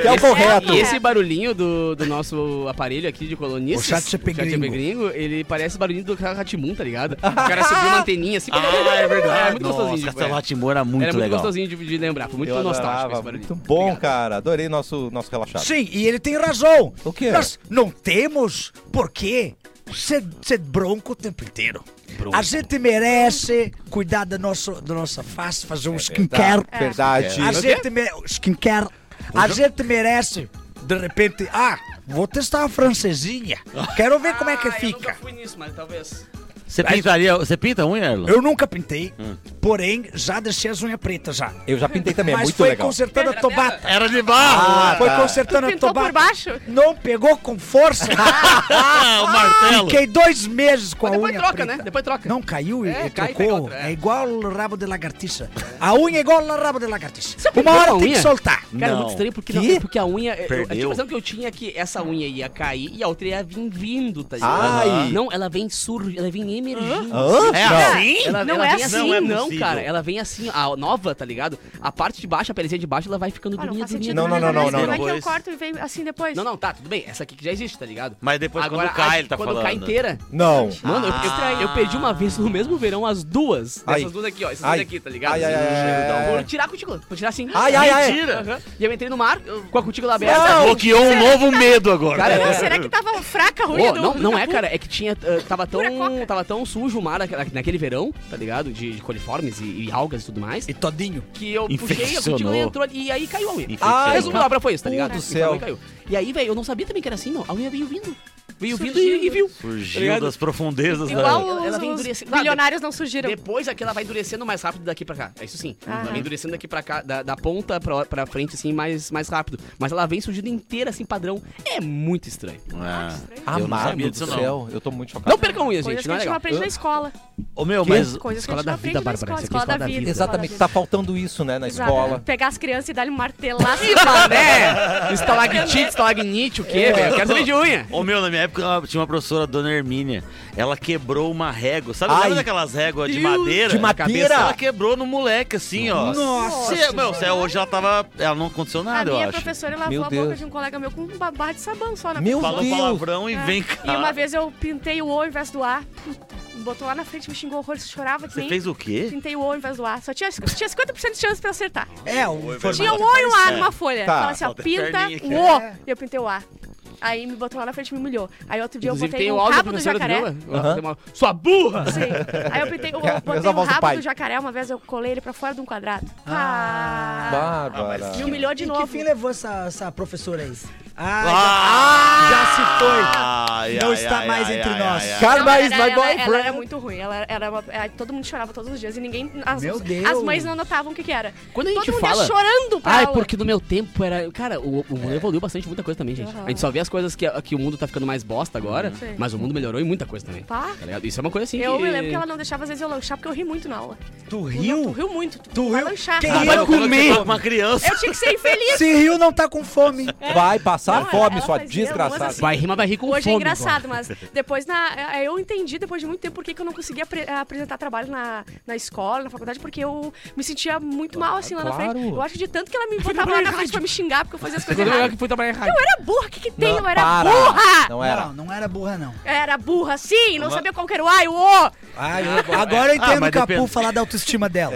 Speaker 1: Que é o correto.
Speaker 3: E esse barulhinho do, do nosso aparelho aqui de colonistas,
Speaker 2: O chat CP gringo.
Speaker 3: é gringo, ele parece barulhinho do Ratimun, tá ligado? O cara subiu uma anteninha assim. *laughs* É muito gostosinho. de-
Speaker 4: Castelo
Speaker 3: é.
Speaker 4: Ratimbo era muito
Speaker 3: Era muito
Speaker 4: legal.
Speaker 3: gostosinho de, de lembrar. Foi muito
Speaker 1: Eu
Speaker 3: nostálgico
Speaker 1: adorava,
Speaker 3: esse barulhinho.
Speaker 1: muito bom,
Speaker 3: Obrigado.
Speaker 1: cara. Adorei nosso, nosso relaxado.
Speaker 2: Sim, e ele tem razão.
Speaker 1: O quê?
Speaker 2: Nós não temos por que ser, ser bronco o tempo inteiro. A gente merece cuidar da, nosso, da nossa face, fazer um skincare.
Speaker 1: É
Speaker 6: É.
Speaker 1: Verdade. Verdade.
Speaker 2: A gente merece. Skincare. A gente merece, de repente, ah, vou testar a francesinha. Quero ver como é que
Speaker 3: Ah, eu
Speaker 2: fica.
Speaker 3: nunca fui nisso, mas talvez.
Speaker 4: Você pintaria, você pinta a unha, Erlon?
Speaker 2: Eu nunca pintei, porém já deixei as unhas pretas já.
Speaker 1: Hum. Eu já pintei também, é
Speaker 2: Mas
Speaker 1: muito
Speaker 2: foi
Speaker 1: legal.
Speaker 2: consertando a tobata.
Speaker 4: Era de barro.
Speaker 1: Ah,
Speaker 2: foi
Speaker 1: tá.
Speaker 2: consertando a
Speaker 6: Pintou por
Speaker 2: tobata.
Speaker 6: baixo.
Speaker 2: Não pegou com
Speaker 1: *laughs*
Speaker 2: força.
Speaker 4: Ah, o martelo.
Speaker 2: Fiquei dois meses com a
Speaker 3: Mas depois
Speaker 2: unha
Speaker 3: troca,
Speaker 2: preta.
Speaker 3: né? Depois troca.
Speaker 2: Não caiu e,
Speaker 3: É,
Speaker 2: e
Speaker 3: cai e pega
Speaker 2: trocou.
Speaker 3: outra, é.
Speaker 2: é. igual o rabo de lagartixa. A unha é igual o rabo de lagartixa.
Speaker 3: Você pintou
Speaker 2: Uma hora
Speaker 3: a
Speaker 2: tem que
Speaker 3: unha?
Speaker 2: soltar.
Speaker 3: Cara, é
Speaker 4: Não.
Speaker 3: muito estranho porque,
Speaker 1: Que?
Speaker 3: não, porque a unha. eu- a
Speaker 4: Perdeu.
Speaker 3: impressão que eu tinha é que essa unha ia cair e a outra ia vir vindo, tá ligado?
Speaker 1: Ai. Ah.
Speaker 3: Não, ela vem surgindo, ela vem emergindo.
Speaker 1: Hã?
Speaker 4: É
Speaker 1: Não.
Speaker 4: assim?
Speaker 3: Ela,
Speaker 6: Não
Speaker 3: ela
Speaker 6: é
Speaker 3: vem
Speaker 6: assim.
Speaker 3: assim,
Speaker 4: Não é
Speaker 3: não,
Speaker 4: possível.
Speaker 3: cara. Ela vem assim, a nova, tá ligado? A parte de baixo, a pelezinha de baixo, ela vai ficando
Speaker 6: Ah, não
Speaker 3: durinha,
Speaker 6: faz
Speaker 3: durinha.
Speaker 6: sentido.
Speaker 1: Não,
Speaker 3: durinha.
Speaker 1: não, não, não,
Speaker 6: mas
Speaker 1: não,
Speaker 6: Como é que
Speaker 4: não.
Speaker 6: eu corto e vem assim depois?
Speaker 3: Não, não, tá, tudo bem. Essa aqui que já existe, tá ligado?
Speaker 4: Mas depois
Speaker 3: Agora,
Speaker 4: quando cai,
Speaker 3: a-
Speaker 4: ele tá
Speaker 3: quando
Speaker 4: falando.
Speaker 3: cai inteira.
Speaker 1: Não.
Speaker 3: Mano, eu- eu, eu perdi uma vez no mesmo verão as duas. Essas
Speaker 1: Ai.
Speaker 3: duas aqui, ó. Essas
Speaker 1: Ai.
Speaker 3: duas aqui, tá ligado?
Speaker 1: Ai, ai, ai, ai.
Speaker 3: Por tirar a cutícula. Por tirar assim.
Speaker 1: Ai, ai, ai.
Speaker 3: Mentira. Aham. E eu entrei no mar com a cutícula aberta.
Speaker 1: Não.
Speaker 4: Bloqueou um novo medo agora.
Speaker 3: Cara,
Speaker 6: Não,
Speaker 3: é.
Speaker 6: será
Speaker 4: tá-
Speaker 6: que tava fraca a
Speaker 3: Ô,
Speaker 6: unha do
Speaker 3: não,
Speaker 6: do
Speaker 3: não é,
Speaker 6: capuz?
Speaker 3: cara. É que tinha. ah, tava, tão,
Speaker 6: Pura coca.
Speaker 3: tava tão sujo o mar naquela- naquele verão, tá ligado? De, de coliformes e, e algas e tudo mais.
Speaker 2: E todinho.
Speaker 3: Que eu puxei, a
Speaker 4: Infeccionou.
Speaker 3: cutícula entrou ali. E aí caiu a unha.
Speaker 4: Infeccionou.
Speaker 3: Resumo da obra foi isso, tá ligado?
Speaker 1: do
Speaker 3: Inflamou
Speaker 1: céu.
Speaker 3: E, caiu. E aí, velho, eu não sabia também que era assim, não. A unha veio vindo. Veio vindo e, e viu. Tá
Speaker 4: Surgiu
Speaker 3: ligado?
Speaker 4: das profundezas da...
Speaker 6: Igual
Speaker 3: Ela-
Speaker 6: os,
Speaker 3: ela vem
Speaker 6: os
Speaker 3: endurecida.
Speaker 6: bilionários não surgiram.
Speaker 3: Depois aquela vai endurecendo mais rápido daqui pra cá. É isso sim.
Speaker 6: Aham.
Speaker 3: Ela Vai endurecendo daqui pra cá, da, da ponta pra, pra frente, assim, mais, mais rápido. Mas ela vem surgindo inteira, assim, padrão. É muito estranho.
Speaker 4: É.
Speaker 2: Ah,
Speaker 4: Eu não
Speaker 1: Amado
Speaker 4: sabia
Speaker 1: do
Speaker 4: disso,
Speaker 1: céu, eu tô muito chocado.
Speaker 3: Não percam unha,
Speaker 6: Coisas
Speaker 3: gente.
Speaker 6: que
Speaker 3: Não
Speaker 6: a
Speaker 3: é
Speaker 6: gente não
Speaker 3: legal.
Speaker 6: aprende na escola.
Speaker 4: Ô, meu, mas...
Speaker 6: Coisas que
Speaker 3: Escola
Speaker 6: a gente não
Speaker 3: da vida,
Speaker 6: aprende na
Speaker 3: Bárbara, isso
Speaker 6: escola.
Speaker 3: aqui é
Speaker 6: Escola da
Speaker 3: escola da
Speaker 6: vida.
Speaker 3: vida.
Speaker 1: Exatamente, tá faltando isso, né, na
Speaker 6: Exato.
Speaker 1: escola.
Speaker 6: Pegar as crianças e dar-lhe um martelaço.
Speaker 3: Mané! Estalactite, Né? estalagmite, o quê, velho? Eu quero saber de unha.
Speaker 4: Ô, meu, na minha época ela- tinha uma professora, dona Hermínia. Ela quebrou uma régua. Sabe,
Speaker 1: Ai.
Speaker 4: sabe daquelas réguas de
Speaker 3: Meu
Speaker 4: madeira?
Speaker 1: de
Speaker 4: Na cabeça,
Speaker 1: madeira?
Speaker 4: Ela quebrou no moleque, assim, ó.
Speaker 2: Nossa
Speaker 4: Cê- meu, cê- hoje ela tava... Ela não aconteceu
Speaker 6: A
Speaker 4: nada, eu
Speaker 6: minha
Speaker 4: acho.
Speaker 6: professora
Speaker 1: Meu
Speaker 6: lavou a boca
Speaker 1: Deus.
Speaker 6: de um colega meu com uma barra de sabão só na
Speaker 1: Meu
Speaker 6: boca.
Speaker 4: Falou
Speaker 1: Deus.
Speaker 4: palavrão e
Speaker 6: É.
Speaker 4: vem cá.
Speaker 6: E uma vez eu pintei o O ao invés do A. Puta, me botou lá na frente, me xingou horror, chorava de
Speaker 4: Você
Speaker 6: mim.
Speaker 4: fez o quê?
Speaker 6: Pintei o O ao invés do A. Só tinha, tinha 50% de chance pra eu acertar.
Speaker 2: É, o
Speaker 6: Tinha um
Speaker 2: formato
Speaker 6: O e um A
Speaker 2: parecido.
Speaker 6: numa folha.
Speaker 1: Tá,
Speaker 6: Fala assim, ó,
Speaker 4: tá falta
Speaker 6: pinta
Speaker 4: perninha aqui.
Speaker 6: o O. E eu pintei o A. Aí me botou lá na frente e me humilhou. Aí outro dia
Speaker 3: Inclusive,
Speaker 6: eu botei
Speaker 3: tem
Speaker 6: o
Speaker 3: o áudio da
Speaker 6: rabo do
Speaker 3: professora do
Speaker 6: jacaré.
Speaker 4: né?
Speaker 3: Meu. Ela tem uma- Sua burra!
Speaker 6: Sim. Aí eu
Speaker 1: *laughs*
Speaker 6: pintei, eu
Speaker 1: É,
Speaker 6: botei
Speaker 1: mesma
Speaker 6: o
Speaker 1: voz do
Speaker 6: rabo
Speaker 1: pai.
Speaker 6: do, jacaré, uma vez eu colei ele pra fora de um quadrado. Ah.
Speaker 1: Bárbara.
Speaker 6: Me humilhou de
Speaker 2: E
Speaker 6: novo.
Speaker 1: né?
Speaker 2: que fim levou essa, essa professora aí?
Speaker 4: Ah!
Speaker 2: Ah,
Speaker 4: Ai,
Speaker 2: Não
Speaker 4: ai,
Speaker 2: está
Speaker 4: ai,
Speaker 2: mais
Speaker 4: ai,
Speaker 2: entre
Speaker 4: ai,
Speaker 2: nós.
Speaker 4: ai, ai.
Speaker 1: Karma
Speaker 6: Não,
Speaker 1: is
Speaker 6: era-
Speaker 1: my
Speaker 6: ela, ela era
Speaker 1: boyfriend.
Speaker 6: muito ruim. Ela era uma, é, todo mundo chorava todos os dias e ninguém. As,
Speaker 2: Meu
Speaker 6: as
Speaker 2: Deus.
Speaker 6: mães não notavam o que, que era.
Speaker 3: Quando a gente
Speaker 6: todo mundo
Speaker 3: fala-
Speaker 6: ia chorando pra
Speaker 3: Ah, é
Speaker 6: aula.
Speaker 3: porque no meu tempo era. Cara, o, o mundo evoluiu bastante muita coisa também, gente.
Speaker 6: Aham.
Speaker 3: A gente só vê as coisas que, que o mundo tá ficando mais bosta agora,
Speaker 6: Sim.
Speaker 3: mas o mundo melhorou em muita coisa também.
Speaker 6: Pá.
Speaker 3: Tá ligado? Isso é uma coisa assim.
Speaker 6: Eu
Speaker 3: que...
Speaker 6: me lembro que ela não deixava às vezes eu lanchar porque eu ri muito na aula.
Speaker 2: Tu
Speaker 6: Tu
Speaker 2: riu?
Speaker 6: riu muito. Tu,
Speaker 2: Tu
Speaker 6: vai
Speaker 2: riu?
Speaker 6: lanchar. Ah,
Speaker 2: Quem
Speaker 4: Caralho,
Speaker 2: riu?
Speaker 4: eu coloquei pra uma criança.
Speaker 6: Eu tinha que ser infeliz.
Speaker 2: Se riu, não tá com fome.
Speaker 1: Vai passar
Speaker 6: É. Não,
Speaker 1: fome,
Speaker 6: ela
Speaker 1: sua
Speaker 6: fazia umas
Speaker 1: desgraçada.
Speaker 6: assim.
Speaker 3: Vai rimar, vai rir *laughs* com
Speaker 6: Hoje
Speaker 3: fome.
Speaker 6: é
Speaker 3: agora.
Speaker 6: engraçado, mas depois na, eh, eu entendi depois de muito tempo por que que eu não conseguia apre- é, apresentar trabalho na, na escola, na faculdade, porque eu me sentia muito mal assim lá na
Speaker 1: claro.
Speaker 6: frente. Eu acho que de tanto que ela me botava lá na frente pra me xingar porque eu fazia as coisas
Speaker 3: Quando *laughs* eu
Speaker 6: erradas.
Speaker 3: É que fui trabalhar errado.
Speaker 6: Eu era burra, o que, que tem? eu era
Speaker 1: para.
Speaker 6: burra!
Speaker 1: Não era.
Speaker 2: Não, não era burra, não.
Speaker 6: Era burra, sim, não sabia qual que era o ai, o o.
Speaker 2: Ah, eu- agora eu
Speaker 4: Ah,
Speaker 2: entendo
Speaker 4: mas
Speaker 2: o Capu
Speaker 4: depende.
Speaker 2: falar da autoestima dela.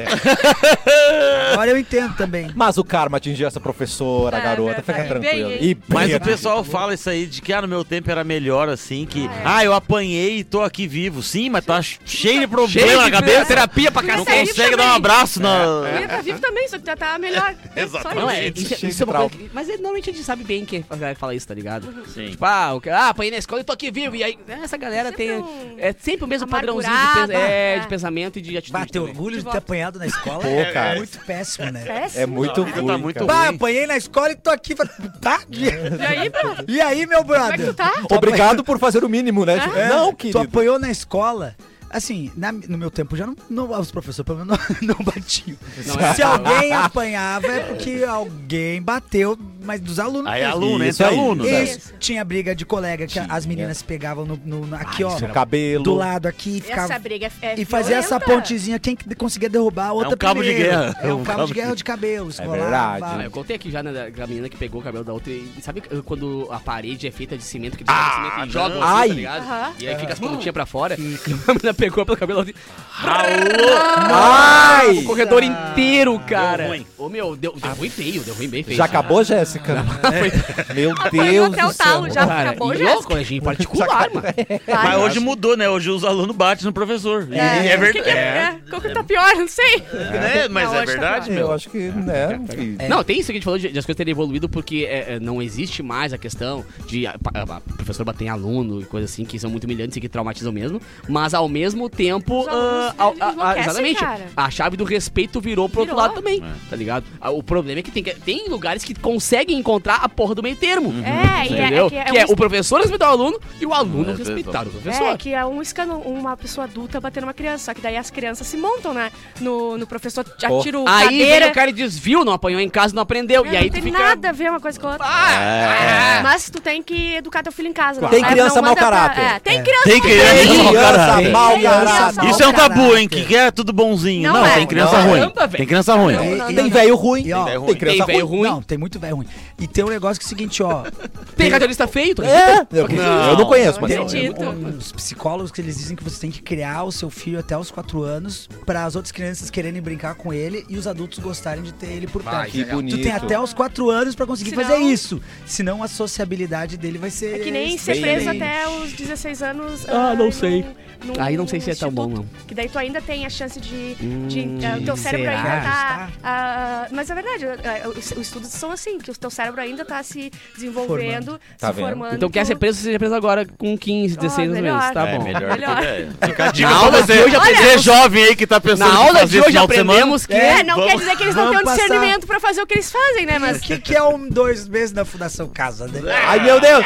Speaker 2: Agora eu entendo também.
Speaker 1: Mas o karma atingiu essa professora,
Speaker 6: É
Speaker 1: garota.
Speaker 6: Ah, verdade.
Speaker 1: Fica tranquilo.
Speaker 6: Bem, hein?
Speaker 1: e bem,
Speaker 4: Mas o
Speaker 1: Preta.
Speaker 4: pessoal fala isso aí de que ah, no meu tempo era melhor assim, que ah, eu apanhei e tô aqui vivo. Sim, mas tá cheio de problema
Speaker 3: Cheio de
Speaker 4: na cabeça.
Speaker 3: terapia pra
Speaker 4: Não
Speaker 3: cacete.
Speaker 4: consegue
Speaker 6: também.
Speaker 4: dar um abraço na.
Speaker 6: Ia tá vivo também, só que já tá melhor.
Speaker 4: Exatamente.
Speaker 3: Não, é,
Speaker 1: Gente,
Speaker 3: isso,
Speaker 1: cheio
Speaker 3: isso
Speaker 1: de
Speaker 3: é uma coisa
Speaker 1: trauma.
Speaker 3: que- Mas é, normalmente a gente sabe bem quem fa- fala isso, tá ligado?
Speaker 6: Uhum.
Speaker 4: Sim.
Speaker 3: Tipo, ah, o que- ah, apanhei na escola e tô aqui vivo. E aí, essa galera
Speaker 6: Sempre
Speaker 3: tem.
Speaker 6: um
Speaker 3: É sempre o mesmo padrãozinho de,
Speaker 6: amargurado,
Speaker 3: pe- é,
Speaker 6: é.
Speaker 3: de pensamento e de atitude.
Speaker 2: Bateu
Speaker 3: também.
Speaker 2: orgulho de, ter apanhado na escola?
Speaker 1: Pô, cara.
Speaker 2: É muito péssimo, né?
Speaker 6: Péssimo.
Speaker 1: É muito
Speaker 4: Não, a vida
Speaker 1: ruim,
Speaker 4: tá muito
Speaker 1: cara.
Speaker 4: ruim.
Speaker 2: Bah, apanhei na escola e tô aqui. pra- Tá?
Speaker 6: E aí, Bruno?
Speaker 2: E aí, meu brother?
Speaker 6: Como é que tu tá?
Speaker 1: Obrigado por fazer o mínimo, né? Tipo,
Speaker 6: Ah.
Speaker 2: É,
Speaker 1: Não,
Speaker 2: Tu
Speaker 1: querido.
Speaker 2: apanhou na escola. Assim, na- no meu tempo já não, não os professores pelo menos não, *laughs* não batiam.
Speaker 3: Não, é-
Speaker 2: Se alguém apanhava é porque alguém bateu, mas dos alunos.
Speaker 4: Aí é
Speaker 2: mesmo.
Speaker 4: aluno,
Speaker 1: Isso
Speaker 4: entre
Speaker 1: aí.
Speaker 4: aluno. né?
Speaker 2: Isso. Tinha briga de colega que as meninas pegavam no, no- no- aqui, ó,
Speaker 1: No cabelo.
Speaker 2: do lado aqui,
Speaker 6: Essa
Speaker 2: ficava
Speaker 6: briga é
Speaker 2: e fazia essa
Speaker 6: violenta.
Speaker 2: pontezinha quem que conseguia derrubar a outra
Speaker 4: cabo de
Speaker 2: primeiro.
Speaker 4: guerra.
Speaker 2: É um cabo de guerra de cabelo, escolar,
Speaker 1: verdade.
Speaker 2: vá.
Speaker 3: Ah, eu contei aqui já né, da, da menina que pegou o cabelo da outra e sabe eh, quando a parede é feita de cimento que eles pegam cimento e jogam assim,
Speaker 1: Ai.
Speaker 3: tá ligado?
Speaker 6: Aham.
Speaker 3: E aí fica as pontinhas pra fora. E *laughs* a menina pegou pelo cabelo assim,
Speaker 4: Alô!
Speaker 3: o
Speaker 1: Ai!
Speaker 3: corredor inteiro, cara.
Speaker 4: ruim.
Speaker 3: Ô meu, deu, deu ruim feio, deu ruim bem feio.
Speaker 1: Já
Speaker 3: *laughs*
Speaker 1: acabou, Jéssica? Meu
Speaker 6: Apanhou
Speaker 1: Deus
Speaker 6: até
Speaker 1: do
Speaker 6: o
Speaker 1: céu.
Speaker 6: talo, *laughs* já
Speaker 3: Cara,
Speaker 6: acabou,
Speaker 3: e
Speaker 6: já.
Speaker 3: louco, é em particular, mano.
Speaker 4: Mas hoje mudou, né? Hoje os alunos batem no professor. E É,
Speaker 6: O que que é? é? Qual que tá pior? Não sei.
Speaker 4: Né? Mas
Speaker 6: Não,
Speaker 4: é
Speaker 6: hoje tá
Speaker 4: verdade,
Speaker 1: Eu
Speaker 4: meu.
Speaker 1: acho que, né? enfim.
Speaker 3: Não, tem isso que a gente falou de, de as coisas terem evoluído porque é, é, não existe mais a questão de a, pa- a- a professor bater em aluno e coisas assim que são muito humilhantes e que traumatizam mesmo. Mas ao mesmo tempo,
Speaker 6: Os alunos,
Speaker 3: ah, ao-
Speaker 6: eles
Speaker 3: a- a-
Speaker 6: enlouquecem,
Speaker 3: exatamente,
Speaker 6: cara.
Speaker 3: a chave do respeito virou pro
Speaker 6: Virou.
Speaker 3: outro lado também, tá ligado? Ah, O problema é que tem, que- tem lugares que conseguem encontrar a porra do meio termo.
Speaker 6: É, e é,
Speaker 3: Entendeu?
Speaker 6: é que é
Speaker 3: que é
Speaker 6: um
Speaker 3: o professor respeitar o aluno e o aluno
Speaker 4: É,
Speaker 3: respeitar o professor.
Speaker 6: É, que é um escano, uma pessoa adulta batendo uma criança. Só que daí as crianças se montam, né? No, no professor atira o
Speaker 3: Aí
Speaker 6: cadeira.
Speaker 3: vem o cara e desviou, não apanhou em casa, não aprendeu.
Speaker 6: É,
Speaker 3: e aí
Speaker 6: não tem
Speaker 3: tu fica.
Speaker 6: nada a ver uma coisa com a outra.
Speaker 4: É.
Speaker 6: Mas tu tem que educar teu filho em casa. né?
Speaker 1: Ah, Tem
Speaker 6: Mas
Speaker 1: criança
Speaker 6: não
Speaker 1: mau
Speaker 6: manda pra-
Speaker 1: caráter.
Speaker 6: é, tem criança
Speaker 4: Tem
Speaker 6: que
Speaker 4: criança
Speaker 1: Criança,
Speaker 4: mau caráter.
Speaker 1: mau
Speaker 2: Tem
Speaker 1: caráter.
Speaker 3: Tá
Speaker 2: criança mau
Speaker 4: Isso é um tabu,
Speaker 2: caráter.
Speaker 4: hein? Que que é tudo bonzinho.
Speaker 6: Não
Speaker 4: Não,
Speaker 6: é.
Speaker 4: tem criança
Speaker 1: Não.
Speaker 4: ruim.
Speaker 3: Caramba, velho.
Speaker 4: Tem criança ruim.
Speaker 2: E-
Speaker 1: Tem
Speaker 2: e-
Speaker 1: Tem velho ruim.
Speaker 2: E, ó,
Speaker 4: velho ruim.
Speaker 1: Tem
Speaker 3: Tem
Speaker 1: criança É ruim.
Speaker 3: velho ruim.
Speaker 2: Não, tem muito velho ruim. E tem um negócio que é o seguinte, ó.
Speaker 3: Tem radialista feio, tá tu
Speaker 1: É, eu,
Speaker 4: Não.
Speaker 1: eu não conheço,
Speaker 6: Não
Speaker 2: é
Speaker 1: mas
Speaker 6: acredito.
Speaker 2: um Os psicólogos que eles dizem que você tem que criar o seu filho até os 4 anos para as outras crianças quererem brincar com ele e os adultos gostarem de ter ele por perto.
Speaker 1: que bonito.
Speaker 2: Tu tem até os 4 anos para conseguir
Speaker 6: Senão-
Speaker 2: fazer isso. Senão a sociabilidade dele vai ser.
Speaker 6: É que nem ser
Speaker 1: Bem-
Speaker 6: preso até os 16 anos.
Speaker 3: Ah, não
Speaker 6: em um-
Speaker 3: sei.
Speaker 6: num-
Speaker 3: Aí não sei se é tão bom,
Speaker 6: instituto. Que daí tu ainda tem a chance de. de ah, o teu cérebro
Speaker 3: será?
Speaker 6: ainda tá. ah, mas é verdade, ah, os os estudos são assim, que o teu cérebro ainda tá se desenvolvendo,
Speaker 1: Tá
Speaker 6: se
Speaker 1: vendo?
Speaker 6: formando. É,
Speaker 3: Então quer ser preso, seja preso agora com 15, 16 anos
Speaker 6: Ah, melhor.
Speaker 3: meses. Tá
Speaker 4: É
Speaker 3: bom.
Speaker 4: melhor.
Speaker 6: Melhor.
Speaker 4: É. Fica a dica
Speaker 3: Na
Speaker 4: pra
Speaker 3: aula de
Speaker 4: você.
Speaker 3: hoje
Speaker 4: Você
Speaker 3: aprendemos-
Speaker 4: jovem aí que tá pensando
Speaker 3: Na
Speaker 4: em
Speaker 3: aula de
Speaker 4: fazer esse
Speaker 3: hoje
Speaker 4: final de semana.
Speaker 3: aprendemos que.
Speaker 6: É, não
Speaker 4: Vamos-
Speaker 6: quer dizer que eles não têm
Speaker 2: vamos
Speaker 6: um
Speaker 2: passar.
Speaker 6: discernimento pra fazer o que eles fazem, né? Mas
Speaker 2: O que, que é um dois meses na Fundação Casa?
Speaker 6: *laughs*
Speaker 2: Né?
Speaker 1: Ai, meu Deus!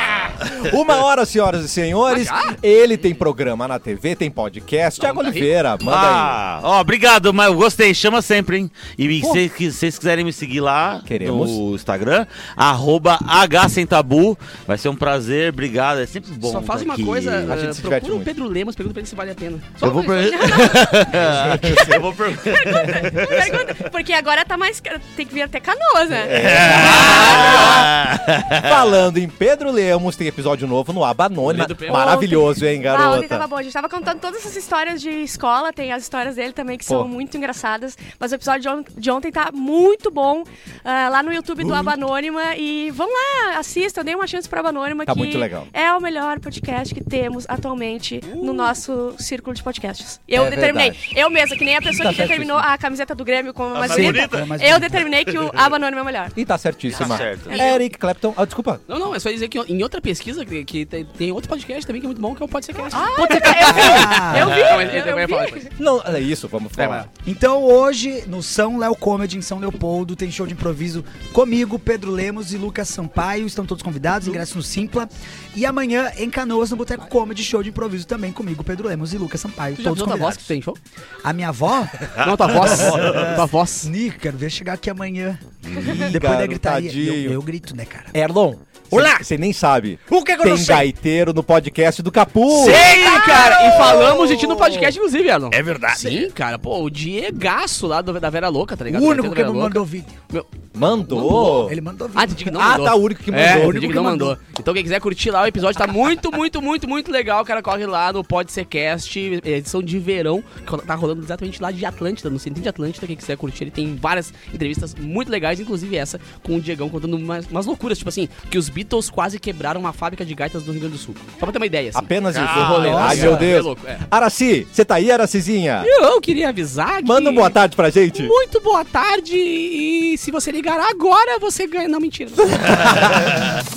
Speaker 1: Uma hora, senhoras e senhores. Ele tem programa na TV, tem podcast. Tiago Oliveira, manda aí.
Speaker 4: Ah, ó, obrigado, mas eu gostei, chama sempre, hein? E se que- se vocês quiserem me seguir lá
Speaker 1: Queremos.
Speaker 4: no Instagram, arroba H Sem Tabu. Vai ser um prazer, obrigado. É sempre bom.
Speaker 3: Só faz
Speaker 4: tá
Speaker 3: uma
Speaker 4: aqui.
Speaker 3: coisa,
Speaker 1: A gente
Speaker 3: eh,
Speaker 1: se diverte
Speaker 3: procura o
Speaker 1: muito.
Speaker 3: Pedro Lemos, pergunta pra ele se vale a pena. Só
Speaker 4: Eu vou
Speaker 3: uma
Speaker 4: per...
Speaker 3: coisa,
Speaker 4: *laughs* eu vou perguntar.
Speaker 3: *laughs*
Speaker 6: pergunta, porque agora tá mais. caro, Tem que vir até canoas, né?
Speaker 1: É. Falando em Pedro Lemos, tem episódio novo no Aba Anônima.
Speaker 3: Medo pelo-
Speaker 1: Maravilhoso, hein,
Speaker 6: Ah,
Speaker 1: garota?
Speaker 6: ontem tava bom. A gente tava contando todas essas histórias de escola, tem as histórias dele também que
Speaker 1: Pô.
Speaker 6: são muito engraçadas. Mas o episódio de, on- de ontem tá muito bom ah, lá no YouTube
Speaker 1: Hum.
Speaker 6: do Aba Anônima. E vão lá, assistam, deem uma chance pro Aba Anônima.
Speaker 1: Tá
Speaker 6: que
Speaker 1: muito legal. Uh.
Speaker 6: É o melhor podcast que temos atualmente no nosso círculo de podcasts. Eu
Speaker 1: É
Speaker 6: determinei,
Speaker 1: verdade.
Speaker 6: eu mesma, que nem a pessoa que determinou a camiseta do Grêmio como a mais
Speaker 4: mais
Speaker 6: bonita,
Speaker 4: bonita?
Speaker 2: Mais
Speaker 6: eu
Speaker 2: bonita.
Speaker 6: determinei que o Aba Anônima é o melhor.
Speaker 1: E tá certíssima.
Speaker 4: Tá certo.
Speaker 1: Eric Clapton. Ah, desculpa.
Speaker 3: Não, não, é só dizer que em outra pesquisa, que, que tem, tem outro podcast também que é muito bom, que é o Pode Ser Cast. Pode
Speaker 6: é,
Speaker 3: Ser Cast.
Speaker 2: Ah,
Speaker 3: Eu vi, eu,
Speaker 6: eu vi.
Speaker 1: Não, é isso, vamos falar.
Speaker 2: Então hoje, no São Léo Comedy, em São Leopoldo, tem show de improviso comigo, Pedro Lemos e Lucas Sampaio. Estão todos convidados, ingresso no Simpla. E amanhã, em Canoas, no Boteco Comedy, show de improviso também comigo, Pedro Lemos e Lucas Sampaio.
Speaker 3: Tu já
Speaker 2: todos
Speaker 3: viu tua
Speaker 2: convidados.
Speaker 3: voz que tu tem show?
Speaker 2: A minha avó?
Speaker 4: Ah.
Speaker 3: Não, tua voz.
Speaker 4: *laughs*
Speaker 3: tua voz.
Speaker 2: Sni, quero ver chegar aqui amanhã. Depois da gritaria.
Speaker 1: garotadinho.
Speaker 2: Eu, eu grito, né, cara?
Speaker 1: Erlon.
Speaker 2: Olá!
Speaker 1: Você nem sabe.
Speaker 2: O que que eu
Speaker 1: Tem
Speaker 2: não sei?
Speaker 1: gaiteiro no podcast do Capu. Ah!
Speaker 3: Sei, cara! E falamos de ti no podcast, inclusive, Erlon.
Speaker 4: É verdade.
Speaker 3: Sim, cara. Pô, o Diegaço lá do- da Vera Louca, tá
Speaker 2: O
Speaker 3: ligado?
Speaker 2: único
Speaker 3: Da
Speaker 2: que
Speaker 3: Vera
Speaker 2: me
Speaker 3: Louca.
Speaker 2: mandou vídeo.
Speaker 3: Meu,
Speaker 1: Mandou.
Speaker 2: Ele mandou vídeo.
Speaker 3: Ah, tu diz que não
Speaker 1: Ah,
Speaker 3: mandou.
Speaker 1: tá, o único que
Speaker 3: É,
Speaker 1: mandou.
Speaker 2: único
Speaker 3: o único
Speaker 2: que
Speaker 3: que não
Speaker 2: mandou.
Speaker 3: mandou. Então quem quiser curtir lá o episódio tá muito, muito, muito, muito legal. O cara corre lá no Pode Ser Cast, edição de verão, que tá rolando exatamente lá de Atlântida, no centro de Atlântida. Quem quiser curtir, ele tem várias entrevistas muito legais, inclusive essa com o Diegão contando umas, umas loucuras, tipo assim, que os Beatles quase quebraram uma fábrica de gaitas do Rio Grande do Sul. Só pra ter uma ideia, assim.
Speaker 1: Apenas isso.
Speaker 3: Ah, rolê,
Speaker 1: Ai,
Speaker 3: nossa.
Speaker 1: meu
Speaker 3: É
Speaker 1: Deus.
Speaker 3: louco, é.
Speaker 1: Araci, você tá aí, Aracizinha?
Speaker 3: Eu queria avisar que...
Speaker 1: Manda uma boa tarde pra gente.
Speaker 3: Muito boa tarde e se você ligar agora, você ganha... Não, mentira.